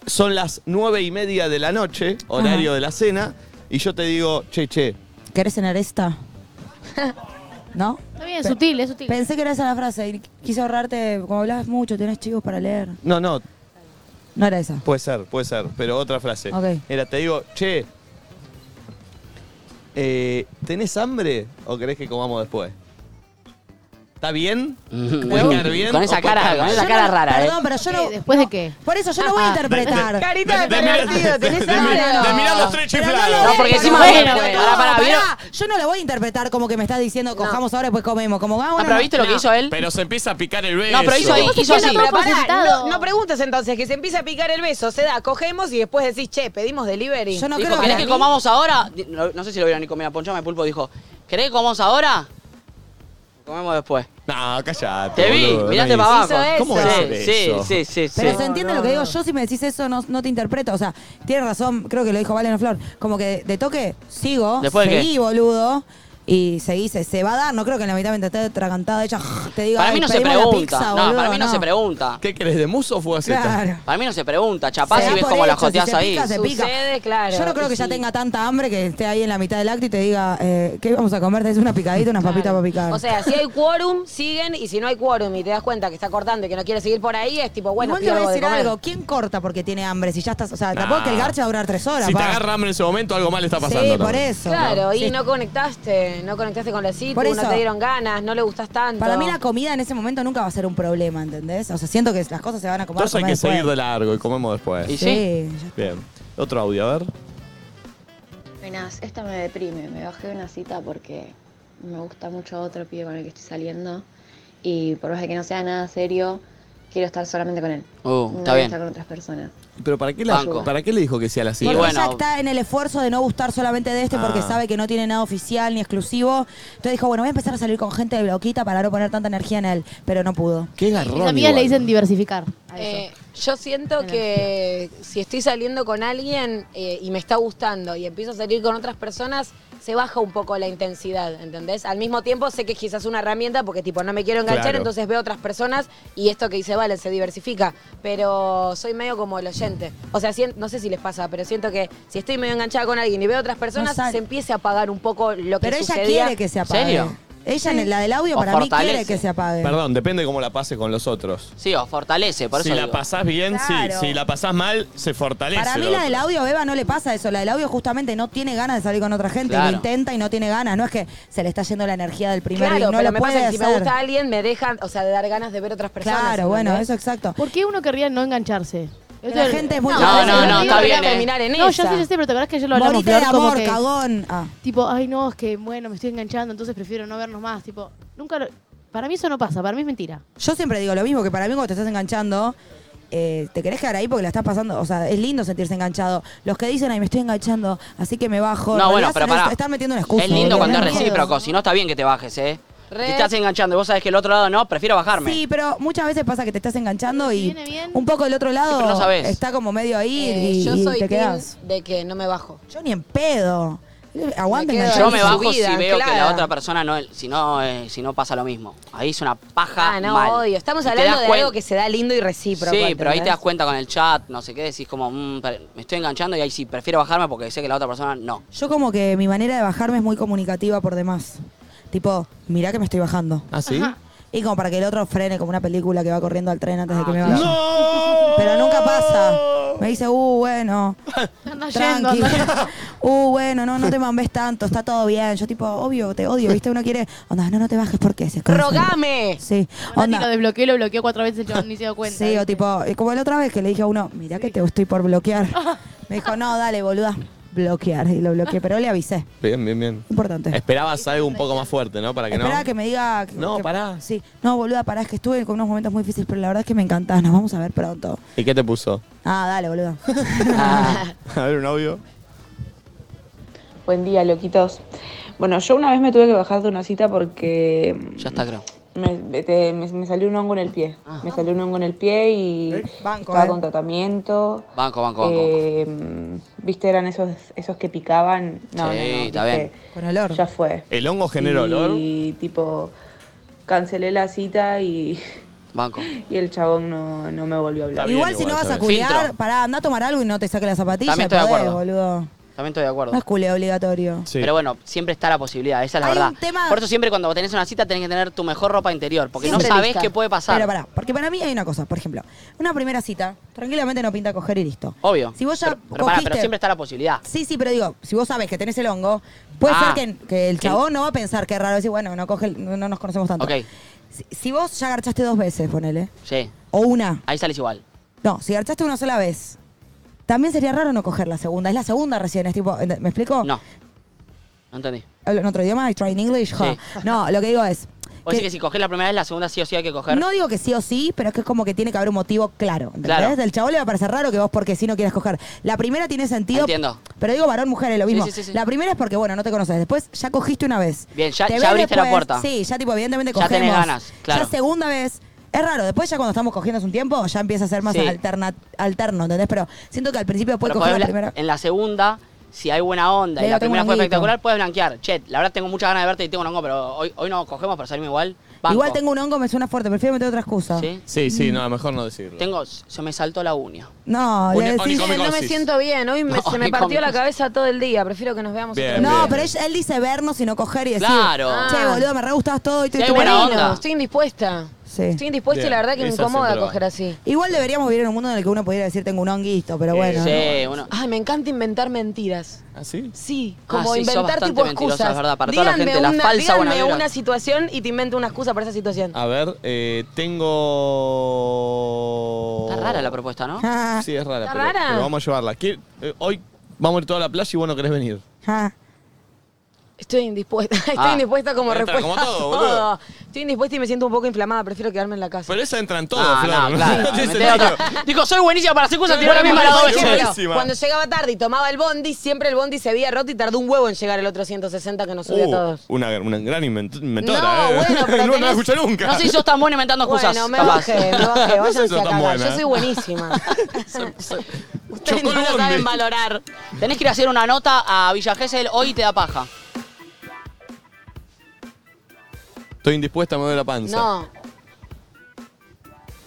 [SPEAKER 1] Son las nueve y media de la noche, horario de la cena, y yo te digo, che, che,
[SPEAKER 2] ¿Querés cenar esta? ¿No?
[SPEAKER 5] Está bien, es sutil, es sutil.
[SPEAKER 2] Pensé que era esa la frase y quise ahorrarte, como hablabas mucho, tenés chicos para leer.
[SPEAKER 1] no, no,
[SPEAKER 2] No era esa.
[SPEAKER 1] puede ser, puede ser, pero otra frase.
[SPEAKER 2] Ok.
[SPEAKER 1] Era, te digo, che, eh, ¿tenés hambre o querés que comamos después? ¿Está bien? ¿Puede estar bien?
[SPEAKER 3] Con esa
[SPEAKER 1] o puede
[SPEAKER 3] cara,
[SPEAKER 1] estar
[SPEAKER 3] con
[SPEAKER 1] mal?
[SPEAKER 3] esa
[SPEAKER 2] Yo
[SPEAKER 3] cara
[SPEAKER 2] no-
[SPEAKER 3] rara, ¿eh?
[SPEAKER 2] Perdón, pero yo no...
[SPEAKER 5] ¿Qué? ¿Después de qué?
[SPEAKER 2] Por eso yo no voy
[SPEAKER 5] Ah,
[SPEAKER 2] a interpretar.
[SPEAKER 4] Carita de pervertido, ¿tenés
[SPEAKER 1] de-
[SPEAKER 4] hambre o no?
[SPEAKER 1] de mirar los tres
[SPEAKER 2] Pero
[SPEAKER 1] chiflados.
[SPEAKER 2] lo
[SPEAKER 3] No,
[SPEAKER 2] voy a
[SPEAKER 3] porque encima
[SPEAKER 2] interpretar.
[SPEAKER 3] viene,
[SPEAKER 2] Bueno,
[SPEAKER 3] pará, pará,
[SPEAKER 2] pará,
[SPEAKER 3] vino-
[SPEAKER 2] Yo no lo voy a interpretar como que me estás diciendo cojamos ahora y después comemos. Como ah,
[SPEAKER 3] Ah,
[SPEAKER 2] bueno,
[SPEAKER 3] pero ¿viste lo que hizo él?
[SPEAKER 1] Pero se empieza a picar el beso.
[SPEAKER 3] No, pero hizo ahí, hizo
[SPEAKER 5] Pero
[SPEAKER 3] así.
[SPEAKER 5] pará,
[SPEAKER 4] Pero pará,
[SPEAKER 5] Presentado.
[SPEAKER 4] no, no preguntes entonces, que se empieza a picar el beso, se da, cogemos y después decís, che, pedimos delivery.
[SPEAKER 2] Yo no
[SPEAKER 3] Dijo,
[SPEAKER 2] creo que
[SPEAKER 3] ¿querés que
[SPEAKER 2] a mí-
[SPEAKER 3] comamos ahora? Di- No, no sé si lo vieron ni comida. Ponchame Pulpo dijo, ¿querés que comamos ahora? Comemos después.
[SPEAKER 1] No, callate.
[SPEAKER 3] Te vi,
[SPEAKER 1] boludo,
[SPEAKER 3] miraste
[SPEAKER 1] no
[SPEAKER 3] para
[SPEAKER 4] hizo
[SPEAKER 3] abajo.
[SPEAKER 4] eso. ¿Cómo
[SPEAKER 3] sí,
[SPEAKER 1] hacer eso?
[SPEAKER 3] Sí, sí, sí,
[SPEAKER 2] Pero
[SPEAKER 3] sí.
[SPEAKER 2] se entiende lo que digo yo si me decís eso, no, no te interpreto. O sea, tienes razón, creo que lo dijo Valena Flor. Como que de toque, sigo,
[SPEAKER 3] ¿Después de qué?
[SPEAKER 2] seguí, boludo. Y seguí, se, se va a dar. No creo que en la mitad mientras esté atragantada ella te diga.
[SPEAKER 3] Para mí
[SPEAKER 2] "Ay,
[SPEAKER 3] no se
[SPEAKER 2] pedimos la
[SPEAKER 3] pregunta.
[SPEAKER 2] pizza,
[SPEAKER 3] no, para
[SPEAKER 2] boludo",
[SPEAKER 3] mí no, se pregunta.
[SPEAKER 1] ¿Qué querés, de muso o fugaceta?
[SPEAKER 2] Claro.
[SPEAKER 3] Para mí no se pregunta. Chapás
[SPEAKER 2] Se
[SPEAKER 3] y
[SPEAKER 2] da
[SPEAKER 3] ves
[SPEAKER 2] por
[SPEAKER 3] cómo la
[SPEAKER 2] hecho, si
[SPEAKER 3] joteás
[SPEAKER 2] se
[SPEAKER 3] ahí.
[SPEAKER 2] pica, se pica.
[SPEAKER 4] Sucede, claro,
[SPEAKER 2] Yo no creo que
[SPEAKER 4] y
[SPEAKER 2] ya
[SPEAKER 4] sí.
[SPEAKER 2] tenga tanta hambre que esté ahí en la mitad del acto y te diga, eh, ¿qué vamos a comer? Te dice una picadita, unas papitas para picar.
[SPEAKER 4] O sea, si hay quórum, siguen, y si no hay quórum y te das cuenta que está cortando y que no quiere seguir por ahí, es tipo, bueno,
[SPEAKER 2] Igual te
[SPEAKER 4] pido
[SPEAKER 2] voy a
[SPEAKER 4] algo de
[SPEAKER 2] decir
[SPEAKER 4] comer.
[SPEAKER 2] algo. ¿Quién corta porque tiene hambre? Si ya estás. O sea,
[SPEAKER 1] Nah.
[SPEAKER 2] tampoco que el garche va a durar tres horas.
[SPEAKER 1] Si te
[SPEAKER 2] pa.
[SPEAKER 1] agarra hambre en ese momento, algo mal está pasando.
[SPEAKER 2] Sí, por
[SPEAKER 1] también.
[SPEAKER 2] eso.
[SPEAKER 4] Claro, y
[SPEAKER 2] Sí.
[SPEAKER 4] no conectaste, no conectaste con la cita,
[SPEAKER 2] Por
[SPEAKER 4] no
[SPEAKER 2] eso.
[SPEAKER 4] te dieron ganas, no le gustás tanto.
[SPEAKER 2] Para mí la comida en ese momento nunca va a ser un problema, ¿entendés? O sea, siento que las cosas se van a acomodar.
[SPEAKER 1] Entonces hay que
[SPEAKER 2] como
[SPEAKER 1] seguir de
[SPEAKER 2] después.
[SPEAKER 1] largo y comemos después.
[SPEAKER 3] Y-
[SPEAKER 2] Sí, ya-
[SPEAKER 1] Bien. Otro audio, a ver.
[SPEAKER 9] Buenas, esta me deprime. Me bajé de una cita porque me gusta mucho otro pibe con el que estoy saliendo. Y por más de que no sea nada serio, quiero estar solamente con él.
[SPEAKER 3] Uh,
[SPEAKER 9] no voy
[SPEAKER 3] está
[SPEAKER 9] a
[SPEAKER 3] bien.
[SPEAKER 9] estar con otras personas.
[SPEAKER 1] Pero ¿para qué, la-
[SPEAKER 3] Banco.
[SPEAKER 1] ¿para qué le dijo que sea la cita?
[SPEAKER 3] Y
[SPEAKER 2] porque
[SPEAKER 3] bueno.
[SPEAKER 2] ella está en el esfuerzo de no gustar solamente de este porque
[SPEAKER 1] Ah.
[SPEAKER 2] sabe que no tiene nada oficial ni exclusivo. Entonces dijo, bueno, voy a empezar a salir con gente de bloquita para no poner tanta energía en él, pero no pudo.
[SPEAKER 1] Qué
[SPEAKER 5] Mis
[SPEAKER 1] garrón.
[SPEAKER 5] amigas
[SPEAKER 1] igual.
[SPEAKER 5] le dicen diversificar. a eso.
[SPEAKER 4] Eh, Yo siento que si estoy saliendo con alguien eh, y me está gustando y empiezo a salir con otras personas, se baja un poco la intensidad, ¿entendés? Al mismo tiempo sé que es quizás una herramienta porque tipo no me quiero enganchar,
[SPEAKER 1] Claro.
[SPEAKER 4] entonces veo otras personas y esto que dice Valen se diversifica, pero soy medio como el oyente. O sea, sien- no sé si les pasa, pero siento que si estoy medio enganchada con alguien y veo otras personas,
[SPEAKER 2] sale.
[SPEAKER 4] se empieza a apagar un poco lo que
[SPEAKER 2] Pero ella
[SPEAKER 4] sucedía.
[SPEAKER 2] quiere que se apague.
[SPEAKER 3] ¿Serio?
[SPEAKER 2] Ella, en la del audio,
[SPEAKER 3] O
[SPEAKER 2] para mí quiere
[SPEAKER 3] fortalece.
[SPEAKER 2] que se apague.
[SPEAKER 1] Perdón, depende cómo la pase con los otros.
[SPEAKER 3] Sí, o fortalece, por
[SPEAKER 1] Si
[SPEAKER 3] eso
[SPEAKER 1] la
[SPEAKER 3] digo.
[SPEAKER 1] pasás bien,
[SPEAKER 2] Claro.
[SPEAKER 1] sí. Si la pasás mal, se fortalece.
[SPEAKER 2] Para
[SPEAKER 1] lo
[SPEAKER 2] mí la
[SPEAKER 1] otro.
[SPEAKER 2] del audio, Beba, no le pasa eso. La del audio justamente no tiene ganas de salir con otra gente.
[SPEAKER 3] Claro.
[SPEAKER 2] Lo intenta y no tiene ganas. No es que se le está yendo la energía del primero
[SPEAKER 4] Claro,
[SPEAKER 2] y no
[SPEAKER 4] pero
[SPEAKER 2] lo
[SPEAKER 4] me
[SPEAKER 2] puede
[SPEAKER 4] pasa que si me
[SPEAKER 2] hacer.
[SPEAKER 4] gusta alguien, me dejan, o sea, de dar ganas de ver otras personas.
[SPEAKER 2] claro, bueno,
[SPEAKER 3] ¿eh?
[SPEAKER 4] ¿entendés?
[SPEAKER 2] eso exacto.
[SPEAKER 5] ¿Por qué uno querría no engancharse?
[SPEAKER 2] Pero
[SPEAKER 5] Esto
[SPEAKER 2] la gente es muy
[SPEAKER 5] No, no,
[SPEAKER 2] cabeza,
[SPEAKER 3] no,
[SPEAKER 5] no,
[SPEAKER 3] está
[SPEAKER 5] está
[SPEAKER 3] bien,
[SPEAKER 5] bien.
[SPEAKER 3] eh.
[SPEAKER 4] terminar en
[SPEAKER 5] No,
[SPEAKER 4] esa.
[SPEAKER 5] ya sé, ya sé, pero te acordás que ayer lo hablamos,
[SPEAKER 2] Morite de
[SPEAKER 5] Flor, como
[SPEAKER 2] amor,
[SPEAKER 5] que...
[SPEAKER 2] cagón. Ah.
[SPEAKER 5] Tipo, ay, no, es que, bueno, me estoy enganchando, entonces prefiero no vernos más. Tipo, nunca lo... Para mí eso no pasa, para mí es mentira.
[SPEAKER 2] Yo siempre digo lo mismo, que para mí cuando te estás enganchando, eh, te querés quedar ahí porque la estás pasando, o sea, es lindo sentirse enganchado. Los que dicen, ay, me estoy enganchando, así que me bajo. En
[SPEAKER 3] No, bueno,
[SPEAKER 2] realidad
[SPEAKER 3] pero
[SPEAKER 2] se nos-
[SPEAKER 3] pará.
[SPEAKER 2] Estás metiendo una excusa.
[SPEAKER 3] Es lindo
[SPEAKER 2] boludo,
[SPEAKER 3] cuando es
[SPEAKER 2] no
[SPEAKER 5] miedo.
[SPEAKER 3] recíproco, si no está bien que te bajes, ¿eh?
[SPEAKER 4] Re.
[SPEAKER 3] Te estás enganchando y vos sabés que el otro lado no, prefiero bajarme.
[SPEAKER 2] Sí, pero muchas veces pasa que te estás enganchando
[SPEAKER 5] si
[SPEAKER 2] y
[SPEAKER 5] viene bien.
[SPEAKER 2] un poco del otro lado
[SPEAKER 3] pero no sabés.
[SPEAKER 2] está como medio ahí
[SPEAKER 4] Eh,
[SPEAKER 2] y,
[SPEAKER 4] yo
[SPEAKER 2] y
[SPEAKER 4] soy
[SPEAKER 2] te
[SPEAKER 4] team
[SPEAKER 2] quedás.
[SPEAKER 4] de que no me bajo.
[SPEAKER 2] Yo ni en pedo. Aguante
[SPEAKER 4] Me quedo
[SPEAKER 2] engancharse.
[SPEAKER 3] Yo me
[SPEAKER 4] Su
[SPEAKER 3] bajo
[SPEAKER 4] vida,
[SPEAKER 3] si veo que la
[SPEAKER 4] claro.
[SPEAKER 3] otra persona no, si no, eh, si no pasa lo mismo. Ahí es una paja
[SPEAKER 4] Ah, no,
[SPEAKER 3] mal.
[SPEAKER 4] odio. Estamos
[SPEAKER 3] Y te
[SPEAKER 4] hablando
[SPEAKER 3] das
[SPEAKER 4] de
[SPEAKER 3] cuen-
[SPEAKER 4] algo que se da lindo y recíproco.
[SPEAKER 3] Sí, pero ahí
[SPEAKER 4] ¿entendés?
[SPEAKER 3] te das cuenta con el chat, no sé qué, decís como, mm, pre- me estoy enganchando y ahí sí, prefiero bajarme porque sé que la otra persona no.
[SPEAKER 2] Yo como que mi manera de bajarme es muy comunicativa por demás. Tipo, mirá que me estoy bajando.
[SPEAKER 1] ¿Ah, sí?
[SPEAKER 2] Y como para que el otro frene como una película que va corriendo al tren antes
[SPEAKER 5] Ah,
[SPEAKER 2] de que me vaya.
[SPEAKER 1] ¡No!
[SPEAKER 2] Pero nunca pasa. Me dice, uh, bueno,
[SPEAKER 5] Anda yendo,
[SPEAKER 2] tranqui.
[SPEAKER 5] anda yendo.
[SPEAKER 2] Uh, bueno, no, no te mambes tanto, está todo bien. Yo tipo, obvio, te odio, ¿viste? Uno quiere, onda, no, no te bajes porque se conoce".
[SPEAKER 4] ¡Rogame!
[SPEAKER 2] Sí,
[SPEAKER 5] Nati lo
[SPEAKER 2] onda.
[SPEAKER 5] desbloqueó, lo bloqueó cuatro veces, el chabón ni se dio cuenta.
[SPEAKER 2] Sí,
[SPEAKER 5] ¿viste?
[SPEAKER 2] o tipo, eh, como la otra vez que le dije a uno, mirá que te estoy por bloquear. Me dijo, no, dale, boluda, bloquear. Y lo bloqueé, pero le avisé.
[SPEAKER 1] Bien, bien, bien.
[SPEAKER 2] Importante.
[SPEAKER 1] Esperabas algo un poco más fuerte, ¿no? Para que
[SPEAKER 2] Esperá
[SPEAKER 1] no.
[SPEAKER 2] que me diga. que-
[SPEAKER 1] No,
[SPEAKER 2] que-
[SPEAKER 1] pará.
[SPEAKER 2] Sí, no, boluda, pará, es que estuve con unos momentos muy difíciles, pero la verdad es que me encantás. Nos vamos a ver pronto.
[SPEAKER 1] ¿Y qué te puso?
[SPEAKER 2] Ah, dale, boluda.
[SPEAKER 1] A ver, un audio.
[SPEAKER 8] Buen día, loquitos. Bueno, yo una vez me tuve que bajar de una cita porque
[SPEAKER 3] Ya está, creo. Ah.
[SPEAKER 8] me, me- te- me- me salió un hongo en el pie. Me salió un hongo en el pie y
[SPEAKER 2] Banco,
[SPEAKER 8] estaba
[SPEAKER 2] eh.
[SPEAKER 8] con tratamiento.
[SPEAKER 3] Banco, banco, banco.
[SPEAKER 8] Eh, Viste, eran esos, esos que picaban. No,
[SPEAKER 3] Sí,
[SPEAKER 8] no, no,
[SPEAKER 3] está
[SPEAKER 8] viste,
[SPEAKER 2] Con olor.
[SPEAKER 8] Ya fue.
[SPEAKER 1] ¿El hongo genera olor?
[SPEAKER 8] Y tipo, cancelé la cita y,
[SPEAKER 3] Banco.
[SPEAKER 8] y el chabón no, no me volvió a hablar.
[SPEAKER 1] Está bien,
[SPEAKER 2] Igual si
[SPEAKER 1] igual,
[SPEAKER 2] no vas
[SPEAKER 1] está
[SPEAKER 2] a
[SPEAKER 1] bien.
[SPEAKER 2] culear,
[SPEAKER 3] Filtro.
[SPEAKER 2] pará, anda a tomar algo y no te saque la zapatilla.
[SPEAKER 3] También estoy de
[SPEAKER 2] podés,
[SPEAKER 3] acuerdo.
[SPEAKER 2] boludo.
[SPEAKER 3] También estoy de acuerdo.
[SPEAKER 2] No es culeo obligatorio.
[SPEAKER 1] Sí.
[SPEAKER 3] Pero bueno, siempre está la posibilidad, esa es la
[SPEAKER 2] Hay
[SPEAKER 3] verdad.
[SPEAKER 2] un tema-
[SPEAKER 3] Por eso siempre cuando tenés una cita tenés que tener tu mejor ropa interior, porque
[SPEAKER 4] Siempre
[SPEAKER 3] no sabés
[SPEAKER 4] lista.
[SPEAKER 3] qué puede pasar.
[SPEAKER 2] Pero pará, porque para mí hay una cosa, por ejemplo, una primera cita, tranquilamente no pinta coger y listo.
[SPEAKER 3] Obvio.
[SPEAKER 2] Si vos ya
[SPEAKER 3] pero, pero pará, pero
[SPEAKER 2] cogiste-
[SPEAKER 3] siempre está la posibilidad.
[SPEAKER 2] Sí, sí, pero digo, si vos sabés que tenés el hongo, puede
[SPEAKER 3] Ah.
[SPEAKER 2] ser que, que el chabón no va a pensar que es raro decir, bueno, no, coge, el- no, no nos conocemos tanto.
[SPEAKER 3] Ok,
[SPEAKER 2] Si, si vos ya garchaste dos veces, ponele,
[SPEAKER 3] sí.
[SPEAKER 2] o una,
[SPEAKER 3] Ahí sales igual.
[SPEAKER 2] no, si garchaste una sola vez, también sería raro no coger la segunda. Es la segunda recién, es tipo, ¿ent- ¿me explico?
[SPEAKER 3] No. No entendí.
[SPEAKER 2] Hablo en otro idioma, I try in English. ja. No, lo que digo es.
[SPEAKER 3] O
[SPEAKER 2] que-
[SPEAKER 3] decir que si coges la primera vez, la segunda sí o sí hay que coger.
[SPEAKER 2] no digo que sí o sí, pero es que es como que tiene que haber un motivo claro. ¿entendés?
[SPEAKER 3] Claro.
[SPEAKER 2] Del chabón le va a parecer raro que vos porque sí no quieras coger. La primera tiene sentido.
[SPEAKER 3] Entiendo.
[SPEAKER 2] Pero digo varón, mujer, es lo mismo.
[SPEAKER 3] Sí, sí, sí, sí.
[SPEAKER 2] La primera es porque, bueno, no te conoces. Después ya cogiste una vez.
[SPEAKER 3] Bien, ya-
[SPEAKER 2] Te
[SPEAKER 3] ya
[SPEAKER 2] ves
[SPEAKER 3] abriste la puerta.
[SPEAKER 2] Sí, ya tipo, evidentemente
[SPEAKER 3] Ya
[SPEAKER 2] cogemos.
[SPEAKER 3] tenés ganas, claro.
[SPEAKER 2] Ya segunda vez. Es raro, después ya cuando estamos cogiendo hace un tiempo ya empieza a ser más
[SPEAKER 3] Sí.
[SPEAKER 2] alterna- alterno, ¿entendés? Pero siento que al principio puede
[SPEAKER 3] Pero
[SPEAKER 2] coger la
[SPEAKER 3] podés
[SPEAKER 2] primera.
[SPEAKER 3] bla- En la segunda, si hay buena onda
[SPEAKER 2] Le
[SPEAKER 3] y la
[SPEAKER 2] digo, tengo
[SPEAKER 3] primera
[SPEAKER 2] un
[SPEAKER 3] fue
[SPEAKER 2] honguito.
[SPEAKER 3] espectacular, puedes blanquear. Che, la verdad tengo muchas ganas de verte y tengo un hongo, pero hoy, hoy no cogemos para salirme igual. Banco.
[SPEAKER 2] Igual tengo un hongo, me suena fuerte, prefiero meter otra excusa.
[SPEAKER 3] ¿Sí?
[SPEAKER 1] Sí, sí, no, mejor no decirlo.
[SPEAKER 3] Tengo, se me saltó la uña.
[SPEAKER 2] No,
[SPEAKER 1] Un-
[SPEAKER 2] le
[SPEAKER 1] un-
[SPEAKER 2] decís.
[SPEAKER 1] Come
[SPEAKER 4] Eh, no me
[SPEAKER 1] cosis.
[SPEAKER 4] siento bien, hoy me-
[SPEAKER 3] No,
[SPEAKER 4] se me
[SPEAKER 3] ni
[SPEAKER 4] partió
[SPEAKER 3] come
[SPEAKER 4] la cabeza todo el día, prefiero que nos veamos
[SPEAKER 1] Bien,
[SPEAKER 4] otro
[SPEAKER 1] bien.
[SPEAKER 4] día.
[SPEAKER 2] No, pero ella- él dice vernos y no coger y decir.
[SPEAKER 3] Claro.
[SPEAKER 2] Che,
[SPEAKER 4] Ah.
[SPEAKER 2] boludo, me re gustabas todo y tú
[SPEAKER 3] Sí,
[SPEAKER 2] y tú-
[SPEAKER 3] buena
[SPEAKER 4] Bueno,
[SPEAKER 3] onda.
[SPEAKER 4] Estoy indispuesta.
[SPEAKER 2] Sí.
[SPEAKER 4] Estoy indispuesta y la
[SPEAKER 1] Bien,
[SPEAKER 4] verdad que me
[SPEAKER 1] esa
[SPEAKER 4] incomoda
[SPEAKER 1] siempre va.
[SPEAKER 4] coger así.
[SPEAKER 2] Igual deberíamos vivir en un mundo en el que uno pudiera decir tengo un honguito, pero bueno.
[SPEAKER 3] sí, Eh, bueno.
[SPEAKER 4] Ay, me encanta inventar mentiras.
[SPEAKER 1] ¿Ah, sí?
[SPEAKER 4] Sí,
[SPEAKER 3] Ah,
[SPEAKER 4] como
[SPEAKER 3] sí, sos
[SPEAKER 4] inventar
[SPEAKER 3] bastante
[SPEAKER 4] tipo
[SPEAKER 3] mentirosa,
[SPEAKER 4] excusas.
[SPEAKER 3] es verdad, para toda la
[SPEAKER 4] Díganme
[SPEAKER 3] gente, la
[SPEAKER 4] una,
[SPEAKER 3] falsa buena
[SPEAKER 4] díganme
[SPEAKER 3] vibra.
[SPEAKER 4] una situación y te invento una excusa para esa situación.
[SPEAKER 1] A ver, eh, tengo.
[SPEAKER 3] Está rara la propuesta, ¿no?
[SPEAKER 2] Ja,
[SPEAKER 1] Sí, es rara.
[SPEAKER 4] ¿Está
[SPEAKER 1] pero,
[SPEAKER 4] rara?
[SPEAKER 1] pero vamos a llevarla. ¿Qué- eh, hoy vamos a ir toda la playa y vos no querés venir.
[SPEAKER 2] ja.
[SPEAKER 4] Estoy indispuesta. Estoy
[SPEAKER 1] Ah.
[SPEAKER 4] indispuesta como
[SPEAKER 1] Entra
[SPEAKER 4] respuesta.
[SPEAKER 1] como
[SPEAKER 4] a
[SPEAKER 1] todo, boludo.
[SPEAKER 4] Estoy indispuesta y me siento un poco inflamada. Prefiero quedarme en la casa.
[SPEAKER 1] Pero esa entra en todo,
[SPEAKER 11] Ah,
[SPEAKER 1] Flor.
[SPEAKER 11] no, claro.
[SPEAKER 1] No tiene
[SPEAKER 11] Metele
[SPEAKER 1] sentido.
[SPEAKER 3] Dijo, soy buenísima para hacer cosas, tiró
[SPEAKER 4] Bueno,
[SPEAKER 3] la misma
[SPEAKER 4] por
[SPEAKER 3] las dos
[SPEAKER 4] ejemplo,
[SPEAKER 3] veces.
[SPEAKER 1] buenísima.
[SPEAKER 4] Cuando llegaba tarde y tomaba el bondi, siempre el bondi se había roto y tardó un huevo en llegar el otro 160 que nos subía
[SPEAKER 1] Uh,
[SPEAKER 4] a todos.
[SPEAKER 1] una, una gran invent- inventora,
[SPEAKER 4] No,
[SPEAKER 1] ¿eh?
[SPEAKER 4] bueno, pero
[SPEAKER 1] no, no la
[SPEAKER 4] tenés-
[SPEAKER 1] escuché nunca.
[SPEAKER 3] No sé si sos tan bueno inventando excusas.
[SPEAKER 4] Bueno, me
[SPEAKER 3] capaz.
[SPEAKER 4] bajé, me
[SPEAKER 1] No
[SPEAKER 4] bajé.
[SPEAKER 1] sé
[SPEAKER 4] Váyanse
[SPEAKER 1] si sos
[SPEAKER 4] a
[SPEAKER 1] tan
[SPEAKER 4] cagar.
[SPEAKER 1] buena,
[SPEAKER 4] Yo
[SPEAKER 1] ¿eh?
[SPEAKER 4] soy buenísima.
[SPEAKER 3] Ustedes no lo saben valorar. Tenés que ir a hacer una nota a Villa Gesell hoy y te da paja.
[SPEAKER 1] Estoy indispuesta, me duele la panza.
[SPEAKER 4] No.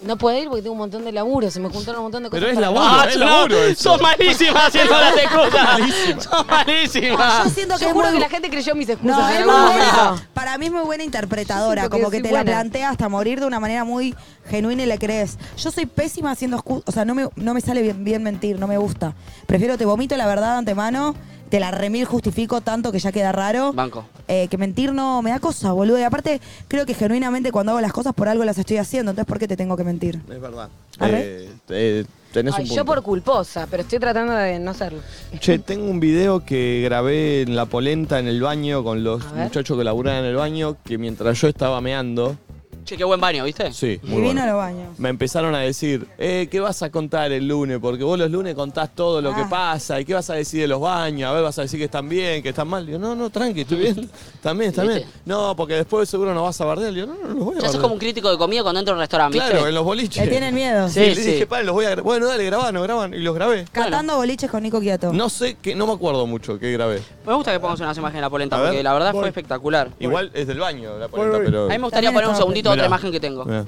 [SPEAKER 4] No puedo ir porque tengo un montón de laburo. Se me juntaron un montón de cosas.
[SPEAKER 1] Pero es
[SPEAKER 4] para
[SPEAKER 1] laburo,
[SPEAKER 4] hacer.
[SPEAKER 1] Ah,
[SPEAKER 6] Ah,
[SPEAKER 1] es laburo eso.
[SPEAKER 3] sos malísima haciendo las excusas. Sos malísima.
[SPEAKER 2] Yo siento que
[SPEAKER 4] Yo
[SPEAKER 2] es
[SPEAKER 4] juro
[SPEAKER 2] muy-
[SPEAKER 4] que la gente creyó mis excusas.
[SPEAKER 2] No,
[SPEAKER 4] en
[SPEAKER 2] es
[SPEAKER 4] algún
[SPEAKER 2] muy
[SPEAKER 4] momento.
[SPEAKER 2] buena. Para mí es muy buena interpretadora,
[SPEAKER 4] Yo siento que
[SPEAKER 2] como que
[SPEAKER 4] soy
[SPEAKER 2] te
[SPEAKER 4] buena.
[SPEAKER 2] la plantea hasta morir de una manera muy genuina y le crees. Yo soy pésima haciendo escu- o sea, no me, no me sale bien, bien mentir, no me gusta. Prefiero te vomito la verdad de antemano, te la remil justifico tanto que ya queda raro.
[SPEAKER 3] Banco.
[SPEAKER 2] Eh, que mentir no me da cosa, boludo. Y aparte, creo que genuinamente cuando hago las cosas por algo las estoy haciendo, entonces ¿por qué te tengo que mentir?
[SPEAKER 1] Es verdad.
[SPEAKER 2] Arre.
[SPEAKER 1] Eh, eh, tenés
[SPEAKER 4] Ay,
[SPEAKER 1] un
[SPEAKER 4] yo
[SPEAKER 1] punto.
[SPEAKER 4] por culposa, pero estoy tratando de no serlo.
[SPEAKER 1] Che, tengo un video que grabé en la polenta en el baño con los
[SPEAKER 4] A ver.
[SPEAKER 1] muchachos que laburaban en el baño, que mientras yo estaba meando,
[SPEAKER 3] Che, qué buen baño, ¿viste?
[SPEAKER 1] sí, muy
[SPEAKER 2] Divino
[SPEAKER 1] bueno.
[SPEAKER 2] los baños.
[SPEAKER 1] Me empezaron a decir, eh, ¿qué vas a contar el lunes? Porque vos los lunes contás todo lo que
[SPEAKER 2] Ah.
[SPEAKER 1] pasa y qué vas a decir de los baños, a ver, vas a decir que están bien, que están mal. Digo, no, no, tranqui, estoy bien. También, está bien.
[SPEAKER 3] ¿Viste?
[SPEAKER 1] No, porque después seguro no vas a bardear. Digo, no, no, no los voy a
[SPEAKER 3] Ya
[SPEAKER 1] bardear.
[SPEAKER 3] sos como un crítico de comida cuando entro a un restaurante, ¿viste?
[SPEAKER 1] Claro, en los boliches.
[SPEAKER 2] Le tienen miedo.
[SPEAKER 1] Sí, le
[SPEAKER 3] Sí, sí.
[SPEAKER 1] dije, paren, los voy a gra-". Bueno, dale, graban, no graban. Y los grabé.
[SPEAKER 2] Cantando boliches con Nico Quiato.
[SPEAKER 1] No sé, qué, no me acuerdo mucho qué grabé.
[SPEAKER 3] Me gusta que pongamos unas imágenes de la polenta,
[SPEAKER 1] A ver,
[SPEAKER 3] porque la verdad
[SPEAKER 11] voy.
[SPEAKER 3] fue espectacular.
[SPEAKER 1] Igual es del baño la polenta,
[SPEAKER 11] voy.
[SPEAKER 1] pero...
[SPEAKER 3] A mí me gustaría
[SPEAKER 2] También
[SPEAKER 3] poner un
[SPEAKER 2] estaba
[SPEAKER 3] segundito otra
[SPEAKER 1] Mirá.
[SPEAKER 3] imagen que tengo.
[SPEAKER 1] Mirá.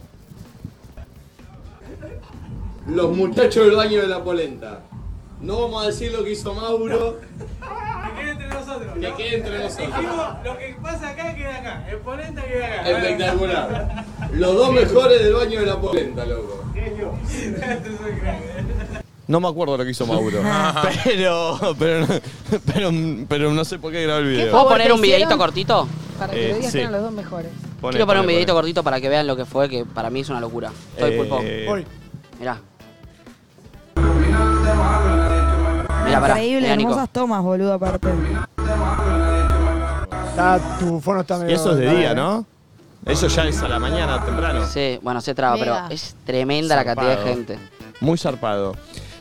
[SPEAKER 11] Los muchachos del baño de la polenta. No vamos a decir lo que hizo Mauro. Que quede entre nosotros. Que quede entre nosotros.
[SPEAKER 7] Lo que pasa acá queda acá, el polenta queda acá.
[SPEAKER 11] Espectacular. Los dos mejores del baño de la polenta, loco.
[SPEAKER 7] ¿eh?
[SPEAKER 1] No me acuerdo lo que hizo Mauro.
[SPEAKER 11] Ah.
[SPEAKER 1] pero, pero, pero, pero no sé por qué grabé el video.
[SPEAKER 3] ¿Puedo
[SPEAKER 4] favor,
[SPEAKER 3] poner
[SPEAKER 4] ¿te
[SPEAKER 3] un videito
[SPEAKER 4] hicieron?
[SPEAKER 3] cortito?
[SPEAKER 4] Para que
[SPEAKER 1] Eh,
[SPEAKER 4] lo digas
[SPEAKER 1] sí.
[SPEAKER 4] que eran los dos mejores.
[SPEAKER 1] Poné,
[SPEAKER 3] Quiero poner un
[SPEAKER 1] poné,
[SPEAKER 3] videito
[SPEAKER 1] poné.
[SPEAKER 3] cortito para que vean lo que fue, que para mí es una locura. Estoy
[SPEAKER 1] Eh,
[SPEAKER 3] pulpo.
[SPEAKER 1] Voy.
[SPEAKER 3] Mirá. Mirá, pará.
[SPEAKER 2] Increíble,
[SPEAKER 3] Mirá, Nico.
[SPEAKER 2] hermosas tomas, boludo, aparte.
[SPEAKER 11] Está, tu fono está
[SPEAKER 1] Y eso es de día,
[SPEAKER 9] eh.
[SPEAKER 1] ¿no? Eso ya es a la mañana, temprano.
[SPEAKER 3] Sí, bueno, se traba, pero
[SPEAKER 5] Mega.
[SPEAKER 3] es tremenda la cantidad de
[SPEAKER 1] Zarpado.
[SPEAKER 3] gente.
[SPEAKER 1] Muy zarpado.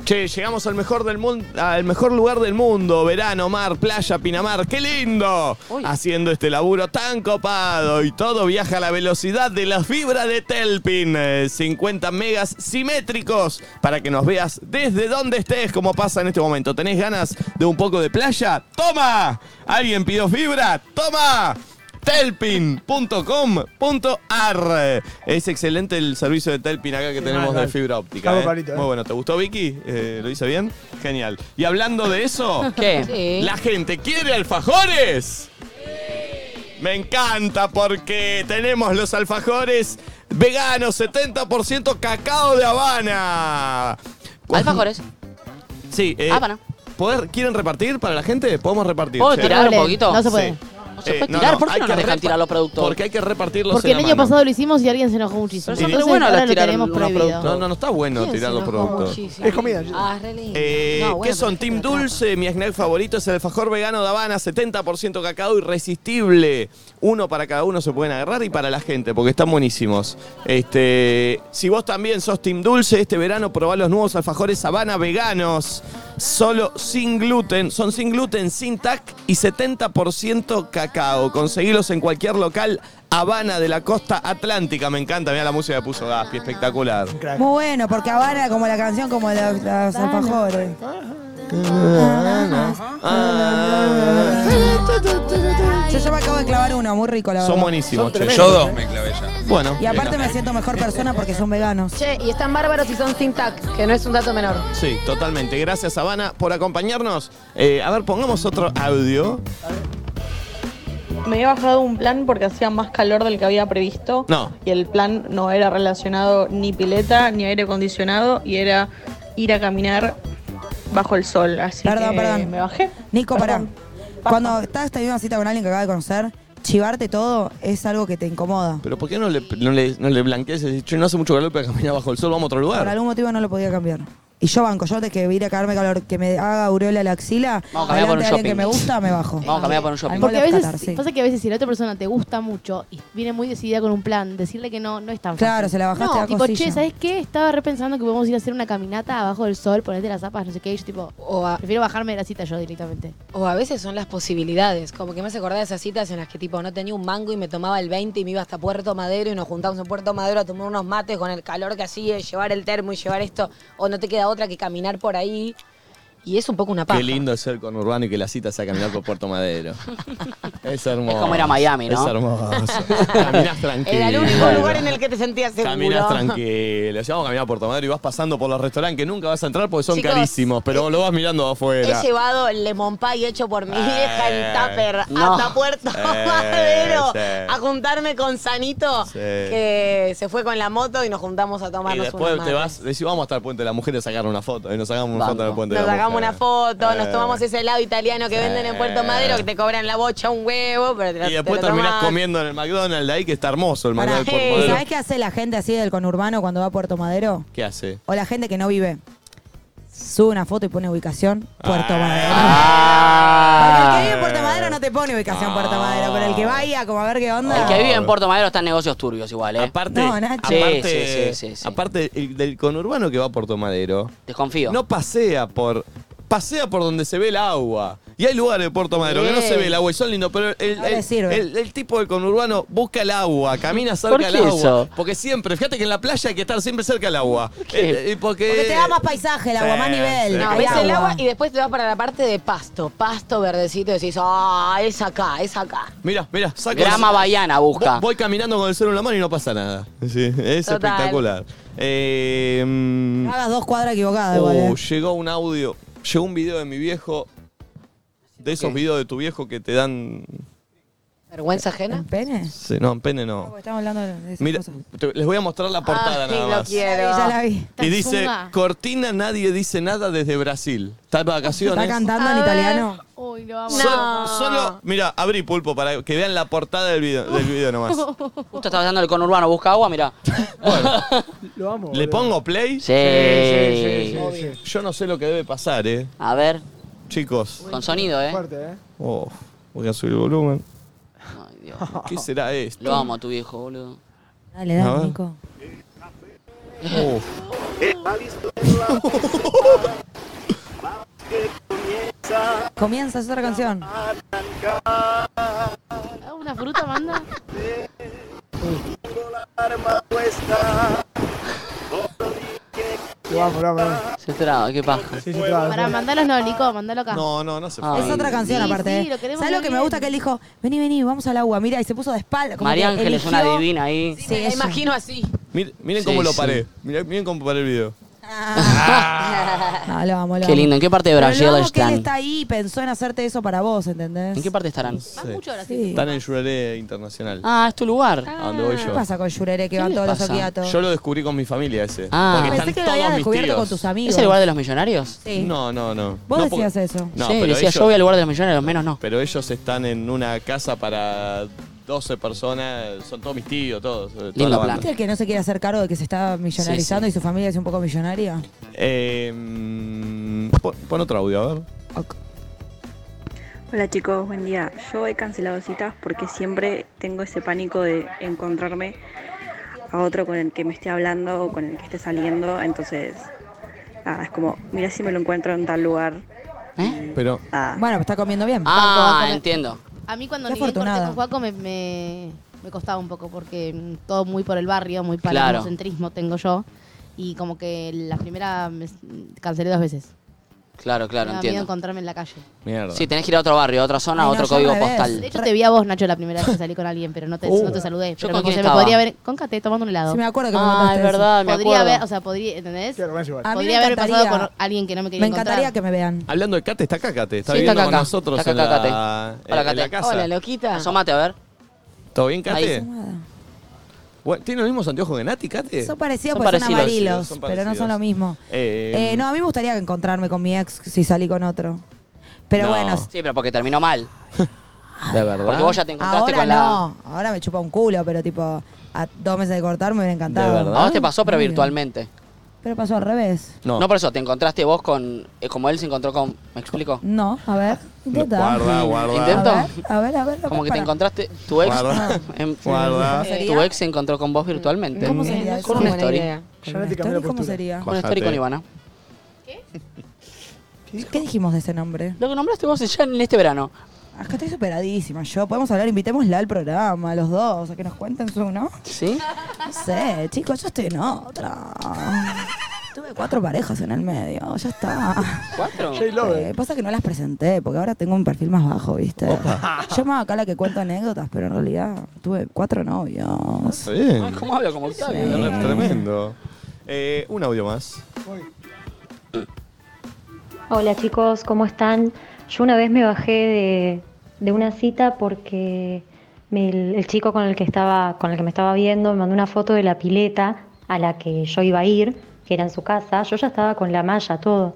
[SPEAKER 1] Che, llegamos al mejor del mundo, al mejor lugar del mundo, verano, mar, playa, Pinamar, qué lindo.
[SPEAKER 3] Uy.
[SPEAKER 1] Haciendo este laburo tan copado y todo viaja a la velocidad de la fibra de Telpin, eh, 50 megas simétricos para que nos veas desde donde estés, como pasa en este momento. ¿Tenés ganas de un poco de playa? Toma. ¿Alguien pidió fibra? Toma telpin.com.ar Es excelente el servicio de Telpin acá que tenemos de fibra óptica.
[SPEAKER 11] Cago
[SPEAKER 1] eh.
[SPEAKER 11] palito, eh.
[SPEAKER 1] Muy bueno, ¿te gustó Vicky? Eh, ¿Lo hice bien? Genial. Y hablando de eso,
[SPEAKER 3] ¿Qué?
[SPEAKER 4] Sí.
[SPEAKER 1] ¿la gente quiere alfajores? Me encanta porque tenemos los alfajores veganos, 70% cacao de Habana.
[SPEAKER 3] Alfajores.
[SPEAKER 1] Sí, eh,
[SPEAKER 3] Habana.
[SPEAKER 1] ¿poder- ¿Quieren repartir para la gente? Podemos repartir.
[SPEAKER 3] ¿Puedo
[SPEAKER 1] che.
[SPEAKER 3] tirar? un
[SPEAKER 5] Doble,
[SPEAKER 3] poquito?
[SPEAKER 5] No se puede.
[SPEAKER 1] Sí. Eh,
[SPEAKER 3] No se puede tirar, ¿por qué
[SPEAKER 1] hay
[SPEAKER 3] no
[SPEAKER 1] que
[SPEAKER 3] nos dejan
[SPEAKER 1] repa-
[SPEAKER 3] tirar los productos?
[SPEAKER 1] Porque hay que repartirlos
[SPEAKER 5] Porque
[SPEAKER 1] en
[SPEAKER 5] el
[SPEAKER 1] la
[SPEAKER 5] año
[SPEAKER 1] mano.
[SPEAKER 5] pasado lo hicimos y alguien se enojó muchísimo.
[SPEAKER 3] Pero son
[SPEAKER 5] Entonces
[SPEAKER 3] muy buenos
[SPEAKER 5] ahora
[SPEAKER 3] los
[SPEAKER 5] lo
[SPEAKER 3] tirar
[SPEAKER 5] tenemos
[SPEAKER 3] unos
[SPEAKER 5] prohibido.
[SPEAKER 3] productos.
[SPEAKER 1] No, no, no está bueno
[SPEAKER 4] ¿Quién
[SPEAKER 1] tirar
[SPEAKER 4] se
[SPEAKER 1] los
[SPEAKER 4] enojó
[SPEAKER 1] productos.
[SPEAKER 4] muchísimo?
[SPEAKER 11] Es comida, yo-
[SPEAKER 4] Ah, es re lindo.
[SPEAKER 1] Eh,
[SPEAKER 4] No, bueno,
[SPEAKER 1] ¿Qué son?
[SPEAKER 4] pero
[SPEAKER 1] Team
[SPEAKER 4] te atrapa.
[SPEAKER 1] Dulce, mi snack favorito es el alfajor vegano de Habana, 70% cacao irresistible. Uno para cada uno se pueden agarrar y para la gente, porque están buenísimos. Este, si vos también sos Team Dulce, este verano probá los nuevos alfajores Habana veganos. Solo sin gluten, son sin gluten, sin tac y 70% cacao. Conseguilos en cualquier local Habana de la costa atlántica. Me encanta, mira la música que puso Gaspi, espectacular.
[SPEAKER 2] Muy bueno, porque Habana, como la canción, como los, los alfajores. Yo ya me acabo de clavar uno, muy rico, la verdad.
[SPEAKER 1] Son buenísimos, che.
[SPEAKER 11] Yo dos me clavé ya.
[SPEAKER 1] Bueno.
[SPEAKER 2] eh.
[SPEAKER 1] eh,
[SPEAKER 2] Y aparte me siento mejor persona porque son veganos.
[SPEAKER 4] Che, y están bárbaros y son sin tac, que no es un dato menor.
[SPEAKER 1] Sí, totalmente. Gracias, Habana, por acompañarnos. Eh, a ver, pongamos otro audio.
[SPEAKER 8] Me había bajado un plan porque hacía más calor del que había previsto.
[SPEAKER 1] No.
[SPEAKER 8] Y el plan no era relacionado ni pileta ni aire acondicionado y era ir a caminar bajo el sol. Así
[SPEAKER 2] Perdón,
[SPEAKER 8] que
[SPEAKER 2] perdón.
[SPEAKER 8] me bajé.
[SPEAKER 2] Nico, pará.
[SPEAKER 8] Perdón.
[SPEAKER 2] Cuando estás teniendo una cita con alguien que acabas de conocer, chivarte todo es algo que te incomoda.
[SPEAKER 1] Pero ¿por qué no le, no le, no le blanqueas y decís, "Che, no hace mucho calor para caminar bajo el sol, vamos a otro
[SPEAKER 2] Por
[SPEAKER 1] lugar?
[SPEAKER 2] algún motivo no lo podía cambiar. Y yo banco, yo de que ir a caerme calor, que me haga aureola a la axila,
[SPEAKER 3] Vamos a caminar por
[SPEAKER 2] adelante
[SPEAKER 3] un
[SPEAKER 2] de alguien
[SPEAKER 3] shopping.
[SPEAKER 2] que me gusta, me bajo.
[SPEAKER 3] Vamos a caminar por un shopping.
[SPEAKER 2] Al
[SPEAKER 5] Porque a
[SPEAKER 2] Mall of
[SPEAKER 5] veces,
[SPEAKER 2] Qatar, sí.
[SPEAKER 5] pasa que a veces si la otra persona te gusta mucho y viene muy decidida con un plan, decirle que no, no es tan fácil.
[SPEAKER 2] Claro, se la bajaste
[SPEAKER 5] no,
[SPEAKER 2] la
[SPEAKER 5] tipo,
[SPEAKER 2] costilla.
[SPEAKER 5] che, ¿sabes qué? Estaba repensando que podemos ir a hacer una caminata abajo del sol, ponerte las zapas, no sé qué. Y yo, tipo,
[SPEAKER 4] O a-
[SPEAKER 5] prefiero bajarme de la cita yo directamente.
[SPEAKER 4] O a veces son las posibilidades, como que me hace acordar de esas citas en las que tipo no tenía un mango y me tomaba el 20 y me iba hasta Puerto Madero y nos juntábamos en Puerto Madero a tomar unos mates con el calor que hacía, y llevar el termo y llevar esto, o no te queda otra que caminar por ahí. Y es un poco una paja.
[SPEAKER 1] Qué lindo es ser con Urbano y que la cita sea caminar por Puerto Madero. Es hermoso.
[SPEAKER 3] Es como ir a Miami, ¿no?
[SPEAKER 1] Es hermoso. Caminás tranquilo.
[SPEAKER 4] Era el único lugar en el que te sentías seguro.
[SPEAKER 1] Caminás tranquilo. Si vamos a caminar por Puerto Madero y vas pasando por los restaurantes que nunca vas a entrar porque son
[SPEAKER 4] Chicos,
[SPEAKER 1] carísimos, pero lo vas mirando afuera.
[SPEAKER 4] He llevado el lemon pie hecho por mi vieja en Tupper
[SPEAKER 1] Eh. no.
[SPEAKER 4] hasta Puerto
[SPEAKER 1] Sí,
[SPEAKER 4] Madero
[SPEAKER 1] sí.
[SPEAKER 4] a juntarme con Sanito,
[SPEAKER 1] Sí.
[SPEAKER 4] que se fue con la moto y nos juntamos a
[SPEAKER 1] Y
[SPEAKER 4] tomarnos
[SPEAKER 1] después
[SPEAKER 4] unos
[SPEAKER 1] te
[SPEAKER 4] mates.
[SPEAKER 1] vas, decís, vamos hasta el puente de la mujer y sacar una foto. Y nos sacamos una
[SPEAKER 3] Banco.
[SPEAKER 1] foto en el puente
[SPEAKER 4] Nos
[SPEAKER 1] de la
[SPEAKER 4] sacamos
[SPEAKER 1] mujer.
[SPEAKER 4] una foto,
[SPEAKER 1] Eh.
[SPEAKER 4] nos tomamos ese helado italiano que venden en Puerto Madero, que te cobran la bocha un huevo, pero te lo-
[SPEAKER 1] Y después
[SPEAKER 4] te lo
[SPEAKER 1] terminás
[SPEAKER 4] tomás.
[SPEAKER 1] comiendo en el McDonald's de ahí, que está hermoso el
[SPEAKER 2] Pará,
[SPEAKER 1] McDonald's de Puerto
[SPEAKER 2] ¿y
[SPEAKER 1] Madero.
[SPEAKER 2] ¿Sabés qué hace la gente así del conurbano cuando va a Puerto Madero?
[SPEAKER 1] ¿Qué hace?
[SPEAKER 2] O la gente que no vive. Sube una foto y pone ubicación
[SPEAKER 1] Ah.
[SPEAKER 2] Puerto Madero. Porque Ah, el que vive en
[SPEAKER 3] Ah.
[SPEAKER 2] Puerto Madero no te pone ubicación Puerto Madero, pero el que vaya como a ver qué onda.
[SPEAKER 3] El que vive en Puerto Madero está en negocios turbios igual, ¿eh?
[SPEAKER 1] Aparte,
[SPEAKER 2] No, Nacho.
[SPEAKER 1] aparte,
[SPEAKER 3] Sí, sí, sí, sí, sí.
[SPEAKER 1] aparte el del conurbano que va por Tomadero,
[SPEAKER 3] Desconfío.
[SPEAKER 1] no pasea por. Pasea por donde se ve el agua. Y hay lugares de Puerto Madero que no
[SPEAKER 3] Sí.
[SPEAKER 1] se ve el agua y son lindos, pero el,
[SPEAKER 2] No le
[SPEAKER 1] el-
[SPEAKER 2] sirve.
[SPEAKER 1] el- el tipo del conurbano busca el agua, camina
[SPEAKER 3] ¿Por
[SPEAKER 1] cerca
[SPEAKER 3] qué
[SPEAKER 1] del agua.
[SPEAKER 3] eso?
[SPEAKER 1] Porque siempre, fíjate que en la playa hay que estar siempre cerca del agua.
[SPEAKER 3] qué?
[SPEAKER 1] Eh, eh, porque,
[SPEAKER 2] Porque te da más paisaje, el agua, más
[SPEAKER 1] Sí,
[SPEAKER 2] nivel.
[SPEAKER 1] sí.
[SPEAKER 2] No,
[SPEAKER 1] No,
[SPEAKER 4] Ves
[SPEAKER 2] hay
[SPEAKER 4] el agua y después te vas para la parte de pasto, pasto verdecito, y decís, ah, es acá, es acá.
[SPEAKER 1] Mira, mira, saco.
[SPEAKER 3] Grama Bahiana busca.
[SPEAKER 1] Vo- Voy caminando con el celular en la mano y no pasa nada. Sí, es
[SPEAKER 4] Total.
[SPEAKER 1] espectacular. Eh, mm,
[SPEAKER 2] No hagas dos cuadras equivocadas, igual.
[SPEAKER 1] Uh,
[SPEAKER 2] eh.
[SPEAKER 1] llegó un audio, llegó un video de mi viejo, de esos videos de tu viejo que te dan...
[SPEAKER 4] ¿Vergüenza ajena?
[SPEAKER 2] ¿Un pene?
[SPEAKER 1] sí, no, en pene
[SPEAKER 2] Ah, porque
[SPEAKER 1] no.
[SPEAKER 2] Estamos hablando de esas
[SPEAKER 1] Mira,
[SPEAKER 2] cosas.
[SPEAKER 1] te- les voy a mostrar la portada
[SPEAKER 4] Ah, sí,
[SPEAKER 1] nada
[SPEAKER 4] lo
[SPEAKER 1] más.
[SPEAKER 2] Sí,
[SPEAKER 4] quiero.
[SPEAKER 2] ya la vi.
[SPEAKER 1] Y dice,
[SPEAKER 5] Tatsuma.
[SPEAKER 1] cortina, nadie dice nada desde Brasil. Está de
[SPEAKER 2] Está
[SPEAKER 1] vacaciones.
[SPEAKER 2] cantando
[SPEAKER 5] A
[SPEAKER 2] en
[SPEAKER 5] ver.
[SPEAKER 2] italiano.
[SPEAKER 5] Uy, lo vamos.
[SPEAKER 1] Sol- Solo, mira, abrí pulpo para que vean la portada del video, del video nomás.
[SPEAKER 3] Justo estaba dando el conurbano, busca agua, mirá.
[SPEAKER 12] Lo amo.
[SPEAKER 1] ¿Le pongo play?
[SPEAKER 3] Sí.
[SPEAKER 1] Yo no sé lo que debe pasar, eh.
[SPEAKER 3] A ver,
[SPEAKER 1] Chicos.
[SPEAKER 3] con sonido, ¿eh?
[SPEAKER 12] Fuerte, ¿eh?
[SPEAKER 1] Oh, voy a subir el volumen.
[SPEAKER 3] Ay, Dios.
[SPEAKER 1] ¿Qué será esto?
[SPEAKER 3] Lo amo a tu viejo, boludo.
[SPEAKER 2] Dale,
[SPEAKER 1] A ver.
[SPEAKER 2] dale, Nico.
[SPEAKER 1] Uf.
[SPEAKER 2] Comienza, es otra canción.
[SPEAKER 5] Ah, Una fruta manda.
[SPEAKER 12] Lo amo, lo amo, lo amo.
[SPEAKER 3] Se traba, qué paja.
[SPEAKER 12] Sí, sí, claro.
[SPEAKER 5] Para, mandalo no, Nico, mandalo acá.
[SPEAKER 1] No, no, no se
[SPEAKER 3] Ah.
[SPEAKER 1] puede.
[SPEAKER 2] Es otra canción
[SPEAKER 5] Sí,
[SPEAKER 2] aparte.
[SPEAKER 5] sí,
[SPEAKER 2] ¿eh?
[SPEAKER 5] lo queremos
[SPEAKER 2] ¿Sabes lo
[SPEAKER 5] muy
[SPEAKER 2] que me
[SPEAKER 5] bien.
[SPEAKER 2] gusta? Que él dijo, vení, vení, vamos al agua. Mira, y se puso de espalda. como
[SPEAKER 3] María
[SPEAKER 2] que
[SPEAKER 3] Ángel es
[SPEAKER 2] eligió-
[SPEAKER 3] una divina ahí.
[SPEAKER 4] Sí, me la
[SPEAKER 2] eso.
[SPEAKER 4] imagino así.
[SPEAKER 1] Mir- miren
[SPEAKER 3] Sí,
[SPEAKER 1] cómo lo
[SPEAKER 3] sí.
[SPEAKER 1] paré. Miren, miren cómo paré el video.
[SPEAKER 2] Ah, lo amo, lo
[SPEAKER 3] Qué
[SPEAKER 2] amo.
[SPEAKER 3] lindo, ¿en qué parte de
[SPEAKER 2] Pero
[SPEAKER 3] Brasil
[SPEAKER 2] lo amo que él
[SPEAKER 3] están?
[SPEAKER 2] está ahí y pensó en hacerte eso para vos, ¿entendés?
[SPEAKER 3] ¿En qué parte estarán?
[SPEAKER 5] Vas mucho ahora sí.
[SPEAKER 2] Sí.
[SPEAKER 1] Están en Juraré Internacional.
[SPEAKER 3] Ah, es tu lugar.
[SPEAKER 1] A donde voy
[SPEAKER 2] ¿Qué
[SPEAKER 1] yo.
[SPEAKER 2] pasa con Yurere que
[SPEAKER 3] ¿Qué
[SPEAKER 2] van
[SPEAKER 3] le
[SPEAKER 2] todos los
[SPEAKER 3] pasa?
[SPEAKER 2] oquiatos?
[SPEAKER 1] Yo lo descubrí con mi familia ese.
[SPEAKER 3] Ah.
[SPEAKER 1] Porque
[SPEAKER 2] Pensé
[SPEAKER 1] están
[SPEAKER 2] que lo
[SPEAKER 1] todos
[SPEAKER 2] habías
[SPEAKER 1] mis
[SPEAKER 2] descubierto
[SPEAKER 1] tíos.
[SPEAKER 2] con tus amigos.
[SPEAKER 3] ¿Es el lugar de los millonarios?
[SPEAKER 2] Sí.
[SPEAKER 1] No, no, no.
[SPEAKER 2] Vos
[SPEAKER 1] No,
[SPEAKER 2] decías
[SPEAKER 1] porque-
[SPEAKER 2] eso.
[SPEAKER 1] No,
[SPEAKER 3] sí,
[SPEAKER 1] pero,
[SPEAKER 3] decía,
[SPEAKER 1] ellos,
[SPEAKER 3] yo voy al lugar de los millonarios, menos no.
[SPEAKER 1] pero ellos están en una casa para 12 personas. Son todos mis tíos, todos. eh, toda
[SPEAKER 3] Lindo
[SPEAKER 1] la
[SPEAKER 3] plan.
[SPEAKER 1] banda.
[SPEAKER 2] ¿Viste el que no se quiere hacer cargo de que se está millonarizando
[SPEAKER 3] Sí, sí.
[SPEAKER 2] y su familia es un poco millonaria?
[SPEAKER 1] Eh, mm, pon, pon otro audio, a ver.
[SPEAKER 2] Ok.
[SPEAKER 8] Hola chicos, buen día. Yo he cancelado citas porque siempre tengo ese pánico de encontrarme a otro con el que me esté hablando o con el que esté saliendo. Entonces, nada, es como, mira si me lo encuentro en tal lugar.
[SPEAKER 3] ¿Eh?
[SPEAKER 1] Pero,
[SPEAKER 8] Nada.
[SPEAKER 2] Bueno, está comiendo bien.
[SPEAKER 3] Ah, entiendo.
[SPEAKER 5] A mí cuando
[SPEAKER 2] Qué
[SPEAKER 5] ni bien corté
[SPEAKER 2] afortunada.
[SPEAKER 5] con Juaco me, me, me costaba un poco porque mm, todo muy por el barrio, muy para
[SPEAKER 3] Claro.
[SPEAKER 5] el centrismo tengo yo. Y como que la primera me s- cancelé dos veces.
[SPEAKER 3] Claro, claro,
[SPEAKER 5] me da miedo
[SPEAKER 3] entiendo.
[SPEAKER 5] encontrarme en la calle.
[SPEAKER 1] mierda.
[SPEAKER 3] Sí, tenés que ir a otro barrio, a otra zona, a
[SPEAKER 2] Ay, no,
[SPEAKER 3] otro
[SPEAKER 2] yo
[SPEAKER 3] código
[SPEAKER 2] al revés.
[SPEAKER 5] De
[SPEAKER 3] postal.
[SPEAKER 5] hecho, te vi a vos, Nacho, la primera vez que salí con alguien, pero no te,
[SPEAKER 1] Uh.
[SPEAKER 5] no te saludé.
[SPEAKER 3] ¿Yo
[SPEAKER 5] pero
[SPEAKER 3] con
[SPEAKER 5] me,
[SPEAKER 3] quién
[SPEAKER 5] me
[SPEAKER 3] estaba?
[SPEAKER 5] podría haber. Con Cate, tomando un helado.
[SPEAKER 2] Sí, me acuerdo que me
[SPEAKER 3] Ah,
[SPEAKER 2] contaste
[SPEAKER 3] es
[SPEAKER 2] eso.
[SPEAKER 3] verdad, me
[SPEAKER 5] podría haber,
[SPEAKER 3] acuerdo.
[SPEAKER 5] o sea, podría, ¿entendés?
[SPEAKER 12] Qué vergüenza igual.
[SPEAKER 2] A mí me
[SPEAKER 5] Podría haber pasado
[SPEAKER 2] encantaría.
[SPEAKER 5] con alguien que no me quería
[SPEAKER 2] Me encantaría
[SPEAKER 5] encontrar.
[SPEAKER 2] que me vean.
[SPEAKER 1] Hablando de Cate, está acá Cate. Está
[SPEAKER 3] Sí, está
[SPEAKER 1] viviendo
[SPEAKER 3] acá,
[SPEAKER 1] con
[SPEAKER 3] acá.
[SPEAKER 1] nosotros
[SPEAKER 3] Está
[SPEAKER 1] en,
[SPEAKER 3] acá,
[SPEAKER 1] la,
[SPEAKER 3] Cate. Hola,
[SPEAKER 1] en la
[SPEAKER 3] Cate.
[SPEAKER 1] casa.
[SPEAKER 4] Hola, loquita.
[SPEAKER 3] Asomate, a ver.
[SPEAKER 1] ¿Todo bien,
[SPEAKER 3] Ahí.
[SPEAKER 1] Cate? Bueno, ¿Tiene los mismos anteojos que Nati, Cate?
[SPEAKER 2] Son parecidos
[SPEAKER 3] Son
[SPEAKER 2] porque son
[SPEAKER 3] parecidos.
[SPEAKER 2] amarillos,
[SPEAKER 1] Son
[SPEAKER 2] pero no
[SPEAKER 1] parecidos.
[SPEAKER 2] son lo mismo.
[SPEAKER 1] Eh,
[SPEAKER 2] Eh, no, a mí me gustaría encontrarme con mi ex si salí con otro. Pero
[SPEAKER 1] No.
[SPEAKER 2] bueno,
[SPEAKER 3] Sí, pero porque terminó mal.
[SPEAKER 1] De verdad.
[SPEAKER 3] Porque vos ya te encontraste
[SPEAKER 2] ahora
[SPEAKER 3] con la.
[SPEAKER 2] no. Ahora me chupa un culo, pero tipo, a dos meses de cortar me hubiera encantado.
[SPEAKER 1] ¿De verdad?
[SPEAKER 3] A vos te pasó, pero
[SPEAKER 2] Muy bien.
[SPEAKER 3] virtualmente.
[SPEAKER 2] Pero pasó al revés.
[SPEAKER 1] No.
[SPEAKER 3] por eso, te encontraste vos con. eh, como él se encontró con. ¿Me explico?
[SPEAKER 2] No, a ver. Intenta.
[SPEAKER 1] Guarda, guarda.
[SPEAKER 3] ¿Intento?
[SPEAKER 2] A ver, a ver. Ah. a ver,
[SPEAKER 3] Como que te
[SPEAKER 2] para.
[SPEAKER 3] encontraste. Tu ex.
[SPEAKER 1] Guarda.
[SPEAKER 3] en-
[SPEAKER 1] Guarda.
[SPEAKER 3] eh, tu ex se encontró con vos virtualmente. Mm.
[SPEAKER 2] ¿Cómo sería eso?
[SPEAKER 3] Con una story.
[SPEAKER 2] ¿Con una story? ¿Cómo sería?
[SPEAKER 3] Con una story con Ivana.
[SPEAKER 2] ¿Qué dijimos de ese nombre?
[SPEAKER 3] Lo que nombraste vos ya en este verano.
[SPEAKER 2] Acá estoy superadísima yo. Podemos hablar, invitémosla al programa, los dos, a que nos cuenten su, ¿no?
[SPEAKER 3] ¿Sí?
[SPEAKER 2] No sé, chicos, yo estoy en otra. Tuve cuatro parejas en el medio, ya está.
[SPEAKER 3] ¿Cuatro?
[SPEAKER 2] Eh, pasa que no las presenté, porque ahora tengo un perfil más bajo, ¿viste? Yo me hago acá la que cuento anécdotas, pero en realidad tuve cuatro novios.
[SPEAKER 1] Está bien.
[SPEAKER 3] Ay, ¿Cómo hablo? Como Octavio. de repente.
[SPEAKER 1] Tremendo. Eh, un audio más.
[SPEAKER 13] Hola chicos, ¿cómo están? Yo una vez me bajé de, de una cita porque me- el, el chico con el que estaba, con el que me estaba viendo, me mandó una foto de la pileta a la que yo iba a ir, que era en su casa. Yo ya estaba con la malla, todo.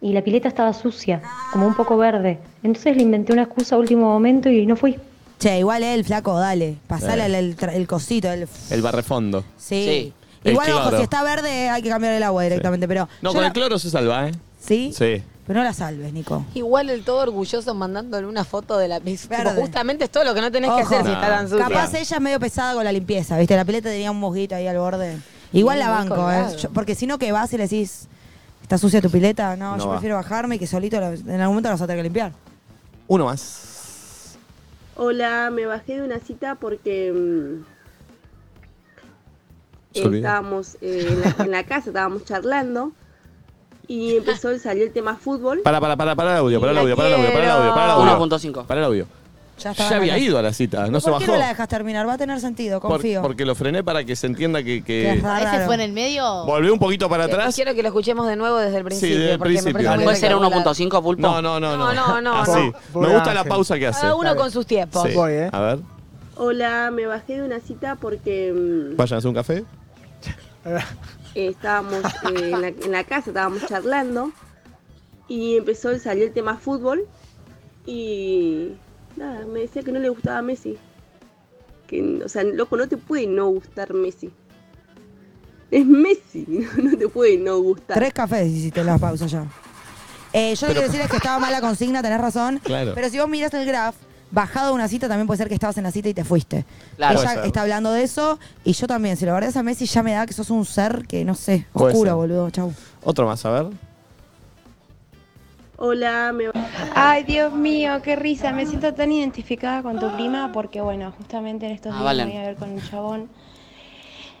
[SPEAKER 13] Y la pileta estaba sucia, como un poco verde. Entonces le inventé una excusa a último momento y no fui.
[SPEAKER 2] Che, igual él, flaco, dale. Pasale
[SPEAKER 1] Eh.
[SPEAKER 2] el, el tra- el cosito, el.
[SPEAKER 1] El barrefondo.
[SPEAKER 2] Sí.
[SPEAKER 1] El
[SPEAKER 2] Igual, ojo,
[SPEAKER 1] cloro.
[SPEAKER 2] si está verde, hay que cambiar el agua directamente, pero.
[SPEAKER 1] No,
[SPEAKER 2] yo
[SPEAKER 1] con
[SPEAKER 2] la-
[SPEAKER 1] el cloro se salva, ¿eh?
[SPEAKER 2] ¿Sí?
[SPEAKER 1] Sí.
[SPEAKER 2] Pero no la salves, Nico.
[SPEAKER 4] Igual el todo orgulloso mandándole una foto de la tipo, Justamente es todo lo que no tenés que
[SPEAKER 2] Ojo.
[SPEAKER 4] hacer si está tan sucia.
[SPEAKER 2] Capaz ella es medio pesada con la limpieza, ¿viste? La pileta tenía un mosquito ahí al borde. Igual
[SPEAKER 4] Sí,
[SPEAKER 2] la
[SPEAKER 4] muy
[SPEAKER 2] banco,
[SPEAKER 4] colgado.
[SPEAKER 2] ¿eh? Yo- porque si no, que vas y le decís, ¿está sucia tu pileta? No,
[SPEAKER 1] No
[SPEAKER 2] yo
[SPEAKER 1] va.
[SPEAKER 2] prefiero bajarme y que solito lo- en algún momento la vas a tener que limpiar.
[SPEAKER 1] Uno más.
[SPEAKER 14] Hola, me bajé de una cita porque mm,
[SPEAKER 1] Se olvidó.
[SPEAKER 14] estábamos eh, en, la, en la casa, estábamos charlando y empezó y salió el tema fútbol.
[SPEAKER 1] Para, para, para, para el audio, para el
[SPEAKER 14] La
[SPEAKER 1] audio, para el audio, para el audio, para el audio.
[SPEAKER 3] 1.5.
[SPEAKER 1] Para el audio.
[SPEAKER 2] Ya,
[SPEAKER 1] Ya había ido a la cita, no se
[SPEAKER 2] ¿Por qué no
[SPEAKER 1] bajó.
[SPEAKER 2] la dejas terminar? Va a tener sentido,
[SPEAKER 1] Por-
[SPEAKER 2] confío.
[SPEAKER 1] porque lo frené para que se entienda que. que-
[SPEAKER 2] Está
[SPEAKER 5] ¿Ese
[SPEAKER 2] raro. Eh,
[SPEAKER 5] fue en el medio?
[SPEAKER 1] Volvió un poquito para atrás.
[SPEAKER 4] Eh, Quiero que lo escuchemos de nuevo desde el
[SPEAKER 1] Sí,
[SPEAKER 4] principio.
[SPEAKER 1] desde el
[SPEAKER 4] porque me
[SPEAKER 1] principio.
[SPEAKER 4] parece muy
[SPEAKER 1] ¿Puede ser
[SPEAKER 4] espectacular.
[SPEAKER 3] 1.5 pulpo?
[SPEAKER 1] No, no, no, no.
[SPEAKER 4] No, no, no,
[SPEAKER 1] Así.
[SPEAKER 4] no.
[SPEAKER 1] Me gusta la pausa que hace.
[SPEAKER 4] Cada uno con sus tiempos.
[SPEAKER 1] Sí. A ver,
[SPEAKER 14] Hola, me bajé de una cita porque mm,
[SPEAKER 1] vayan a hacer un café.
[SPEAKER 14] eh, estábamos eh, en, la, en la casa, estábamos charlando y empezó y salió el tema fútbol y nada, me decía que no le gustaba Messi. Que, o sea, loco, no te puede no gustar Messi. Es Messi, no te puede no gustar.
[SPEAKER 2] Tres cafés hiciste la pausa ya. Eh, yo lo
[SPEAKER 14] Pero-
[SPEAKER 2] que quiero decirles que estaba mal la consigna, tenés razón.
[SPEAKER 14] Claro.
[SPEAKER 2] Pero si vos mirás el graph, bajado de una cita, también puede ser que estabas en la cita y te fuiste.
[SPEAKER 3] Claro. Puede
[SPEAKER 2] Ella
[SPEAKER 3] ser.
[SPEAKER 2] está hablando de eso y yo también. Si lo guardás a Messi, ya me da que sos un ser que no sé,
[SPEAKER 1] Puede
[SPEAKER 2] oscuro,
[SPEAKER 1] ser.
[SPEAKER 2] boludo. Chau.
[SPEAKER 1] Otro más, a ver.
[SPEAKER 14] Hola, me
[SPEAKER 15] Ay, Dios mío, qué risa. Me siento tan identificada con tu prima porque, bueno, justamente en estos
[SPEAKER 3] Ah,
[SPEAKER 15] días
[SPEAKER 3] Valen.
[SPEAKER 15] me voy a ver con un chabón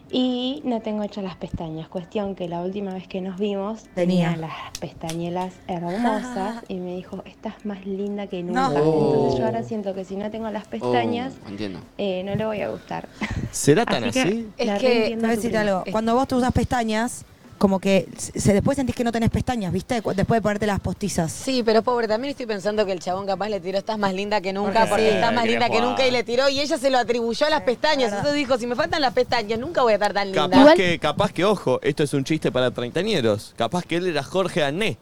[SPEAKER 15] y no tengo hechas las pestañas. Cuestión que la última vez que nos vimos tenía,
[SPEAKER 2] Tenía.
[SPEAKER 15] las pestañelas hermosas y me dijo, estás más linda que
[SPEAKER 2] No.
[SPEAKER 15] nunca.
[SPEAKER 1] Oh.
[SPEAKER 15] Entonces yo ahora siento que si no tengo las pestañas,
[SPEAKER 16] Oh,
[SPEAKER 3] entiendo.
[SPEAKER 15] eh, no le voy a gustar.
[SPEAKER 1] ¿Será tan
[SPEAKER 15] Así que-
[SPEAKER 1] así?
[SPEAKER 15] Es
[SPEAKER 2] Es
[SPEAKER 15] La
[SPEAKER 2] que,
[SPEAKER 15] reentiendo
[SPEAKER 2] te voy a
[SPEAKER 15] tu
[SPEAKER 2] decir
[SPEAKER 15] prima.
[SPEAKER 2] algo. Cuando vos te usas pestañas, como que se, se- después sentís que no tenés pestañas, ¿viste? Cu- Después de ponerte las postizas.
[SPEAKER 4] Sí, pero pobre, también estoy pensando que el chabón capaz le tiró estás más linda que nunca,
[SPEAKER 2] Porque
[SPEAKER 4] porque
[SPEAKER 2] sí.
[SPEAKER 4] estás más
[SPEAKER 2] Quería
[SPEAKER 4] linda que
[SPEAKER 2] jugar.
[SPEAKER 4] nunca y le tiró y ella se lo atribuyó a las pestañas. Entonces dijo, si me faltan las pestañas, nunca voy a estar tan linda.
[SPEAKER 1] Capaz que, capaz que, ojo, esto es un chiste para treintañeros. Capaz que él era Jorge Ané.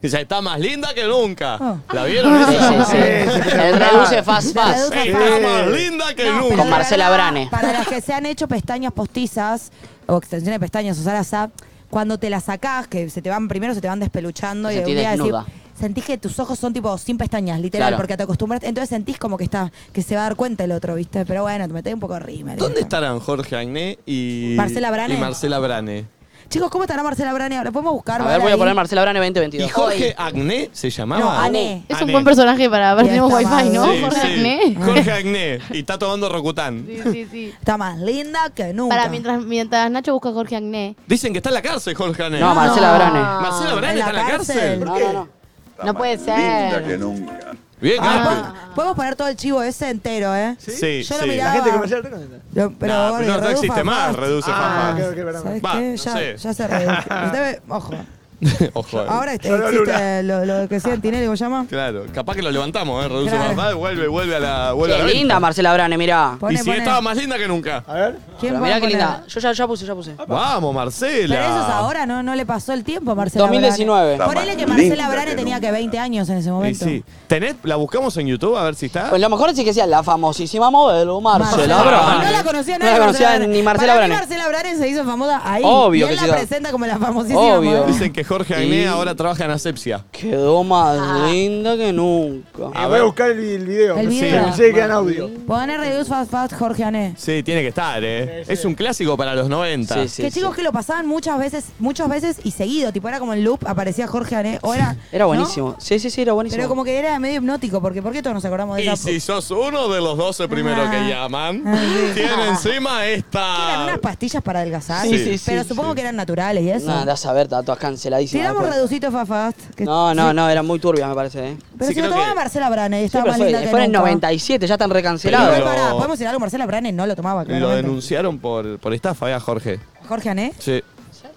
[SPEAKER 1] Que ya está más linda que nunca. ¿La vieron?
[SPEAKER 3] Sí,
[SPEAKER 1] esa?
[SPEAKER 3] sí, sí. El reduce fast fast.
[SPEAKER 1] Está más linda que nunca.
[SPEAKER 3] Con Marcela Brane.
[SPEAKER 2] Para las que se han hecho pestañas postizas o extensiones de pestañas o zaraza, cuando te las sacás, que se te van primero, se te van despeluchando
[SPEAKER 3] Te
[SPEAKER 2] y
[SPEAKER 3] sentís
[SPEAKER 2] voy a decir,
[SPEAKER 3] desnuda.
[SPEAKER 2] sentís que tus ojos son tipo sin pestañas, literal,
[SPEAKER 3] Claro.
[SPEAKER 2] porque te acostumbras, entonces sentís como que está, que se va a dar cuenta el otro, ¿viste? Pero bueno, te metés un poco de rímel.
[SPEAKER 1] ¿Dónde estarán Jorge Agné y
[SPEAKER 2] Marcela Brane?
[SPEAKER 1] Y Marcela Brane?
[SPEAKER 2] Chicos, ¿cómo estará Marcela Brani ahora? ¿Podemos buscar?
[SPEAKER 3] A ver,
[SPEAKER 2] Vale,
[SPEAKER 3] voy a
[SPEAKER 2] ahí?
[SPEAKER 3] poner Marcela Brane
[SPEAKER 1] ¿Y
[SPEAKER 3] 2022.
[SPEAKER 1] Jorge Agné se llamaba?
[SPEAKER 2] No, Ané.
[SPEAKER 5] Es un buen personaje para ver si tenemos
[SPEAKER 2] está
[SPEAKER 5] wifi, ¿no?
[SPEAKER 1] Sí,
[SPEAKER 5] Jorge
[SPEAKER 1] sí.
[SPEAKER 5] Agné.
[SPEAKER 1] Jorge Agné. Y está tomando Rocután.
[SPEAKER 2] Está más linda que nunca.
[SPEAKER 5] Para, mientras, mientras Nacho busca a Jorge Agné.
[SPEAKER 1] Dicen que está en la cárcel Jorge Agné.
[SPEAKER 3] No, Marcela Brane.
[SPEAKER 1] ¿Marcela Brane
[SPEAKER 3] ¿En la
[SPEAKER 1] está en la cárcel?
[SPEAKER 3] cárcel? No, no, no.
[SPEAKER 4] No puede
[SPEAKER 2] Eh.
[SPEAKER 4] ser.
[SPEAKER 1] que nunca. Bien, Gaspi.
[SPEAKER 2] Ah, Podemos poner todo el chivo ese entero, ¿eh?
[SPEAKER 1] Sí,
[SPEAKER 2] Yo lo
[SPEAKER 1] sí.
[SPEAKER 2] miraba.
[SPEAKER 1] La gente
[SPEAKER 12] comercial,
[SPEAKER 2] Yo- pero
[SPEAKER 1] Nah,
[SPEAKER 2] bueno,
[SPEAKER 1] no, no
[SPEAKER 2] Reduce
[SPEAKER 1] existe
[SPEAKER 2] Fast
[SPEAKER 1] más,
[SPEAKER 2] Fast.
[SPEAKER 1] reduce Fast Fast.
[SPEAKER 2] ¿Sabes
[SPEAKER 1] Va,
[SPEAKER 2] qué?
[SPEAKER 1] no
[SPEAKER 2] ya,
[SPEAKER 1] sé.
[SPEAKER 2] ya se reduce. Usted ve- ojo.
[SPEAKER 1] Ojo. eh.
[SPEAKER 2] Ahora este-
[SPEAKER 1] Lola Luna.
[SPEAKER 2] existe lo, lo que decía el Tinelli, ¿cómo se llama?
[SPEAKER 1] Claro, capaz que lo levantamos, ¿eh? Reduce
[SPEAKER 2] Claro.
[SPEAKER 1] más mal, vuelve, vuelve a la. Vuelve a
[SPEAKER 3] Qué
[SPEAKER 1] la venta.
[SPEAKER 3] linda Marcela Brane, mirá.
[SPEAKER 1] y si estaba más linda que nunca. A ver.
[SPEAKER 2] ¿Quién va
[SPEAKER 3] Pero
[SPEAKER 2] a
[SPEAKER 3] mirá qué
[SPEAKER 2] poner?
[SPEAKER 3] linda. Yo ya, ya puse, ya
[SPEAKER 1] Ah,
[SPEAKER 3] puse.
[SPEAKER 1] Vamos,
[SPEAKER 2] Pero
[SPEAKER 1] Marcela.
[SPEAKER 2] eso es ahora, no, no le pasó el tiempo a Marcela
[SPEAKER 3] 2019.
[SPEAKER 2] Brane. Ponele que Marcela Brane tenía que 20 años en ese
[SPEAKER 1] Y
[SPEAKER 2] momento.
[SPEAKER 1] sí. ¿Tenés? ¿La buscamos en YouTube a ver si está?
[SPEAKER 3] Pues lo mejor sí que sea la famosísima modelo
[SPEAKER 1] Marcela
[SPEAKER 3] Marcela Brane.
[SPEAKER 1] Brane. No
[SPEAKER 2] No la conocía
[SPEAKER 3] No
[SPEAKER 2] nadie.
[SPEAKER 3] la conocía ni Marcela
[SPEAKER 2] Para mí
[SPEAKER 3] Brane.
[SPEAKER 2] Marcela Brane se hizo famosa ahí.
[SPEAKER 3] Obvio
[SPEAKER 2] Y él
[SPEAKER 3] que sí.
[SPEAKER 2] la presenta como la famosísima.
[SPEAKER 3] Obvio.
[SPEAKER 2] modelo.
[SPEAKER 1] Dicen que Jorge Agné
[SPEAKER 3] Y-
[SPEAKER 1] ahora trabaja en Asepsia.
[SPEAKER 3] Quedó más linda que nunca.
[SPEAKER 1] A ver.
[SPEAKER 12] buscar el, el video.
[SPEAKER 2] El
[SPEAKER 1] Sí.
[SPEAKER 2] video.
[SPEAKER 12] Pensé que era en audio.
[SPEAKER 2] Poné Reduce Fast Fast Jorge Ané.
[SPEAKER 1] Sí, tiene que estar, ¿eh? Es un clásico para los 90.
[SPEAKER 3] Sí, sí,
[SPEAKER 2] que chicos que lo pasaban muchas veces, muchas veces y seguido, tipo era como en loop, aparecía Jorge Ané, o era,
[SPEAKER 3] Era
[SPEAKER 2] ¿no?
[SPEAKER 3] buenísimo. Sí, sí, sí, era buenísimo.
[SPEAKER 2] Pero como que era medio hipnótico, porque ¿por qué todos nos acordamos de
[SPEAKER 1] Y
[SPEAKER 2] esa? Ah.
[SPEAKER 1] si sos uno de los 12 primeros que llaman, tiene
[SPEAKER 2] Eran
[SPEAKER 1] encima
[SPEAKER 2] unas
[SPEAKER 1] esta.
[SPEAKER 2] pastillas para adelgazar,
[SPEAKER 3] Sí, sí, sí,
[SPEAKER 2] pero
[SPEAKER 3] sí.
[SPEAKER 2] supongo que eran naturales y eso.
[SPEAKER 3] Nada, andás a ver, está todas
[SPEAKER 2] si
[SPEAKER 3] canceladísimas.
[SPEAKER 2] damos
[SPEAKER 3] después.
[SPEAKER 2] Reducito Fast Fast, que-
[SPEAKER 3] No, no, no, era muy turbia, me parece. ¿eh?
[SPEAKER 2] pero si lo tomaba Marcela Brane,
[SPEAKER 3] Sí,
[SPEAKER 2] estaba
[SPEAKER 3] pero
[SPEAKER 2] más
[SPEAKER 3] fue,
[SPEAKER 2] linda que
[SPEAKER 3] fue en el
[SPEAKER 2] nunca.
[SPEAKER 3] 97, ya están
[SPEAKER 1] Pero-
[SPEAKER 3] recancelados.
[SPEAKER 2] Igual, pará, podemos decir algo, Marcela Brane no lo tomaba,
[SPEAKER 1] Lo
[SPEAKER 2] claramente.
[SPEAKER 1] denunciaron por, por estafa, ¿eh? a Jorge.
[SPEAKER 2] Jorge Ané,
[SPEAKER 1] Sí,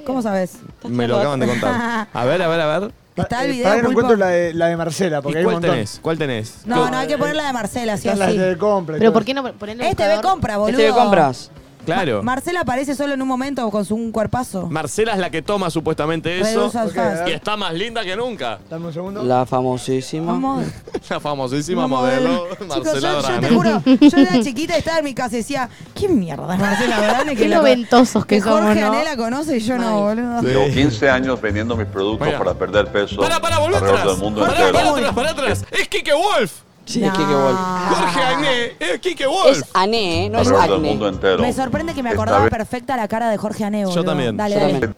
[SPEAKER 2] ¿cómo sabes?
[SPEAKER 1] me lo acaban de contar. A ver, a ver, a ver.
[SPEAKER 2] Está el
[SPEAKER 12] Eh,
[SPEAKER 2] video,
[SPEAKER 12] Para que no
[SPEAKER 2] Pulpo.
[SPEAKER 12] encuentro la de, la de Marcela, porque
[SPEAKER 1] ¿Y
[SPEAKER 12] hay un
[SPEAKER 1] cuál
[SPEAKER 12] montón.
[SPEAKER 1] tenés? ¿Cuál tenés?
[SPEAKER 2] No,
[SPEAKER 1] ¿Qué-
[SPEAKER 2] no, hay que poner la de Marcela, sí o
[SPEAKER 12] Están las
[SPEAKER 2] sí.
[SPEAKER 12] de compra. y
[SPEAKER 5] Pero
[SPEAKER 12] todo
[SPEAKER 5] ¿por qué no ponerle
[SPEAKER 2] Este ve compra, boludo.
[SPEAKER 3] Este que compras.
[SPEAKER 1] Claro. Mm.
[SPEAKER 2] Marcela aparece solo en un momento con su, un cuerpazo.
[SPEAKER 1] Marcela es la que toma supuestamente eso.
[SPEAKER 2] Reduce al fast.
[SPEAKER 1] Y está más linda que nunca.
[SPEAKER 12] eso. Dame un segundo.
[SPEAKER 3] La famosísima.
[SPEAKER 2] Vamos.
[SPEAKER 1] La famosísima
[SPEAKER 2] Una
[SPEAKER 1] modelo
[SPEAKER 2] eh. Chicos,
[SPEAKER 1] Marcela
[SPEAKER 2] yo, yo te
[SPEAKER 1] Brane.
[SPEAKER 2] juro, yo era chiquita, estaba en mi casa y decía, ¿qué mierda es Marcela Brane?
[SPEAKER 5] Qué
[SPEAKER 2] la-
[SPEAKER 5] noventosos que
[SPEAKER 2] que Jorge
[SPEAKER 5] somos, ¿no?
[SPEAKER 2] Ané la conoce y yo no, boludo.
[SPEAKER 17] Llevo 15 años vendiendo mis productos para perder peso alrededor del mundo
[SPEAKER 1] Pará,
[SPEAKER 17] entero.
[SPEAKER 1] pará atrás, pará atrás. Es Kike Wolf.
[SPEAKER 3] Sí, es Kike Wolf.
[SPEAKER 1] Jorge Agné es Kike Wolf.
[SPEAKER 3] Es Ané, ¿eh? no es
[SPEAKER 17] alrededor del
[SPEAKER 3] Acné.
[SPEAKER 17] mundo entero.
[SPEAKER 2] Me sorprende que me
[SPEAKER 17] Esta
[SPEAKER 2] acordaba
[SPEAKER 17] vez-
[SPEAKER 2] perfecta la cara de Jorge Ané, boludo.
[SPEAKER 17] también.
[SPEAKER 2] Dale,
[SPEAKER 17] Yo
[SPEAKER 2] dale.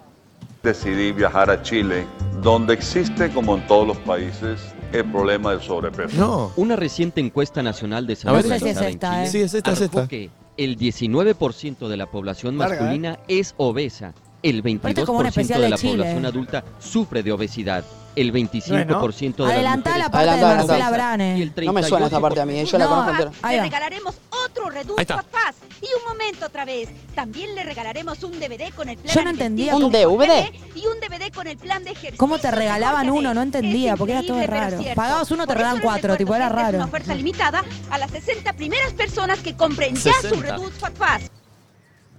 [SPEAKER 17] Decidí viajar a Chile, donde existe, como en todos los países, el problema del sobrepeso.
[SPEAKER 18] Una reciente encuesta nacional de
[SPEAKER 17] A
[SPEAKER 18] salud
[SPEAKER 17] ver. No sé si
[SPEAKER 18] realizada
[SPEAKER 17] es
[SPEAKER 18] en
[SPEAKER 17] esta,
[SPEAKER 18] Chile
[SPEAKER 17] ¿eh? Sí, es esta, es
[SPEAKER 18] arrojó
[SPEAKER 17] esta.
[SPEAKER 18] que el 19% de la población
[SPEAKER 1] ¿eh?
[SPEAKER 17] Larga,
[SPEAKER 18] masculina es obesa, el
[SPEAKER 2] esto es como un
[SPEAKER 18] 22%
[SPEAKER 2] especial
[SPEAKER 18] de
[SPEAKER 2] de
[SPEAKER 18] la
[SPEAKER 2] Chile.
[SPEAKER 18] población adulta sufre de obesidad, el 25% de las
[SPEAKER 2] Adelantá
[SPEAKER 18] mujeres
[SPEAKER 2] la parte de
[SPEAKER 18] obesas
[SPEAKER 2] Marcela
[SPEAKER 18] y el
[SPEAKER 2] Brane.
[SPEAKER 3] No me suena esta parte a mí, ¿eh? yo la
[SPEAKER 2] No,
[SPEAKER 3] conozco entera.
[SPEAKER 2] Ahí
[SPEAKER 19] Le
[SPEAKER 2] va.
[SPEAKER 19] regalaremos otro Reduce
[SPEAKER 3] Ahí está.
[SPEAKER 19] Papás. Y un momento otra vez. También le regalaremos un DVD con el plan
[SPEAKER 2] Yo no entendía
[SPEAKER 19] alimenticio
[SPEAKER 2] cómo-
[SPEAKER 19] de
[SPEAKER 2] ¿Un
[SPEAKER 19] Jorge Y un DVD con es plan de ejercicio.
[SPEAKER 2] ¿Cómo te
[SPEAKER 19] de
[SPEAKER 2] regalaban
[SPEAKER 19] Jorge
[SPEAKER 2] uno? No entendía, porque era todo
[SPEAKER 19] Increíble, pero
[SPEAKER 2] raro.
[SPEAKER 19] cierto.
[SPEAKER 2] Pagabas uno, te
[SPEAKER 19] Por eso
[SPEAKER 2] regalaban
[SPEAKER 19] les
[SPEAKER 2] cuatro,
[SPEAKER 19] recuerdo
[SPEAKER 2] tipo, era
[SPEAKER 19] que esta Es una
[SPEAKER 2] raro.
[SPEAKER 19] oferta limitada a las 60 primeras personas que compren ya su
[SPEAKER 1] 60.
[SPEAKER 19] Reduce Papás.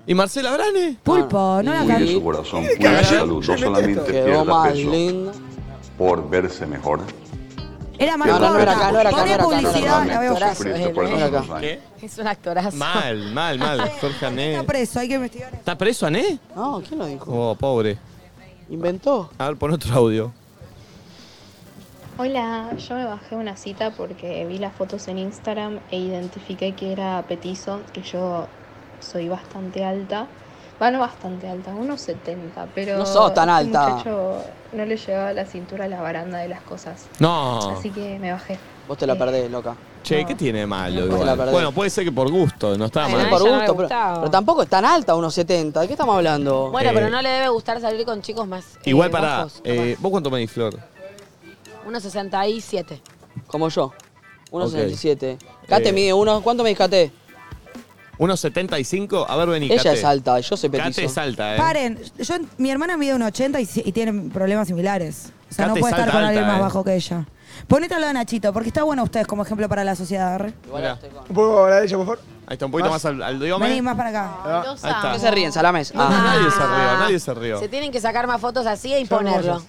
[SPEAKER 1] ¿Y Marcela Brane?
[SPEAKER 18] Ah,
[SPEAKER 2] Pulpo, no la
[SPEAKER 17] Cuide su
[SPEAKER 2] canté.
[SPEAKER 17] corazón,
[SPEAKER 1] Mira,
[SPEAKER 17] cuide su
[SPEAKER 1] cagallón.
[SPEAKER 17] salud. No
[SPEAKER 1] Tremendo.
[SPEAKER 17] solamente
[SPEAKER 1] Quedó
[SPEAKER 17] pierda
[SPEAKER 1] más
[SPEAKER 17] peso por verse mejor.
[SPEAKER 2] Era más
[SPEAKER 17] No, no, no era acá, no era
[SPEAKER 2] corta.
[SPEAKER 17] acá, no
[SPEAKER 2] Poné
[SPEAKER 17] era acá, no era
[SPEAKER 2] publicidad,
[SPEAKER 17] acá.
[SPEAKER 2] la veo.
[SPEAKER 17] Actorazo, Sufriste por
[SPEAKER 1] él, ¿eh?
[SPEAKER 17] tantos
[SPEAKER 1] Acá.
[SPEAKER 17] años.
[SPEAKER 4] Es un actorazo.
[SPEAKER 1] Mal, mal, mal. Jorge Ané.
[SPEAKER 2] Está preso, hay que investigar.
[SPEAKER 1] ¿Está preso Ané?
[SPEAKER 3] No, ¿quién lo dijo?
[SPEAKER 1] Oh, pobre.
[SPEAKER 3] Inventó.
[SPEAKER 1] A ver, pon otro audio.
[SPEAKER 13] Hola, yo me bajé una cita porque vi las fotos en Instagram e identifiqué que era petizo, que yo soy bastante alta. Bueno, bastante alta, unos 70, pero
[SPEAKER 3] No sos tan
[SPEAKER 13] este
[SPEAKER 3] alta.
[SPEAKER 13] muchacho no le llegaba la cintura a la baranda de las cosas.
[SPEAKER 1] No.
[SPEAKER 13] Así que me bajé.
[SPEAKER 3] Vos te la perdés, loca.
[SPEAKER 1] Che, ¿qué tiene de malo?
[SPEAKER 3] No, pues
[SPEAKER 1] igual?
[SPEAKER 3] la perdés.
[SPEAKER 1] Bueno, puede ser que por gusto, eh. no está
[SPEAKER 3] Sí,
[SPEAKER 1] mal.
[SPEAKER 3] por
[SPEAKER 4] no me
[SPEAKER 3] gusto, pero,
[SPEAKER 4] gustaba.
[SPEAKER 3] pero tampoco es tan alta, unos 70. ¿De qué estamos hablando?
[SPEAKER 4] Bueno,
[SPEAKER 1] Eh.
[SPEAKER 4] pero no le debe gustar salir con chicos más. eh,
[SPEAKER 1] Igual para.
[SPEAKER 4] bajos.
[SPEAKER 1] eh, ¿Vos cuánto medís, Flor?
[SPEAKER 4] Unos 67.
[SPEAKER 3] Como yo. 1,67.
[SPEAKER 1] Eh.
[SPEAKER 3] Kate mide uno. ¿Cuánto me Kate?
[SPEAKER 1] ¿Unos 75? A ver, vení.
[SPEAKER 3] Ella
[SPEAKER 1] Cate.
[SPEAKER 3] es alta, yo soy petizo.
[SPEAKER 1] Cate es alta, ¿eh?
[SPEAKER 2] Paren, yo, mi hermana mide un 80 y, si- y tiene problemas similares. O sea,
[SPEAKER 1] Cate
[SPEAKER 2] no puede
[SPEAKER 1] es
[SPEAKER 2] estar
[SPEAKER 1] alta,
[SPEAKER 2] con alguien
[SPEAKER 1] alta,
[SPEAKER 2] más
[SPEAKER 1] eh.
[SPEAKER 2] bajo que ella. Ponete al lado de Nachito, porque está bueno ustedes como ejemplo para la sociedad. arre.
[SPEAKER 1] Mirá.
[SPEAKER 12] Un poco la de ella, por favor.
[SPEAKER 1] Ahí está un poquito más, al, al diome.
[SPEAKER 2] Vení más para acá.
[SPEAKER 1] Ahí está.
[SPEAKER 3] ¿Por qué se ríen, Salames?
[SPEAKER 1] No,
[SPEAKER 3] Ah.
[SPEAKER 1] Nadie se rió, nadie se rió.
[SPEAKER 4] Se tienen que sacar más fotos así e imponerlo.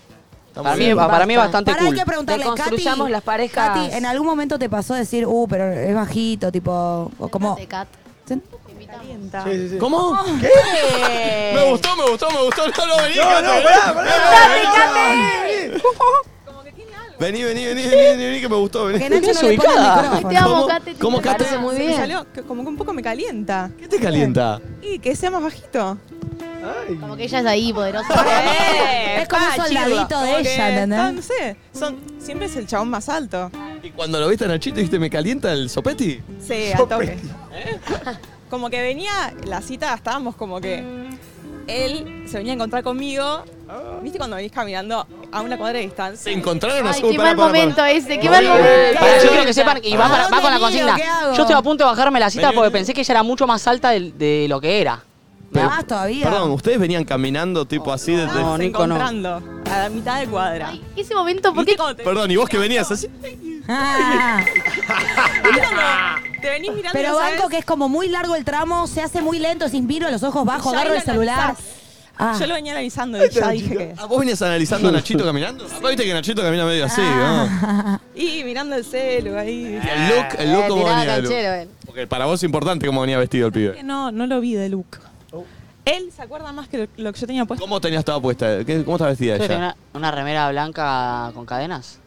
[SPEAKER 1] Está muy
[SPEAKER 3] Para mí,
[SPEAKER 1] bien.
[SPEAKER 3] para mí es bastante
[SPEAKER 2] Pará,
[SPEAKER 3] cool.
[SPEAKER 2] hay que preguntarle,
[SPEAKER 4] Deconstruyamos
[SPEAKER 2] Katy,
[SPEAKER 4] las parejas.
[SPEAKER 2] Katy, ¿en algún momento te pasó decir, uh, pero es bajito, tipo, o como... ¿Qué?
[SPEAKER 1] ¿Cómo? Me gustó, me gustó, me gustó. No, no, vení,
[SPEAKER 12] No,
[SPEAKER 1] Cate,
[SPEAKER 12] no,
[SPEAKER 1] vení.
[SPEAKER 12] pará,
[SPEAKER 1] Vení, vení, vení, vení, vení, vení, que me gustó. Vení.
[SPEAKER 2] Que Nacho no le ponga el micrófono.
[SPEAKER 16] Te amo,
[SPEAKER 1] ¿Cómo?
[SPEAKER 16] Kate. te
[SPEAKER 1] ¿Cómo,
[SPEAKER 16] quiero.
[SPEAKER 1] Kate?
[SPEAKER 16] Se
[SPEAKER 1] Muy
[SPEAKER 16] me
[SPEAKER 1] bien.
[SPEAKER 16] salió que como que un poco me calienta.
[SPEAKER 1] ¿Qué te calienta?
[SPEAKER 16] Y que sea más bajito.
[SPEAKER 5] Como que ella es ahí, poderosa.
[SPEAKER 1] Eh,
[SPEAKER 2] Es como un soldadito de
[SPEAKER 16] Como que
[SPEAKER 2] ella,
[SPEAKER 16] está,
[SPEAKER 2] ¿entendés?
[SPEAKER 16] No sé, son, siempre es el chabón más alto.
[SPEAKER 1] ¿Y cuando lo viste a Nachito dijiste, me calienta el sopeti?
[SPEAKER 16] Sí, al toque. Como que venía, la cita estábamos como que él se venía a encontrar conmigo.
[SPEAKER 1] Ah.
[SPEAKER 16] ¿Viste cuando venís caminando a una cuadra de
[SPEAKER 1] ¿Se
[SPEAKER 16] distancia?
[SPEAKER 1] encontraron?
[SPEAKER 5] Ay, qué mal momento ese, qué
[SPEAKER 1] No,
[SPEAKER 5] mal
[SPEAKER 1] no,
[SPEAKER 5] momento.
[SPEAKER 3] Pará, yo quiero que sepan, y va,
[SPEAKER 5] ¿A
[SPEAKER 3] para- va
[SPEAKER 5] dónde
[SPEAKER 3] con la
[SPEAKER 5] miro?
[SPEAKER 3] consigna.
[SPEAKER 5] ¿Qué hago?
[SPEAKER 3] Yo estoy a punto de bajarme la cita
[SPEAKER 1] Vení,
[SPEAKER 3] porque
[SPEAKER 1] vení.
[SPEAKER 3] pensé que ella era mucho más alta de, de lo que era.
[SPEAKER 1] Pero-
[SPEAKER 2] Más todavía.
[SPEAKER 1] Perdón, ¿ustedes venían caminando
[SPEAKER 3] Oh,
[SPEAKER 1] tipo así desde...
[SPEAKER 16] No, Nico, no. encontrando a la mitad de cuadra.
[SPEAKER 5] Ese momento, ¿por qué?
[SPEAKER 1] Perdón, ¿y vos que venías así?
[SPEAKER 16] Ah. Te venís mirando y
[SPEAKER 2] Pero
[SPEAKER 16] no sabés-
[SPEAKER 2] banco que es como muy largo el tramo, se hace muy lento, se inspiro, los ojos bajos,
[SPEAKER 16] Ya
[SPEAKER 2] agarro
[SPEAKER 16] lo
[SPEAKER 2] el celular.
[SPEAKER 16] analizás.
[SPEAKER 2] Ah.
[SPEAKER 16] Yo lo venía analizando y ya dije que...
[SPEAKER 1] Ah, ¿Vos venías analizando a Nachito caminando? Aparte viste que Nachito camina medio así, ¿no?
[SPEAKER 3] Ah.
[SPEAKER 16] Y mirando el celu ahí.
[SPEAKER 1] El look, el
[SPEAKER 3] Eh,
[SPEAKER 1] look como venía Eh, el look. Porque para vos es importante cómo venía vestido el pibe.
[SPEAKER 16] No, no lo vi de look.
[SPEAKER 4] Oh.
[SPEAKER 16] Él se acuerda más que lo que yo tenía puesto.
[SPEAKER 1] ¿Cómo tenía estaba puesta? ¿Qué- ¿Cómo estaba vestida
[SPEAKER 3] Yo tenía
[SPEAKER 1] ella?
[SPEAKER 3] una, una remera blanca con cadenas.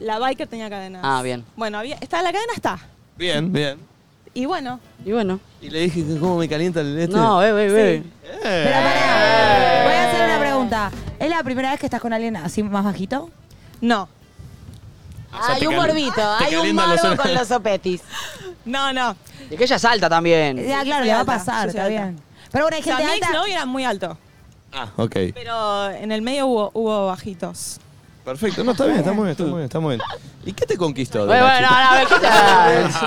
[SPEAKER 16] La biker tenía cadenas.
[SPEAKER 3] Ah, bien.
[SPEAKER 16] Bueno, había, está la cadena, está.
[SPEAKER 1] Bien, bien.
[SPEAKER 16] Y bueno.
[SPEAKER 3] Y bueno.
[SPEAKER 1] Y le dije, ¿cómo me calienta el este?
[SPEAKER 3] No, ve, ve, ve.
[SPEAKER 2] Eh.
[SPEAKER 4] Eh.
[SPEAKER 2] Voy a hacer una pregunta. ¿Es la primera vez que estás con alguien así más bajito?
[SPEAKER 16] No.
[SPEAKER 1] sea,
[SPEAKER 4] Ah, hay
[SPEAKER 1] te
[SPEAKER 4] un
[SPEAKER 1] calen-
[SPEAKER 4] morbito,
[SPEAKER 1] te
[SPEAKER 4] hay un
[SPEAKER 1] calientan los
[SPEAKER 4] morbo
[SPEAKER 1] ojos.
[SPEAKER 4] con los opetis.
[SPEAKER 16] No, no.
[SPEAKER 3] Y que ella es alta también.
[SPEAKER 2] Ya, claro,
[SPEAKER 16] soy
[SPEAKER 2] le va a
[SPEAKER 16] alta,
[SPEAKER 2] pasar,
[SPEAKER 16] yo soy
[SPEAKER 2] está
[SPEAKER 16] alta.
[SPEAKER 2] bien. Pero bueno, hay gente
[SPEAKER 16] o sea, mi
[SPEAKER 2] alta.
[SPEAKER 16] exnovio era muy alto.
[SPEAKER 1] Ah, ok.
[SPEAKER 16] Pero en el medio hubo, hubo bajitos.
[SPEAKER 1] Perfecto. No, está bien, está muy bien, está muy bien, está muy bien. ¿Y qué te conquistó? de
[SPEAKER 3] Bueno,
[SPEAKER 1] Nachito?
[SPEAKER 3] bueno, no, no, ¿qué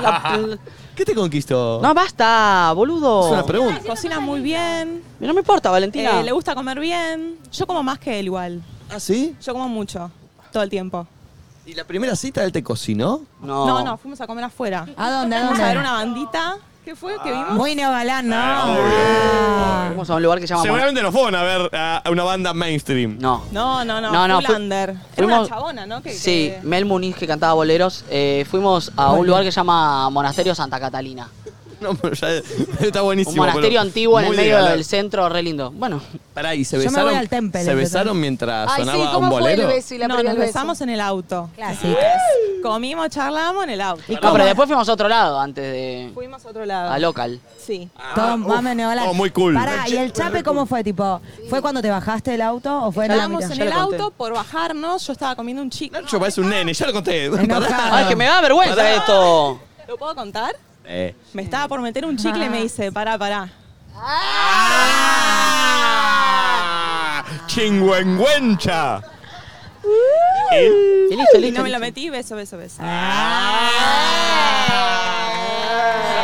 [SPEAKER 3] tal?
[SPEAKER 1] ¿Qué te conquistó?
[SPEAKER 3] No, basta, Ah, boludo.
[SPEAKER 1] Es una pregunta.
[SPEAKER 16] Cocina muy bien.
[SPEAKER 3] No me importa, Valentina.
[SPEAKER 16] eh, le gusta comer bien. Yo como más que él igual.
[SPEAKER 1] ¿Ah, sí?
[SPEAKER 16] Yo como mucho. Todo el tiempo.
[SPEAKER 1] ¿Y la primera cita él te cocinó? Oh.
[SPEAKER 16] No, no, fuimos a comer afuera.
[SPEAKER 2] ¿A dónde, a
[SPEAKER 16] Fuimos
[SPEAKER 2] dónde?
[SPEAKER 16] a ver una bandita. ¿Qué fue que vimos?
[SPEAKER 2] Muy neogalán, ¿no?
[SPEAKER 1] Ah,
[SPEAKER 3] Vamos a un lugar que se llama
[SPEAKER 1] Seguramente no fueron a ver a una banda mainstream.
[SPEAKER 3] No.
[SPEAKER 16] No, no, no.
[SPEAKER 3] No, no,
[SPEAKER 16] full
[SPEAKER 3] fu-
[SPEAKER 16] under. Era
[SPEAKER 3] fuimos-
[SPEAKER 16] una chabona, ¿no? Que-
[SPEAKER 3] Sí, Mel Muniz que cantaba boleros. eh, fuimos a un lugar que se llama Monasterio Santa Catalina.
[SPEAKER 1] No, pero ya está buenísimo.
[SPEAKER 3] Un monasterio
[SPEAKER 1] pero
[SPEAKER 3] antiguo en el
[SPEAKER 1] muy
[SPEAKER 3] medio
[SPEAKER 1] de galán.
[SPEAKER 3] del centro, re lindo. Bueno,
[SPEAKER 1] Pará, ¿y se
[SPEAKER 3] Yo me
[SPEAKER 1] besaron?
[SPEAKER 3] voy al Temple,
[SPEAKER 1] ¿Se
[SPEAKER 3] yo
[SPEAKER 1] besaron
[SPEAKER 3] también.
[SPEAKER 1] mientras
[SPEAKER 16] Ay, sí,
[SPEAKER 1] sonaba
[SPEAKER 16] ¿cómo
[SPEAKER 1] un
[SPEAKER 16] fue el
[SPEAKER 1] bolero?
[SPEAKER 16] beso y la no, nos besamos en el auto.
[SPEAKER 2] Clásico.
[SPEAKER 16] Comimos, charlamos en el auto.
[SPEAKER 3] no, pero después fuimos a otro lado antes de.
[SPEAKER 16] Fuimos a otro lado.
[SPEAKER 3] a local.
[SPEAKER 16] Sí.
[SPEAKER 1] Ah,
[SPEAKER 2] Todo mame neogalán.
[SPEAKER 3] oh, muy cool.
[SPEAKER 2] Pará, ¿y
[SPEAKER 3] El chape
[SPEAKER 2] el chape cómo fue? Tipo, ¿fue cuando te bajaste del auto o fue en la
[SPEAKER 16] Estábamos
[SPEAKER 2] mitad?
[SPEAKER 16] en el auto por bajarnos. Yo estaba comiendo un chico.
[SPEAKER 1] Yo parece un nene, ya lo conté. Pará.
[SPEAKER 3] Ay, que me da vergüenza
[SPEAKER 1] Pará.
[SPEAKER 3] esto.
[SPEAKER 16] ¿Lo puedo contar?
[SPEAKER 1] Eh.
[SPEAKER 16] Me estaba por meter un chicle y me dice, pará, pará.
[SPEAKER 1] ¡Chingüengüencha!
[SPEAKER 3] Y listo,
[SPEAKER 16] Y
[SPEAKER 3] listo,
[SPEAKER 16] no me lo
[SPEAKER 3] listo.
[SPEAKER 16] metí, beso, beso, beso.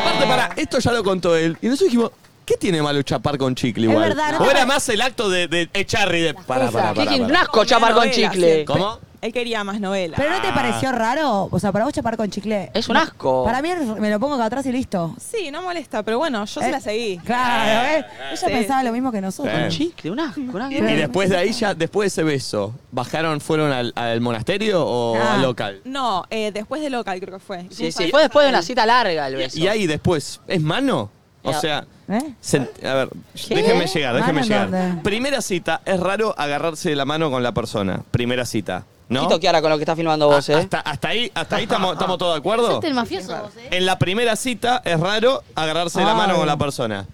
[SPEAKER 1] Aparte, pará, esto ya lo contó él. Y nosotros dijimos, ¿qué tiene malo chapar con chicle
[SPEAKER 3] Es
[SPEAKER 1] igual?
[SPEAKER 3] verdad, no
[SPEAKER 1] o
[SPEAKER 3] te
[SPEAKER 1] era
[SPEAKER 3] pare-
[SPEAKER 1] más el acto de, de echar y de. Pará,
[SPEAKER 3] cosas.
[SPEAKER 1] pará,
[SPEAKER 3] ¿Qué
[SPEAKER 1] pará,
[SPEAKER 3] tiene un
[SPEAKER 1] pará.
[SPEAKER 3] asco chapar con
[SPEAKER 16] Novela,
[SPEAKER 3] chicle?
[SPEAKER 16] siempre.
[SPEAKER 1] ¿Cómo?
[SPEAKER 16] Él quería más novela.
[SPEAKER 2] ¿Pero no te pareció raro? O sea, para vos chapar con chicle.
[SPEAKER 16] Es un asco.
[SPEAKER 2] Para mí es- me lo pongo acá atrás y listo.
[SPEAKER 16] Sí, no molesta, pero bueno, yo se la seguí.
[SPEAKER 2] Eh, Claro, ¿ves? Ella
[SPEAKER 16] Sí.
[SPEAKER 2] pensaba lo mismo que nosotros.
[SPEAKER 1] Bien.
[SPEAKER 3] chicle, un asco, un asco.
[SPEAKER 1] Y después de ahí, ya, después de ese beso, ¿bajaron, fueron al, al monasterio o
[SPEAKER 16] Ah.
[SPEAKER 1] al local?
[SPEAKER 16] No, eh, después de local creo que fue.
[SPEAKER 3] Sí, sí, fue después de una cita larga el beso.
[SPEAKER 1] Y ahí después, ¿es mano? O
[SPEAKER 3] Eh,
[SPEAKER 1] sea,
[SPEAKER 2] ¿Eh?
[SPEAKER 1] sen- a ver, déjenme llegar, déjenme
[SPEAKER 2] ¿Mano
[SPEAKER 1] llegar.
[SPEAKER 2] dónde?
[SPEAKER 1] Primera cita, es raro agarrarse de la mano con la persona. Primera cita, ¿no?
[SPEAKER 3] Quito Kiara con lo que está filmando vos, eh.
[SPEAKER 1] Hasta, hasta ahí, hasta ahí estamos estamos todos de acuerdo.
[SPEAKER 5] Sos el mafioso vos, eh.
[SPEAKER 1] En la primera cita es raro agarrarse de la mano
[SPEAKER 2] Ay.
[SPEAKER 1] con la persona.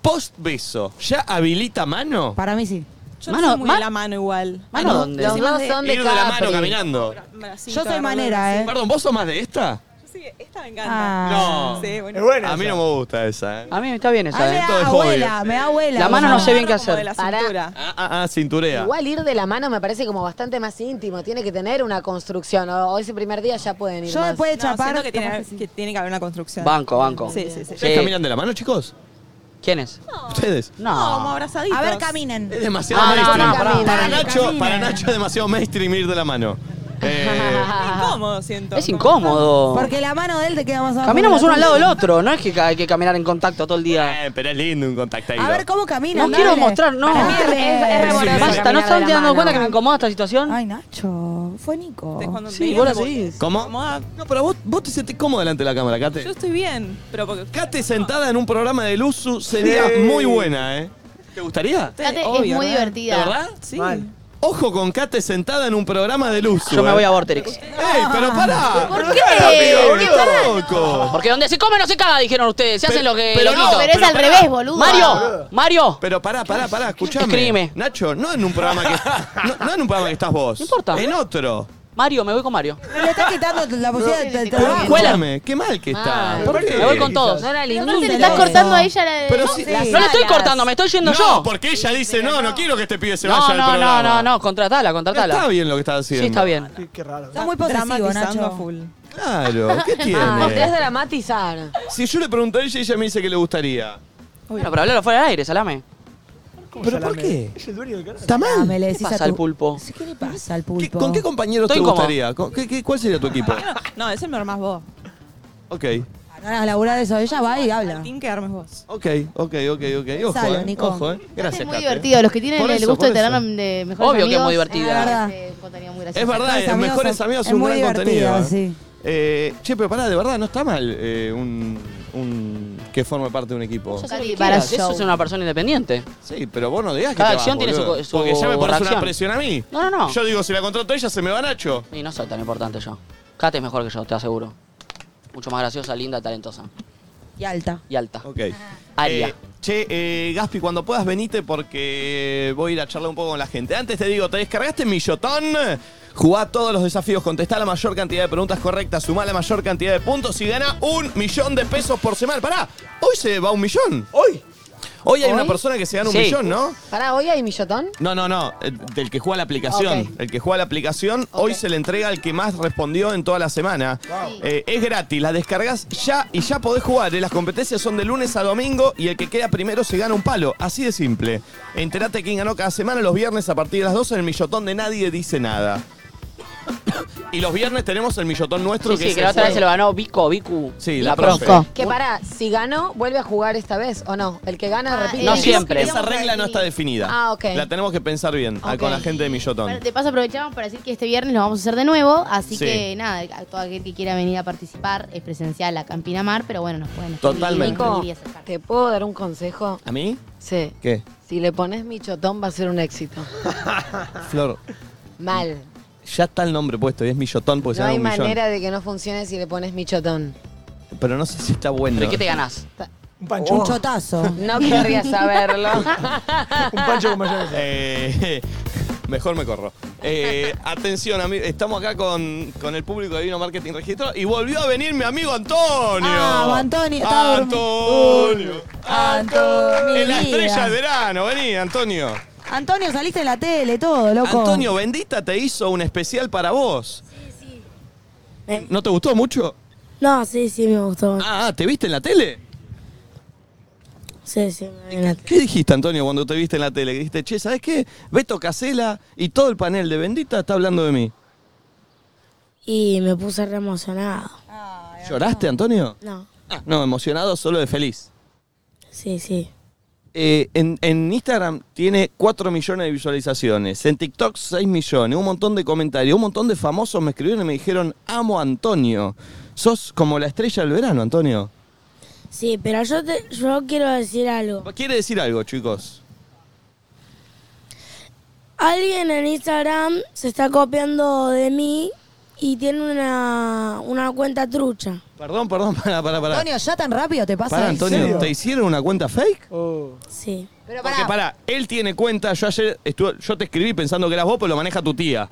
[SPEAKER 1] Post beso, ¿ya habilita mano?
[SPEAKER 2] Para mí sí.
[SPEAKER 16] Yo no soy muy de la mano igual.
[SPEAKER 1] ¿Mano dónde? Los
[SPEAKER 16] encima
[SPEAKER 1] dos son de Ir de la mano Capri. caminando.
[SPEAKER 16] Bracito,
[SPEAKER 2] Yo soy
[SPEAKER 16] agarrarlo
[SPEAKER 2] manera,
[SPEAKER 16] así.
[SPEAKER 2] ¿eh?
[SPEAKER 1] Perdón, ¿vos sos más de esta?
[SPEAKER 16] Sí, esta me encanta.
[SPEAKER 1] Ah. No.
[SPEAKER 16] Sí, bueno.
[SPEAKER 1] a mí no me gusta esa, ¿eh?
[SPEAKER 3] A mí me está bien
[SPEAKER 1] A
[SPEAKER 3] esa,
[SPEAKER 1] mí
[SPEAKER 3] eh.
[SPEAKER 1] me da Todo es abuela, hobby. me da
[SPEAKER 2] abuela.
[SPEAKER 3] La mano no sé bien qué
[SPEAKER 16] Como de
[SPEAKER 3] hacer.
[SPEAKER 16] la
[SPEAKER 4] Pará.
[SPEAKER 16] cintura.
[SPEAKER 1] Ah, ah, ah, cinturea.
[SPEAKER 4] Igual ir de la mano me parece como bastante más íntimo. Tiene que tener una construcción. O o ese primer día ya pueden ir.
[SPEAKER 2] Yo
[SPEAKER 4] más.
[SPEAKER 2] después de
[SPEAKER 16] No,
[SPEAKER 2] chapar.
[SPEAKER 16] siento que tiene, que tiene que haber una construcción.
[SPEAKER 3] Banco, banco.
[SPEAKER 16] Sí, sí, sí.
[SPEAKER 1] ¿Ustedes caminan de la mano, chicos?
[SPEAKER 3] ¿Quiénes?
[SPEAKER 1] ¿Ustedes?
[SPEAKER 16] No, como
[SPEAKER 3] No.
[SPEAKER 16] abrazaditos.
[SPEAKER 2] A ver, caminen.
[SPEAKER 1] Es demasiado
[SPEAKER 3] Ah, no,
[SPEAKER 1] mainstream.
[SPEAKER 3] no,
[SPEAKER 1] para,
[SPEAKER 3] camina,
[SPEAKER 1] para
[SPEAKER 3] camina.
[SPEAKER 1] Nacho, para Nacho es demasiado mainstream ir de la mano. Eh,
[SPEAKER 3] Ah.
[SPEAKER 16] Incómodo, siento.
[SPEAKER 3] Es incómodo.
[SPEAKER 2] Porque la mano de él te queda más abajo.
[SPEAKER 3] Caminamos
[SPEAKER 2] que la
[SPEAKER 3] uno al lado
[SPEAKER 2] tuya.
[SPEAKER 3] del otro, no es que ca- hay que caminar en contacto todo el día.
[SPEAKER 1] eh, pero es lindo un contacto ahí.
[SPEAKER 2] A ver cómo camina.
[SPEAKER 3] No quiero
[SPEAKER 2] dale.
[SPEAKER 3] mostrar, no.
[SPEAKER 2] Para mí es- es- es
[SPEAKER 4] remoroso
[SPEAKER 3] Basta,
[SPEAKER 4] caminar
[SPEAKER 3] ¿no
[SPEAKER 4] de
[SPEAKER 3] están
[SPEAKER 4] la
[SPEAKER 3] dando
[SPEAKER 4] mano.
[SPEAKER 3] cuenta que me incomoda esta situación?
[SPEAKER 2] Ay, Nacho. Fue Nico.
[SPEAKER 16] Es cuando
[SPEAKER 3] Sí,
[SPEAKER 16] me
[SPEAKER 3] vos la
[SPEAKER 16] como-
[SPEAKER 3] seguís.
[SPEAKER 1] ¿Cómo?
[SPEAKER 16] Incomoda.
[SPEAKER 1] ah, No, pero vos, vos te sentís cómoda delante de la cámara,
[SPEAKER 16] Yo
[SPEAKER 1] Kate.
[SPEAKER 16] estoy bien, pero porque.
[SPEAKER 1] Kate sentada en un programa de Luzu sería
[SPEAKER 12] Sí.
[SPEAKER 1] muy buena, ¿eh? ¿Te gustaría?
[SPEAKER 5] Kate
[SPEAKER 16] Obvio,
[SPEAKER 5] es muy
[SPEAKER 16] ¿no?
[SPEAKER 5] divertida.
[SPEAKER 1] ¿De verdad?
[SPEAKER 16] Sí.
[SPEAKER 1] Ojo con Kate sentada en un programa de Luzu.
[SPEAKER 3] Yo me
[SPEAKER 1] ¿eh?
[SPEAKER 3] voy a Vorterix.
[SPEAKER 1] ¡Ey, Eh, pero pará!
[SPEAKER 5] Ah. ¿Por
[SPEAKER 1] Pero
[SPEAKER 5] qué?
[SPEAKER 1] pará, amigo,
[SPEAKER 5] ¿Qué
[SPEAKER 1] boludo, loco.
[SPEAKER 3] Porque donde se come no se caga, dijeron ustedes. Se hacen lo que.
[SPEAKER 1] pero
[SPEAKER 3] lo
[SPEAKER 1] no,
[SPEAKER 3] quito.
[SPEAKER 5] pero es
[SPEAKER 1] pero
[SPEAKER 5] al
[SPEAKER 1] pará.
[SPEAKER 5] revés, boludo.
[SPEAKER 3] Mario, Mario.
[SPEAKER 1] Pero pará, pará, pará, escuchame.
[SPEAKER 3] Escribime.
[SPEAKER 1] Nacho, no en un programa que no, no en un programa que estás vos.
[SPEAKER 3] No importa.
[SPEAKER 1] En otro.
[SPEAKER 3] Mario, me voy con Mario.
[SPEAKER 2] Pero Le estás quitando la posibilidad de- de de-
[SPEAKER 1] Pero
[SPEAKER 2] trabajo.
[SPEAKER 1] escúchame, qué mal que está.
[SPEAKER 4] Mal.
[SPEAKER 1] ¿Por qué?
[SPEAKER 3] Me voy con todos.
[SPEAKER 4] No era
[SPEAKER 5] Y
[SPEAKER 4] lindo.
[SPEAKER 5] aparte le
[SPEAKER 2] Celoso.
[SPEAKER 5] estás cortando a ella la
[SPEAKER 1] Pero
[SPEAKER 5] Pero
[SPEAKER 1] si-
[SPEAKER 4] Las
[SPEAKER 3] No le estoy
[SPEAKER 4] alas.
[SPEAKER 3] cortando, me estoy yendo
[SPEAKER 1] No,
[SPEAKER 3] yo.
[SPEAKER 1] porque ella dice, no, no quiero que este pibe se
[SPEAKER 3] No,
[SPEAKER 1] vaya del
[SPEAKER 3] no, no,
[SPEAKER 1] programa.
[SPEAKER 3] no, no, contratala,
[SPEAKER 1] No
[SPEAKER 3] contratala.
[SPEAKER 1] está bien lo que estás
[SPEAKER 3] Sí,
[SPEAKER 1] haciendo.
[SPEAKER 3] está bien.
[SPEAKER 12] Qué, qué raro.
[SPEAKER 2] Está muy posesivo,
[SPEAKER 16] Dramatizando a
[SPEAKER 2] Nacho.
[SPEAKER 16] full.
[SPEAKER 1] Claro, ¿qué
[SPEAKER 4] Ah, es
[SPEAKER 1] tiene?
[SPEAKER 4] dramatizar.
[SPEAKER 1] Si yo le pregunto a ella, ella me dice que le gustaría.
[SPEAKER 3] Bueno, pero hablalo fuera del aire,
[SPEAKER 2] Eh,
[SPEAKER 3] salame.
[SPEAKER 1] ¿Pero por qué?
[SPEAKER 12] Es el dueño del canal.
[SPEAKER 2] ¿Está mal? Ah, Me le
[SPEAKER 3] ¿Qué
[SPEAKER 2] decís a
[SPEAKER 3] pasa al
[SPEAKER 2] tu-
[SPEAKER 3] pulpo?
[SPEAKER 2] ¿Qué le pasa al pulpo?
[SPEAKER 1] ¿Con qué compañeros
[SPEAKER 3] Estoy Ah,
[SPEAKER 1] te
[SPEAKER 3] como-
[SPEAKER 1] gustaría? ¿Con qué- qué- ¿Cuál sería tu equipo?
[SPEAKER 16] No, ese me armás vos.
[SPEAKER 1] Ok,
[SPEAKER 2] No hagas laburar eso. Ella va y habla.
[SPEAKER 16] Team que armes vos.
[SPEAKER 1] ok, ok, ok, ok. Ojo,
[SPEAKER 2] Salo,
[SPEAKER 1] eh,
[SPEAKER 2] Nico.
[SPEAKER 1] ojo, eh. Gracias,
[SPEAKER 5] Muy
[SPEAKER 1] Kate.
[SPEAKER 5] divertido, los que tienen
[SPEAKER 1] Por
[SPEAKER 5] el
[SPEAKER 1] eso,
[SPEAKER 5] gusto
[SPEAKER 1] por
[SPEAKER 5] de tener
[SPEAKER 1] eso.
[SPEAKER 5] de mejores
[SPEAKER 3] Obvio que es muy
[SPEAKER 5] amigos,
[SPEAKER 3] divertida.
[SPEAKER 5] es contenido muy
[SPEAKER 1] Es
[SPEAKER 5] gracioso.
[SPEAKER 1] verdad,
[SPEAKER 2] Mejores
[SPEAKER 1] eh,
[SPEAKER 2] amigos
[SPEAKER 1] mejores
[SPEAKER 2] son-
[SPEAKER 1] amigos es
[SPEAKER 2] es
[SPEAKER 1] un
[SPEAKER 2] muy
[SPEAKER 1] gran
[SPEAKER 2] divertida,
[SPEAKER 1] contenido. eh.
[SPEAKER 2] sí.
[SPEAKER 1] Eh, che, pero pará, de verdad, no está mal eh, un, un- que forme parte de un equipo.
[SPEAKER 5] Cali,
[SPEAKER 3] Eso
[SPEAKER 5] para show.
[SPEAKER 3] es una persona independiente.
[SPEAKER 1] Sí, pero vos no digas que
[SPEAKER 3] Cada
[SPEAKER 1] te vas,
[SPEAKER 3] acción tiene su
[SPEAKER 1] boludo.
[SPEAKER 3] co- su
[SPEAKER 1] Porque ya me pones una
[SPEAKER 3] reacción.
[SPEAKER 1] presión a mí.
[SPEAKER 3] No, no, no.
[SPEAKER 1] Yo digo, si la contrato a ella, se me va Nacho.
[SPEAKER 3] Y no soy tan importante yo. Kate es mejor que yo, te aseguro. Mucho más graciosa, linda, talentosa.
[SPEAKER 2] Y alta.
[SPEAKER 3] Y alta.
[SPEAKER 1] Ok.
[SPEAKER 3] Aria.
[SPEAKER 1] Eh, che, eh, Gaspi, cuando puedas venite porque voy a ir a charlar un poco con la gente. Antes te digo, te descargaste Millotón, jugá todos los desafíos, contestá la mayor cantidad de preguntas correctas, sumá la mayor cantidad de puntos y gana un millón de pesos por semana. Pará, hoy se va un millón. Hoy. Hoy hay
[SPEAKER 4] ¿Hoy?
[SPEAKER 1] una persona que se gana un
[SPEAKER 3] Sí.
[SPEAKER 1] millón, ¿no?
[SPEAKER 4] Pará, ¿hoy hay millotón?
[SPEAKER 1] No, no, no. eh, Del que juega la aplicación.
[SPEAKER 4] Ok.
[SPEAKER 1] El que juega la aplicación, hoy se le entrega al que más respondió en toda la semana. Eh, es gratis, la descargas ya y ya podés jugar. eh. Las competencias son de lunes a domingo y el que queda primero se gana un palo. Así de simple. Enterate quién ganó cada semana los viernes a partir de las 12 en el millotón de Nadie Dice Nada. y los viernes tenemos el millotón nuestro que
[SPEAKER 3] Sí, sí,
[SPEAKER 1] es
[SPEAKER 3] que
[SPEAKER 1] el
[SPEAKER 3] la otra vez se
[SPEAKER 1] juego.
[SPEAKER 3] lo ganó Vico, Vicu.
[SPEAKER 1] Sí, la
[SPEAKER 3] profe.
[SPEAKER 1] profe.
[SPEAKER 4] Que pará, si ganó, vuelve a jugar esta vez, ¿o no? El que gana,
[SPEAKER 5] Ah,
[SPEAKER 4] repite.
[SPEAKER 5] eh,
[SPEAKER 3] No siempre.
[SPEAKER 1] Esa regla no está definida.
[SPEAKER 4] Ah, ok.
[SPEAKER 1] La tenemos que pensar bien ah, con la gente de Millotón.
[SPEAKER 5] Bueno, de paso aprovechamos para decir que este viernes lo vamos a hacer de nuevo, así
[SPEAKER 1] Sí.
[SPEAKER 5] que nada, a todo aquel que quiera venir a participar es presencial a Campina Mar, pero bueno, nos pueden escribir,
[SPEAKER 1] Totalmente.
[SPEAKER 5] venir y acercarse.
[SPEAKER 4] ¿Te puedo dar un consejo?
[SPEAKER 1] ¿A mí?
[SPEAKER 4] Sí.
[SPEAKER 1] ¿Qué?
[SPEAKER 4] Si le pones michotón va a ser un éxito.
[SPEAKER 2] Ah.
[SPEAKER 1] Flor,
[SPEAKER 4] Mal.
[SPEAKER 1] Ya está el nombre puesto y es Millotón porque se
[SPEAKER 4] no
[SPEAKER 1] gana
[SPEAKER 4] hay
[SPEAKER 1] Pues un millón.
[SPEAKER 4] manera de que no funcione si le pones michotón.
[SPEAKER 1] Pero no sé si está bueno.
[SPEAKER 3] ¿Pero qué te ganás?
[SPEAKER 12] Un pancho.
[SPEAKER 2] Un chotazo.
[SPEAKER 4] No querría saberlo.
[SPEAKER 12] Un pancho con mayonesa.
[SPEAKER 1] Eh, mejor me corro. Eh, atención, ami- estamos acá con, con el público de Vino Marketing Registro y volvió a venir mi amigo Antonio.
[SPEAKER 2] Ah, Antonio, estaba
[SPEAKER 1] Antonio.
[SPEAKER 2] Antonio,
[SPEAKER 1] Es la
[SPEAKER 2] mi
[SPEAKER 1] estrella
[SPEAKER 2] vida.
[SPEAKER 1] de verano. Vení, Antonio.
[SPEAKER 2] Antonio, saliste de la tele, todo, loco.
[SPEAKER 1] Antonio, bendita te hizo un especial para vos.
[SPEAKER 20] Eh.
[SPEAKER 1] ¿No te gustó mucho?
[SPEAKER 20] No, sí, sí, me gustó.
[SPEAKER 1] Ah, ah, ¿te viste en la tele?
[SPEAKER 20] Sí, sí, me adelante.
[SPEAKER 1] ¿Qué dijiste, Antonio, cuando te viste en la tele? Que Dijiste, che, ¿sabes qué? Beto Casela y todo el panel de Bendita está hablando de mí.
[SPEAKER 20] Y me puse re emocionado.
[SPEAKER 1] ¿Lloraste, Antonio?
[SPEAKER 20] No,
[SPEAKER 1] Ah, no, emocionado solo de feliz.
[SPEAKER 20] sí, sí.
[SPEAKER 1] Eh, en, en Instagram tiene 4 millones de visualizaciones, en TikTok 6 millones, un montón de comentarios, un montón de famosos me escribieron y me dijeron, amo a Antonio. Sos como la estrella del verano, Antonio.
[SPEAKER 20] Sí, pero yo, te, yo quiero decir algo.
[SPEAKER 1] Quiere decir algo, chicos.
[SPEAKER 20] Alguien en Instagram se está copiando de mí y tiene una, una cuenta trucha.
[SPEAKER 1] Perdón, perdón, para, para, para.
[SPEAKER 2] Antonio, ya tan rápido te pasa.
[SPEAKER 1] Para,
[SPEAKER 2] eso?
[SPEAKER 1] Antonio, ¿te hicieron una cuenta fake?
[SPEAKER 20] Sí.
[SPEAKER 4] Pero
[SPEAKER 1] Porque pará, él tiene cuenta, yo ayer estuve- yo te escribí pensando que eras vos, pero lo maneja tu tía.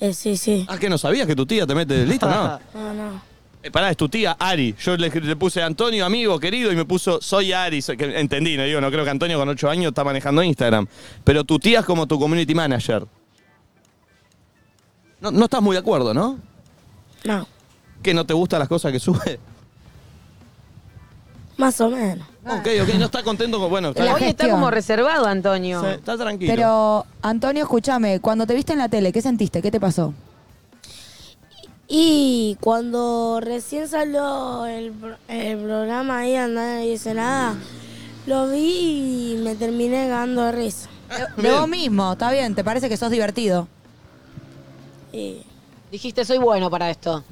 [SPEAKER 20] Eh, sí, sí.
[SPEAKER 1] Ah, que no sabías que tu tía te mete listo, ¿no?
[SPEAKER 20] No, no.
[SPEAKER 1] Eh, pará, es tu tía Ari. Yo le, le puse Antonio, amigo, querido, y me puso soy Ari. Soy- que entendí, no digo, no creo que Antonio con 8 años está manejando Instagram. Pero tu tía es como tu community manager. No, no estás muy de acuerdo, ¿no?
[SPEAKER 20] No.
[SPEAKER 1] Que no te gustan las cosas que sube.
[SPEAKER 20] Más o menos.
[SPEAKER 1] Ok, ok, no está contento con. Bueno, está,
[SPEAKER 4] La
[SPEAKER 2] La
[SPEAKER 4] hoy está
[SPEAKER 2] gestión.
[SPEAKER 4] como reservado, Antonio.
[SPEAKER 1] Sí, está tranquilo.
[SPEAKER 2] Pero, Antonio, escúchame, cuando te viste en la tele, ¿qué sentiste? ¿Qué te pasó?
[SPEAKER 20] Y cuando recién salió el, pro- el programa ahí, andar y dice nada, lo vi y me terminé cagando de risa.
[SPEAKER 2] De
[SPEAKER 1] bien.
[SPEAKER 2] vos mismo, está bien, te parece que sos divertido.
[SPEAKER 20] Y-
[SPEAKER 4] Dijiste, soy bueno para esto.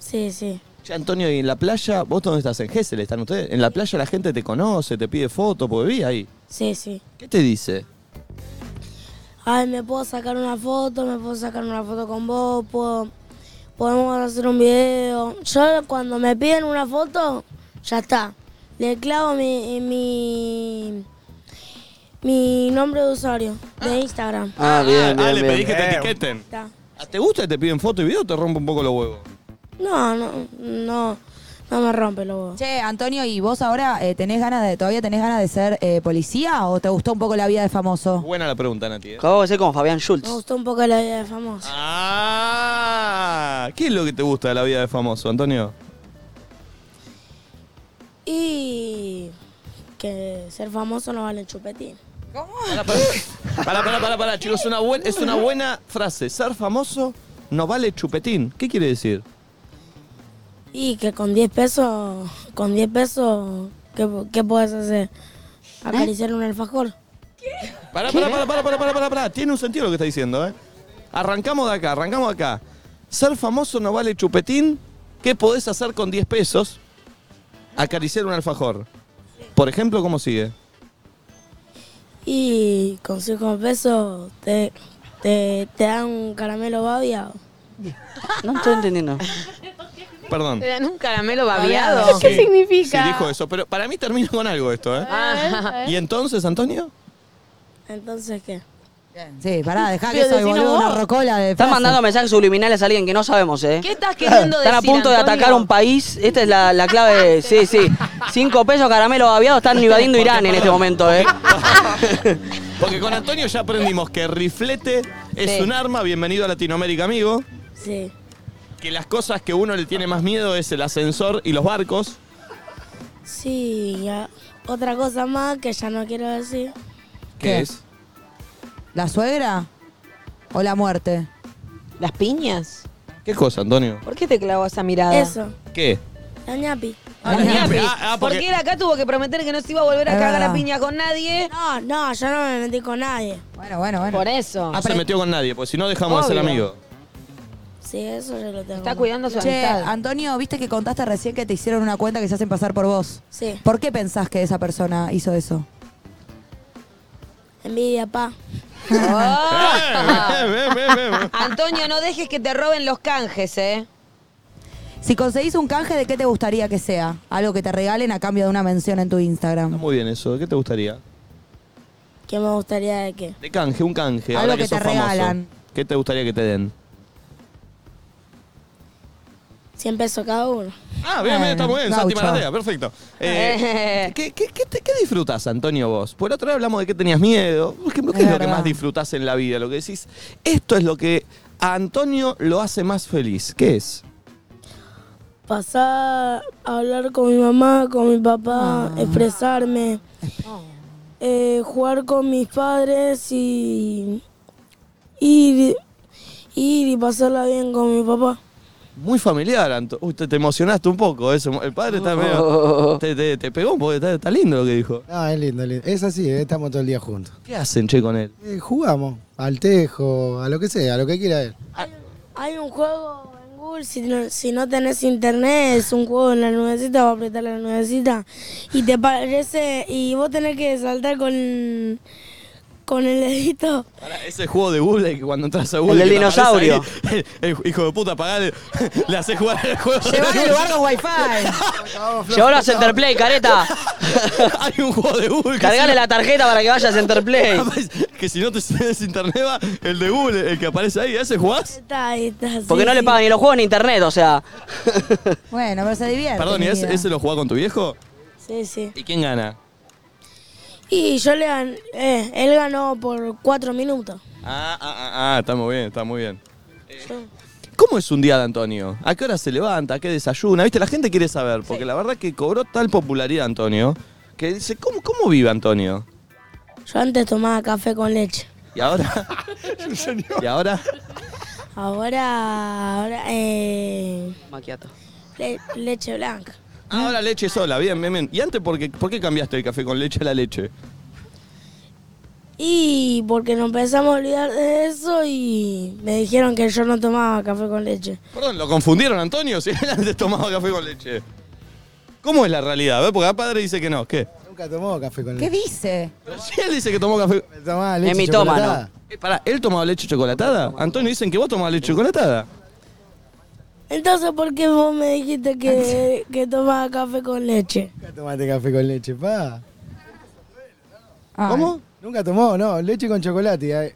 [SPEAKER 20] sí, sí.
[SPEAKER 1] Che, Antonio, ¿y en la playa? ¿Vos dónde estás? ¿En Gessel están ustedes? En la playa la gente te conoce, te pide fotos, porque vi ahí.
[SPEAKER 20] Sí, sí.
[SPEAKER 1] ¿Qué te dice?
[SPEAKER 20] Ay, me puedo sacar una foto, me puedo sacar una foto con vos, puedo- podemos hacer un video. Yo cuando me piden una foto, ya está. Le clavo mi, eh, mi, mi nombre de usuario de Instagram.
[SPEAKER 3] Ah, bien,
[SPEAKER 1] ah,
[SPEAKER 3] bien,
[SPEAKER 1] le
[SPEAKER 3] bien. Eh,
[SPEAKER 1] pedís que te
[SPEAKER 12] Bien.
[SPEAKER 1] etiqueten.
[SPEAKER 20] Está.
[SPEAKER 1] Ah, ¿Te gusta que te piden foto y video o te rompe un poco los huevos?
[SPEAKER 20] No, no, no, no me rompe los huevos.
[SPEAKER 2] Che, Antonio, ¿y vos ahora eh, tenés ganas de, todavía tenés ganas de ser eh, policía o te gustó un poco la vida de famoso?
[SPEAKER 1] Buena la pregunta, Nati. ¿eh?
[SPEAKER 3] Acabo de ser como Fabián Schultz.
[SPEAKER 20] Me gustó un poco la vida de famoso.
[SPEAKER 1] Ah, ¿qué es lo que te gusta de la vida de famoso, Antonio?
[SPEAKER 20] Y que ser famoso no vale chupetín. ¿Cómo?
[SPEAKER 1] Para, para, para, para, chicos, es una buena, es una buena frase. Ser famoso no vale chupetín. ¿Qué quiere decir?
[SPEAKER 20] Y que con 10 pesos, con 10 pesos, ¿qué, qué puedes
[SPEAKER 3] ¿Eh?
[SPEAKER 20] hacer? Acariciar un alfajor.
[SPEAKER 1] Pará, pará, pará, pará, pará, pará, pará, pará. Tiene un sentido lo que está diciendo, ¿eh? Arrancamos de acá, arrancamos de acá. Ser famoso no vale chupetín. ¿Qué podés hacer con 10 pesos? Acariciar un alfajor. Por ejemplo, ¿cómo sigue?
[SPEAKER 20] Y con 5 pesos te, te, te dan un caramelo babiado.
[SPEAKER 3] No estoy entendiendo.
[SPEAKER 1] Perdón.
[SPEAKER 4] Te dan un caramelo
[SPEAKER 1] babeado.
[SPEAKER 4] babeado.
[SPEAKER 1] ¿Qué Sí. significa? Sí, dijo eso, pero para mí termina con algo esto, ¿eh?
[SPEAKER 4] Ah.
[SPEAKER 1] ¿Y entonces, Antonio?
[SPEAKER 20] Entonces, ¿qué?
[SPEAKER 2] Sí, pará, dejá que
[SPEAKER 3] Pero
[SPEAKER 2] soy
[SPEAKER 3] decilo
[SPEAKER 2] boludo,
[SPEAKER 3] vos.
[SPEAKER 2] una rocola de
[SPEAKER 3] Están
[SPEAKER 2] frase.
[SPEAKER 3] mandando mensajes subliminales a alguien que no sabemos, ¿eh?
[SPEAKER 4] ¿Qué estás queriendo
[SPEAKER 3] Están a
[SPEAKER 4] decir,
[SPEAKER 3] punto de
[SPEAKER 4] Antonio?
[SPEAKER 3] atacar un país. Esta es la, la clave. Sí, sí. Cinco pesos caramelo babiado están invadiendo Irán en este momento, ¿eh?
[SPEAKER 1] Porque con Antonio ya aprendimos que riflete es
[SPEAKER 20] Sí.
[SPEAKER 1] un arma. Bienvenido a Latinoamérica, amigo.
[SPEAKER 20] Sí.
[SPEAKER 1] Que las cosas que uno le tiene más miedo es el ascensor y los barcos.
[SPEAKER 20] Sí, ya. Otra cosa más que ya no quiero decir.
[SPEAKER 1] ¿Qué, es?
[SPEAKER 2] ¿La suegra o la muerte?
[SPEAKER 4] ¿Las piñas?
[SPEAKER 1] ¿Qué cosa, Antonio?
[SPEAKER 4] ¿Por qué te clavó esa mirada?
[SPEAKER 20] Eso,
[SPEAKER 1] ¿Qué?
[SPEAKER 20] la ñapi.
[SPEAKER 1] La ñapi. Ah, ah,
[SPEAKER 4] porque... él acá tuvo que prometer que no se iba a volver a
[SPEAKER 20] Es
[SPEAKER 4] cagar a
[SPEAKER 20] verdad.
[SPEAKER 4] piña con nadie.
[SPEAKER 20] No, no, yo no me metí con nadie.
[SPEAKER 2] Bueno, bueno, bueno.
[SPEAKER 4] Por eso.
[SPEAKER 1] No Ah, se metió con nadie, pues si no dejamos de ser
[SPEAKER 4] Obvio.
[SPEAKER 1] amigos.
[SPEAKER 20] Sí, eso yo lo tengo.
[SPEAKER 4] Está cuidando su
[SPEAKER 2] Che,
[SPEAKER 4] amistad.
[SPEAKER 2] Antonio, viste que contaste recién que te hicieron una cuenta que se hacen pasar por vos.
[SPEAKER 20] Sí.
[SPEAKER 2] ¿Por qué pensás que esa persona hizo eso?
[SPEAKER 20] Envidia, pa.
[SPEAKER 4] Oh. Antonio, no dejes que te roben los canjes, ¿eh?
[SPEAKER 2] Si conseguís un canje, ¿de qué te gustaría que sea? Algo que te regalen a cambio de una mención en tu Instagram.
[SPEAKER 1] Muy bien eso. ¿Qué te gustaría?
[SPEAKER 20] ¿Qué me gustaría de qué?
[SPEAKER 1] De canje, un canje.
[SPEAKER 20] Algo
[SPEAKER 1] ahora que,
[SPEAKER 20] que te
[SPEAKER 1] sos famoso.
[SPEAKER 20] regalan.
[SPEAKER 1] ¿Qué te gustaría que te den?
[SPEAKER 20] 100 pesos cada uno.
[SPEAKER 1] Ah, bien, bien, está muy bien. Santi
[SPEAKER 20] Eh, gaucho.
[SPEAKER 1] Maratea, perfecto. Eh, ¿qué, qué, qué, te- qué disfrutás, Antonio, vos? Por otra vez hablamos de que tenías miedo. Por ejemplo, ¿qué es, lo que más disfrutás en la vida? Lo que decís, esto es lo que a Antonio lo hace más feliz. ¿Qué es?
[SPEAKER 20] Pasar a hablar con mi mamá, con mi papá, expresarme, eh, jugar con mis padres y ir, ir y pasarla bien con mi papá.
[SPEAKER 1] Muy familiar, Anto. Uy, te, te emocionaste un poco. Eso. El padre está
[SPEAKER 20] Oh.
[SPEAKER 1] medio. Te, te- te pegó porque está, está lindo lo que dijo.
[SPEAKER 21] No, es lindo, es lindo. Es así, eh, estamos todo el día juntos.
[SPEAKER 1] ¿Qué hacen, che, con él?
[SPEAKER 21] Eh, jugamos al tejo, a lo que sea, a lo que quiera él.
[SPEAKER 20] Hay un juego en Google, si no, si no tenés internet, es un juego en la nubecita, va a apretar la nubecita y te parece, y vos tenés que saltar con, con el dedito.
[SPEAKER 1] Pará, ese juego de Google que cuando entras a Google.
[SPEAKER 3] El del
[SPEAKER 1] que te aparece
[SPEAKER 3] dinosaurio.
[SPEAKER 1] ahí, el, el hijo de puta, pagale. Le haces jugar el juego.
[SPEAKER 2] Llevale el lugar con wifi.
[SPEAKER 3] Llévalo a Centerplay, careta.
[SPEAKER 1] Hay un juego de Google. que
[SPEAKER 3] Cargale
[SPEAKER 1] si no-
[SPEAKER 3] la tarjeta para que vaya a Centerplay.
[SPEAKER 1] que si no te tienes internet va el de Google, el que aparece ahí, ¿ese jugás?
[SPEAKER 20] Está, ahí está,
[SPEAKER 3] Porque
[SPEAKER 20] sí,
[SPEAKER 3] no le
[SPEAKER 20] sí.
[SPEAKER 3] pagan ni los juegos ni internet, o sea.
[SPEAKER 2] Bueno, pero se divierte.
[SPEAKER 1] Perdón, ¿y
[SPEAKER 2] mi
[SPEAKER 1] ese,
[SPEAKER 2] vida.
[SPEAKER 1] ese lo jugás con tu viejo?
[SPEAKER 20] Sí, sí.
[SPEAKER 1] ¿Y quién gana?
[SPEAKER 20] Y yo le gané, eh, él ganó por cuatro minutos.
[SPEAKER 1] Ah, ah, ah, ah, está muy bien, está muy bien. ¿Cómo es un día de Antonio? ¿A qué hora se levanta? ¿A qué desayuna? Viste, la gente quiere saber, porque la verdad que cobró tal popularidad Antonio, que dice, ¿cómo, cómo vive Antonio?
[SPEAKER 20] Yo antes tomaba café con leche.
[SPEAKER 1] ¿Y ahora? ¿Y ahora?
[SPEAKER 20] Ahora, ahora, eh,
[SPEAKER 3] Maquiato.
[SPEAKER 20] le- leche blanca.
[SPEAKER 1] Ah, Ahora leche sola, bien, bien, bien. ¿Y antes por qué, por qué cambiaste el café con leche a la leche?
[SPEAKER 20] Y porque nos empezamos a olvidar de eso y me dijeron que yo no tomaba café con leche.
[SPEAKER 1] Perdón, ¿lo confundieron Antonio? Si él antes tomaba café con leche. ¿Cómo es la realidad? A ver, Porque el padre dice que no, ¿qué?
[SPEAKER 21] Nunca tomó café con
[SPEAKER 2] ¿Qué
[SPEAKER 21] leche.
[SPEAKER 2] dice?
[SPEAKER 1] Pero si él dice que tomó café...
[SPEAKER 21] Tomaba leche
[SPEAKER 1] mitómano.
[SPEAKER 21] chocolatada.
[SPEAKER 1] Eh, pará, ¿él tomaba leche chocolatada? Antonio, dicen que vos tomabas leche chocolatada.
[SPEAKER 20] Entonces, ¿por qué vos me dijiste que, que tomaba café con leche?
[SPEAKER 21] Nunca tomaste café con leche, pa.
[SPEAKER 2] ¿Cómo?
[SPEAKER 21] Nunca tomó, no, leche con chocolate. Ay,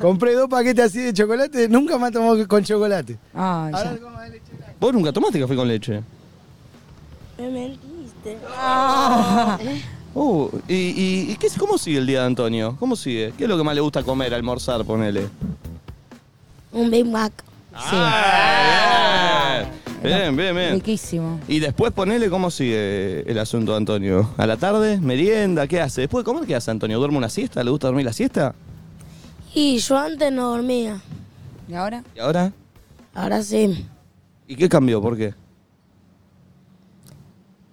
[SPEAKER 21] Compré dos paquetes así de chocolate, nunca más tomó con chocolate.
[SPEAKER 2] Ay, ya.
[SPEAKER 1] Vos nunca tomaste café con leche.
[SPEAKER 20] Me mentiste.
[SPEAKER 2] Ah.
[SPEAKER 1] Uh, ¿y, y, y qué, cómo sigue el día de Antonio? ¿Cómo sigue? ¿Qué es lo que más le gusta comer, almorzar, ponele?
[SPEAKER 20] Un Big Mac.
[SPEAKER 1] Ah, bien. Bien, bien, bien.
[SPEAKER 2] Riquísimo.
[SPEAKER 1] Y después ponele cómo sigue el asunto, Antonio. ¿A la tarde? ¿Merienda? ¿Qué hace? ¿Después de comer qué hace, Antonio? ¿Duerme una siesta? ¿Le gusta dormir la siesta?
[SPEAKER 20] Y yo antes no dormía.
[SPEAKER 2] ¿Y ahora?
[SPEAKER 1] ¿Y ahora?
[SPEAKER 20] Ahora sí.
[SPEAKER 1] ¿Y qué cambió? ¿Por qué?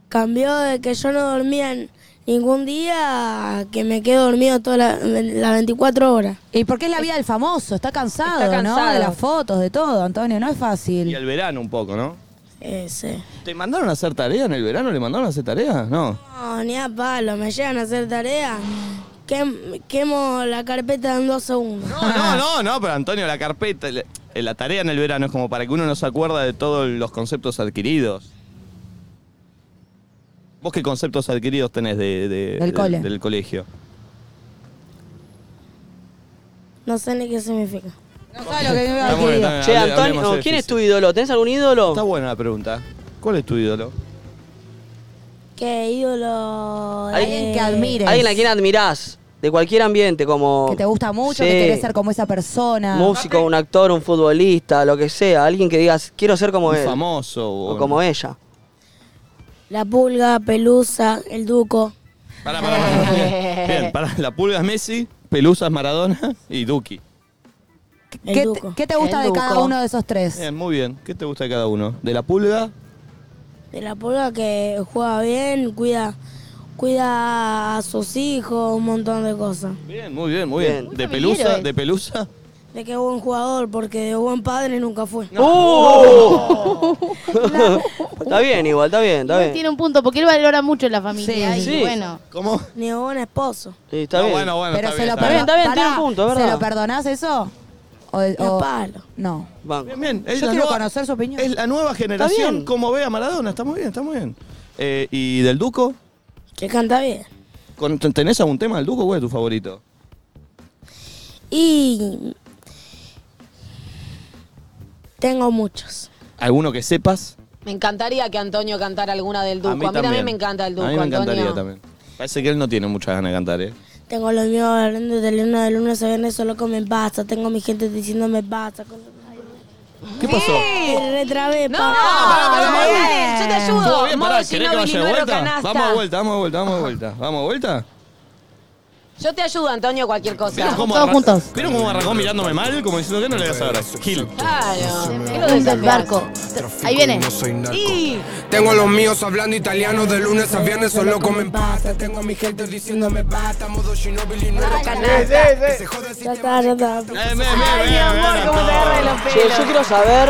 [SPEAKER 20] Cambió de que yo no dormía en ningún día a que me quedo dormido todas la- las 24 horas.
[SPEAKER 2] ¿Y por qué es la vida del famoso? Está cansado,
[SPEAKER 20] Está
[SPEAKER 2] ¿no?
[SPEAKER 20] cansado.
[SPEAKER 2] De las fotos, de todo, Antonio, no es
[SPEAKER 1] Y
[SPEAKER 2] fácil.
[SPEAKER 1] al verano un poco, ¿no?
[SPEAKER 20] Ese.
[SPEAKER 1] ¿Te mandaron a hacer tarea en el verano? ¿Le mandaron a hacer tarea? No.
[SPEAKER 20] No, ni a palo, me llegan a hacer tarea. quem- quemo la carpeta en dos segundos.
[SPEAKER 1] No, no, no, pero Antonio, la carpeta, le- eh, la tarea en el verano es como para que uno no se acuerda de todos los conceptos adquiridos. ¿Vos qué conceptos adquiridos tenés de, de-
[SPEAKER 20] Del cole.
[SPEAKER 1] del colegio?
[SPEAKER 20] No sé ni qué significa.
[SPEAKER 1] Está bueno, está bien,
[SPEAKER 3] Che,
[SPEAKER 1] hable-
[SPEAKER 3] Antonio,
[SPEAKER 1] hablemos de
[SPEAKER 3] ¿quién es
[SPEAKER 1] física.
[SPEAKER 3] tu ídolo? ¿Tenés algún ídolo?
[SPEAKER 1] Está buena la pregunta. ¿Cuál es tu ídolo?
[SPEAKER 20] Qué ídolo.
[SPEAKER 2] Alguien que admires.
[SPEAKER 3] Eh, Alguien a quien admirás, de cualquier ambiente, como...
[SPEAKER 2] Que te gusta mucho, que
[SPEAKER 3] Sí.
[SPEAKER 2] querés ser como esa persona.
[SPEAKER 3] Músico, un actor, un futbolista, lo que sea. Alguien que digas, quiero ser como
[SPEAKER 1] Un
[SPEAKER 3] él.
[SPEAKER 1] famoso. O,
[SPEAKER 3] O como ella.
[SPEAKER 20] La pulga, pelusa, el duco.
[SPEAKER 1] Pará, pará, pará. Bien, Bien, pará. La pulga es Messi, Pelusa es Maradona y Duki.
[SPEAKER 2] ¿Qué, te- qué te gusta de cada uno de esos tres?
[SPEAKER 3] Eh.
[SPEAKER 1] Bien, muy bien. ¿Qué te gusta de cada uno? De la pulga,
[SPEAKER 20] De la pulga que juega bien, cuida, cuida a sus hijos, un montón de cosas.
[SPEAKER 1] bien, muy bien, muy bien. De
[SPEAKER 20] familiar
[SPEAKER 1] Pelusa,
[SPEAKER 20] es.
[SPEAKER 1] de Pelusa.
[SPEAKER 20] De qué buen jugador, porque de buen padre nunca fue.
[SPEAKER 2] ¡Oh!
[SPEAKER 3] está bien, igual, está bien, está
[SPEAKER 5] Igual
[SPEAKER 3] bien.
[SPEAKER 5] tiene un punto, porque él valora mucho la familia. y bueno.
[SPEAKER 1] ¿Cómo?
[SPEAKER 20] Ni buen esposo.
[SPEAKER 3] Sí, está
[SPEAKER 1] No,
[SPEAKER 3] bien.
[SPEAKER 1] bueno, bueno,
[SPEAKER 2] Pero
[SPEAKER 1] está
[SPEAKER 2] se
[SPEAKER 1] bien,
[SPEAKER 2] lo
[SPEAKER 1] está
[SPEAKER 2] perdo-
[SPEAKER 1] bien.
[SPEAKER 3] Está bien,
[SPEAKER 2] Pará,
[SPEAKER 3] tiene un punto, es
[SPEAKER 2] ¿Se
[SPEAKER 3] verdad.
[SPEAKER 2] lo perdonás eso? O, o- No.
[SPEAKER 1] Bien, bien.
[SPEAKER 2] Yo
[SPEAKER 1] Es la
[SPEAKER 2] quiero
[SPEAKER 1] nueva-
[SPEAKER 2] conocer su opinión.
[SPEAKER 1] Es la nueva generación
[SPEAKER 2] bien.
[SPEAKER 1] como ve a Maradona. Está muy bien, está muy bien. Eh, ¿Y del Duco?
[SPEAKER 20] Que canta bien.
[SPEAKER 1] Con- ¿Tenés algún tema del Duco? ¿Cuál es tu favorito?
[SPEAKER 20] Y tengo muchos.
[SPEAKER 1] ¿Alguno que sepas?
[SPEAKER 4] Me encantaría que Antonio cantara alguna del Duco. A mí, también me encanta el Duco,
[SPEAKER 1] A mí me encantaría
[SPEAKER 4] Antonio.
[SPEAKER 1] también. Parece que él no tiene muchas ganas de cantar, ¿eh?
[SPEAKER 20] Tengo los míos hablando de luna de lunes a viernes solo con me basta. Tengo mi gente diciéndome basta. Con...
[SPEAKER 1] ¿Qué pasó?
[SPEAKER 20] Retrabé,
[SPEAKER 4] No,
[SPEAKER 20] papá.
[SPEAKER 4] pará, pará, pará, yo te
[SPEAKER 1] ¿Todo
[SPEAKER 4] ayudo.
[SPEAKER 1] bien?
[SPEAKER 4] Modo
[SPEAKER 1] Pará, ¿querés que
[SPEAKER 4] Ginóbili,
[SPEAKER 1] vaya de
[SPEAKER 4] nueve
[SPEAKER 1] vuelta?
[SPEAKER 4] canasta.
[SPEAKER 1] Vamos de vuelta, vamos de vuelta, vamos de vuelta. ¿Vamos de vuelta?
[SPEAKER 4] Yo te ayudo, Antonio, cualquier cosa.
[SPEAKER 1] ¿Vieron cómo arran- ¿Vieron cómo arrancó mirándome mal? Como diciendo que no le voy a saber. Gil.
[SPEAKER 5] El barco. Ahí viene.
[SPEAKER 6] Tengo a los míos hablando italiano de lunes a viernes, solo comen pasta. Tengo a mi gente diciéndome basta, modo Ginobili no era canasta. Que se joda si
[SPEAKER 20] Ya está, ya está.
[SPEAKER 3] Che, yo quiero saber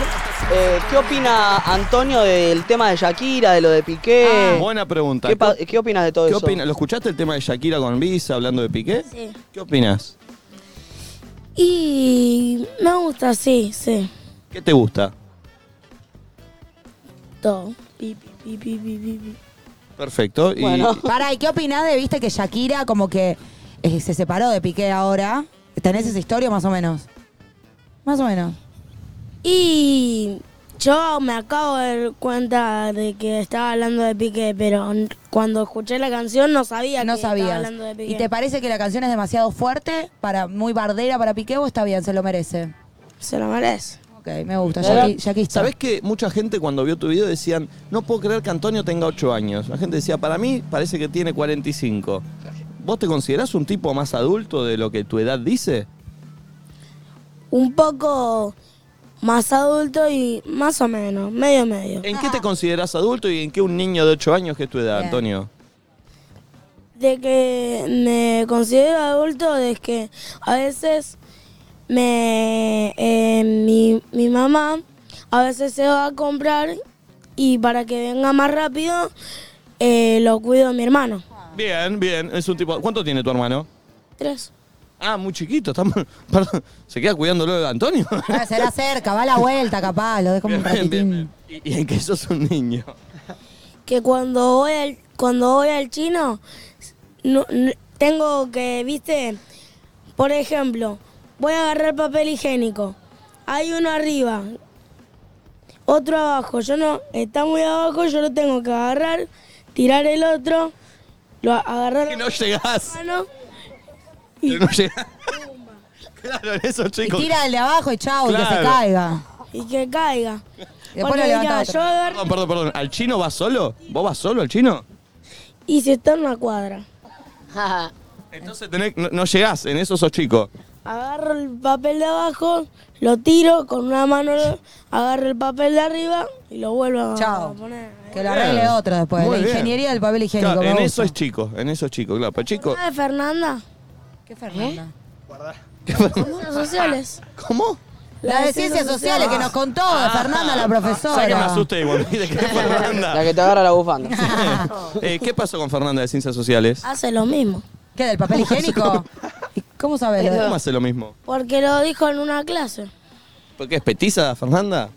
[SPEAKER 3] eh, qué opina Antonio del tema de Shakira, de lo de Piqué.
[SPEAKER 2] Ah.
[SPEAKER 1] Buena pregunta.
[SPEAKER 3] ¿Qué, pa- qué opinas Ah, de todo
[SPEAKER 1] ¿Qué
[SPEAKER 3] eso?
[SPEAKER 1] opinas? ¿Lo escuchaste el tema de Shakira con Visa hablando de Piqué?
[SPEAKER 20] Sí.
[SPEAKER 1] ¿Qué opinas?
[SPEAKER 20] Y me gusta, sí, sí.
[SPEAKER 1] ¿Qué te gusta?
[SPEAKER 20] Todo. Pi, pi, pi, pi, pi, pi, pi.
[SPEAKER 1] Perfecto. Y,
[SPEAKER 2] Pará, ¿y qué opinás de, viste, que Shakira como que eh, se separó de Piqué ahora? ¿Tenés esa historia más o menos? Más o menos.
[SPEAKER 20] Y yo me acabo de dar cuenta de que estaba hablando de Piqué, pero n- cuando escuché la canción no sabía
[SPEAKER 2] No
[SPEAKER 20] que estaba
[SPEAKER 2] sabías.
[SPEAKER 20] hablando de Piqué.
[SPEAKER 2] ¿Y te parece que la canción es demasiado fuerte, para muy bardera para Piqué o está bien, se lo merece?
[SPEAKER 20] Se lo merece.
[SPEAKER 2] Ok, me gusta.
[SPEAKER 1] Ahora,
[SPEAKER 2] Shaki- Shakista.
[SPEAKER 1] ¿Sabés que mucha gente cuando vio tu video decían, no puedo creer que Antonio tenga 8 años? La gente decía, para mí parece que tiene 45. ¿Vos te considerás un tipo más adulto de lo que tu edad dice?
[SPEAKER 20] Un poco más adulto y más o menos, medio medio.
[SPEAKER 1] ¿En qué te
[SPEAKER 2] Ah.
[SPEAKER 1] considerás adulto y en qué un niño de 8 años que es tu edad, Antonio?
[SPEAKER 20] De que me considero adulto, de que a veces me eh, mi, mi mamá a veces se va a comprar y para que venga más rápido eh, lo cuido a mi hermano.
[SPEAKER 2] Ah.
[SPEAKER 1] Bien, bien, es un tipo... ¿Cuánto tiene tu hermano?
[SPEAKER 20] Tres.
[SPEAKER 1] Ah, muy chiquito, está muy- perdón, ¿se queda cuidándolo de Antonio?
[SPEAKER 2] Ah, Será cerca, va a la vuelta capaz, lo dejo un
[SPEAKER 1] Bien, bien,
[SPEAKER 2] ratitín.
[SPEAKER 1] bien. ¿Y, y en qué sos un niño?
[SPEAKER 20] Que cuando voy al, cuando voy al chino, no- no- tengo que, viste, por ejemplo, voy a agarrar papel higiénico. Hay uno arriba, otro abajo. Yo no, está muy abajo, yo lo tengo que agarrar, tirar el otro, lo a- agarrar
[SPEAKER 1] Que no llegás,
[SPEAKER 20] la mano.
[SPEAKER 1] que no llegás. Claro, esos
[SPEAKER 2] Y
[SPEAKER 1] chicos...
[SPEAKER 2] tira el de abajo y chao, que se
[SPEAKER 1] Claro.
[SPEAKER 2] caiga.
[SPEAKER 20] y que caiga.
[SPEAKER 1] Después
[SPEAKER 20] Porque
[SPEAKER 1] lo
[SPEAKER 20] mira,
[SPEAKER 1] levanta
[SPEAKER 20] yo agarré-
[SPEAKER 1] Perdón, perdón, perdón. ¿Al chino vas solo? ¿Vos vas solo al chino?
[SPEAKER 20] y si está en una cuadra.
[SPEAKER 1] Entonces tenés- no, no llegás, en eso sos chico.
[SPEAKER 20] Agarro el papel de abajo, lo tiro con una mano, lo- agarro el papel de arriba y lo vuelvo a
[SPEAKER 2] Chao.
[SPEAKER 20] poner. ¿eh?
[SPEAKER 2] Que lo arregle otro después.
[SPEAKER 1] Muy
[SPEAKER 2] la
[SPEAKER 1] bien.
[SPEAKER 2] ingeniería del papel higiénico.
[SPEAKER 1] Claro,
[SPEAKER 2] me
[SPEAKER 1] en
[SPEAKER 2] gusta.
[SPEAKER 1] eso es chico, en eso es chico, claro. Para chico.
[SPEAKER 20] ¿Una de Fernanda?
[SPEAKER 2] ¿Qué Fernanda?
[SPEAKER 20] Ciencias sociales.
[SPEAKER 1] ¿Cómo? Ah,
[SPEAKER 2] La de ciencias sociales que nos contó Fernanda, la
[SPEAKER 1] ¿Sabes que me
[SPEAKER 2] profesora.
[SPEAKER 1] asusté igual? Mire que es Fernanda.
[SPEAKER 3] La que te agarra la bufanda.
[SPEAKER 1] Eh, ¿Qué pasó con Fernanda de Ciencias Sociales?
[SPEAKER 20] ah. Hace lo mismo.
[SPEAKER 2] ¿Qué, del papel higiénico? ¿Y ¿Cómo sabes? lo de-
[SPEAKER 1] ¿Cómo hace lo mismo?
[SPEAKER 20] Porque lo dijo en una clase.
[SPEAKER 1] ¿Por qué es petiza Fernanda?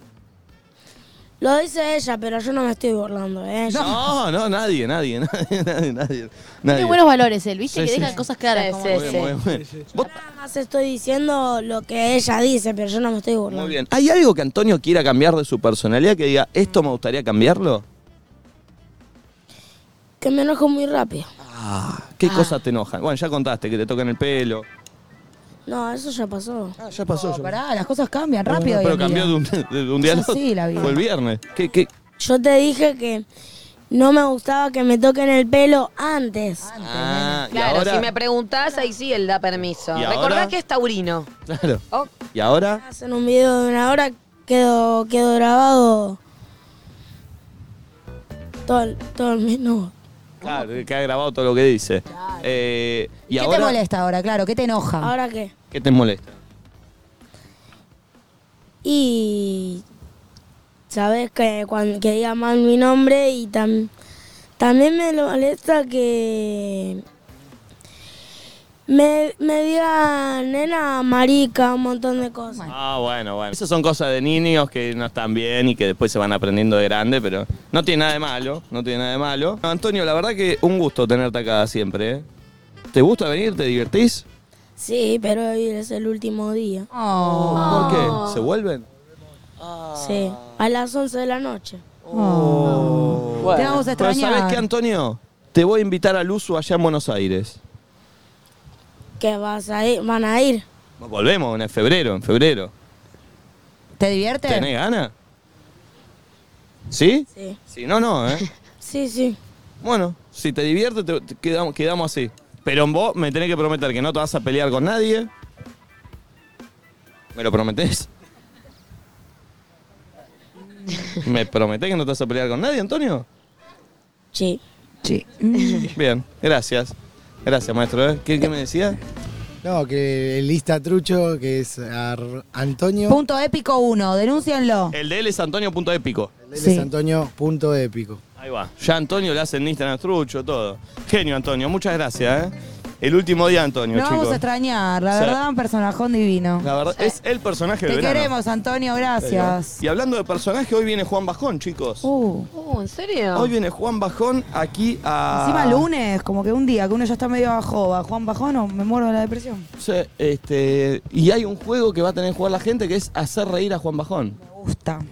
[SPEAKER 20] Lo dice ella, pero yo no me estoy burlando, ¿eh?
[SPEAKER 1] No, no, nadie, nadie, nadie, nadie, nadie. nadie.
[SPEAKER 20] Tiene buenos
[SPEAKER 5] valores él, ¿viste?
[SPEAKER 1] Sí,
[SPEAKER 5] que
[SPEAKER 1] sí.
[SPEAKER 5] dejan cosas claras.
[SPEAKER 20] Sí,
[SPEAKER 5] como-
[SPEAKER 20] sí,
[SPEAKER 1] Muy bien, muy bien, muy bien. Vos-
[SPEAKER 20] Nada más estoy diciendo lo que ella dice, pero yo no me estoy burlando.
[SPEAKER 1] muy bien. ¿Hay algo que Antonio quiera cambiar de su personalidad que diga, esto me gustaría cambiarlo?
[SPEAKER 20] Que me enojo muy rápido.
[SPEAKER 1] Ah, ¿qué cosas te enojan? Bueno, ya contaste que te tocan el pelo.
[SPEAKER 20] No, eso ya pasó.
[SPEAKER 1] Ah, ya pasó.
[SPEAKER 2] Pará, las cosas cambian rápido. hoy
[SPEAKER 1] Pero
[SPEAKER 2] en
[SPEAKER 1] cambió
[SPEAKER 2] día.
[SPEAKER 1] de un, de un día
[SPEAKER 2] Es
[SPEAKER 1] al otro.
[SPEAKER 2] así la vida.
[SPEAKER 1] Fue el viernes. ¿Qué, qué?
[SPEAKER 20] Yo te dije que no me gustaba que me toquen el pelo antes.
[SPEAKER 1] Ah, y
[SPEAKER 4] Claro,
[SPEAKER 1] ahora.
[SPEAKER 4] si me preguntás, ahí sí él da permiso.
[SPEAKER 1] ¿Y
[SPEAKER 4] Recordá
[SPEAKER 1] ahora?
[SPEAKER 4] que es taurino.
[SPEAKER 1] Claro.
[SPEAKER 4] Oh.
[SPEAKER 1] ¿Y ahora?
[SPEAKER 20] Hacen un video de una hora, quedó, quedó grabado todo el, todo el menú.
[SPEAKER 1] Claro, que ha grabado todo lo que dice. Eh, ¿Y
[SPEAKER 2] ¿Qué
[SPEAKER 1] ahora?
[SPEAKER 2] te molesta ahora? Claro, ¿qué te enoja?
[SPEAKER 20] ¿Ahora qué?
[SPEAKER 1] ¿Qué te molesta?
[SPEAKER 20] Y sabes que cuando que diga mal mi nombre y tam- también me lo molesta que me, me digan nena marica, un montón de cosas.
[SPEAKER 1] Ah, bueno, bueno. Esas son cosas de niños que no están bien y que después se van aprendiendo de grande, pero no tiene nada de malo, no tiene nada de malo. Antonio, la verdad que un gusto tenerte acá siempre, ¿eh? ¿Te gusta venir? ¿Te divertís?
[SPEAKER 20] Sí, pero hoy es el último día.
[SPEAKER 1] ¿Por qué? ¿Se vuelven?
[SPEAKER 20] Sí, a las 11 de la noche.
[SPEAKER 2] Oh.
[SPEAKER 20] Te vamos
[SPEAKER 1] Oh. Pero
[SPEAKER 20] a extrañar.
[SPEAKER 1] ¿sabes qué, Antonio? Te voy a invitar al uso allá en Buenos Aires.
[SPEAKER 20] Que vas a ir, van a ir.
[SPEAKER 1] Volvemos en febrero, en febrero.
[SPEAKER 2] ¿Te divierte?
[SPEAKER 1] ¿Tenés ganas? ¿Sí?
[SPEAKER 20] Sí.
[SPEAKER 1] Si no, no, ¿eh?
[SPEAKER 20] Sí, sí.
[SPEAKER 1] Bueno, si te divierte, te- te quedamos, quedamos así. Pero vos me tenés que prometer que no te vas a pelear con nadie. ¿Me lo prometés? ¿Me prometés que no te vas a pelear con nadie, Antonio?
[SPEAKER 20] Sí.
[SPEAKER 2] Sí.
[SPEAKER 1] Bien, gracias. Gracias, maestro. ¿eh? ¿Qué, qué me decía?
[SPEAKER 21] No, que el lista trucho, que es ar- Antonio.
[SPEAKER 2] Punto épico 1, denúncienlo.
[SPEAKER 1] El de él es antonio.epico.
[SPEAKER 21] Él es Antonio punto épico.
[SPEAKER 1] Ahí va. Ya Antonio le hacen Instagram trucho, todo. Genio, Antonio. Muchas gracias, ¿eh? El último día, Antonio,
[SPEAKER 2] Nos vamos
[SPEAKER 1] chicos.
[SPEAKER 2] a extrañar, la
[SPEAKER 1] Sí.
[SPEAKER 2] verdad, un personajón divino.
[SPEAKER 1] La verdad, es el personaje
[SPEAKER 2] Te
[SPEAKER 1] del verano.
[SPEAKER 2] queremos, Antonio, gracias.
[SPEAKER 1] Y hablando de personaje, hoy viene Juan Bajón, chicos.
[SPEAKER 4] Uh, ¿en serio?
[SPEAKER 1] Hoy viene Juan Bajón aquí a.
[SPEAKER 2] Encima lunes, como que un día que uno ya está medio bajo, a Juan Bajón o me muero de la depresión.
[SPEAKER 1] Sí, este, y hay un juego que va a tener que jugar la gente que es hacer reír a Juan Bajón.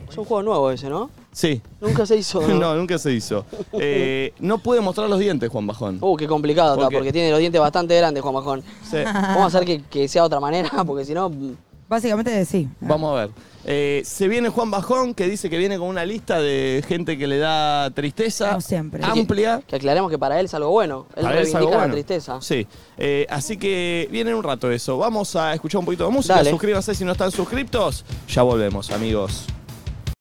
[SPEAKER 3] Es un juego nuevo ese, ¿no?
[SPEAKER 1] Sí.
[SPEAKER 3] Nunca se hizo.
[SPEAKER 1] No, nunca se hizo. Eh, no puede mostrar los dientes, Juan Bajón.
[SPEAKER 3] Uh, qué complicado
[SPEAKER 1] ¿Por
[SPEAKER 3] está,
[SPEAKER 1] qué?
[SPEAKER 3] porque tiene los dientes bastante grandes, Juan Majón.
[SPEAKER 1] Sí.
[SPEAKER 3] Vamos a hacer que, que sea de otra manera, porque si no. mm,
[SPEAKER 2] Básicamente sí.
[SPEAKER 1] Vamos a ver. Eh, se viene Juan Bajón que dice que viene con una lista de gente que le da tristeza.
[SPEAKER 2] siempre.
[SPEAKER 1] Amplia.
[SPEAKER 3] Que aclaremos que para él es algo bueno. Él
[SPEAKER 1] Para es
[SPEAKER 3] reivindica
[SPEAKER 1] algo
[SPEAKER 3] la
[SPEAKER 1] bueno.
[SPEAKER 3] tristeza.
[SPEAKER 1] Sí. Eh, así que viene en un rato eso. Vamos a escuchar un poquito de música.
[SPEAKER 3] Dale.
[SPEAKER 1] Suscríbanse si no están suscriptos. Ya volvemos, amigos.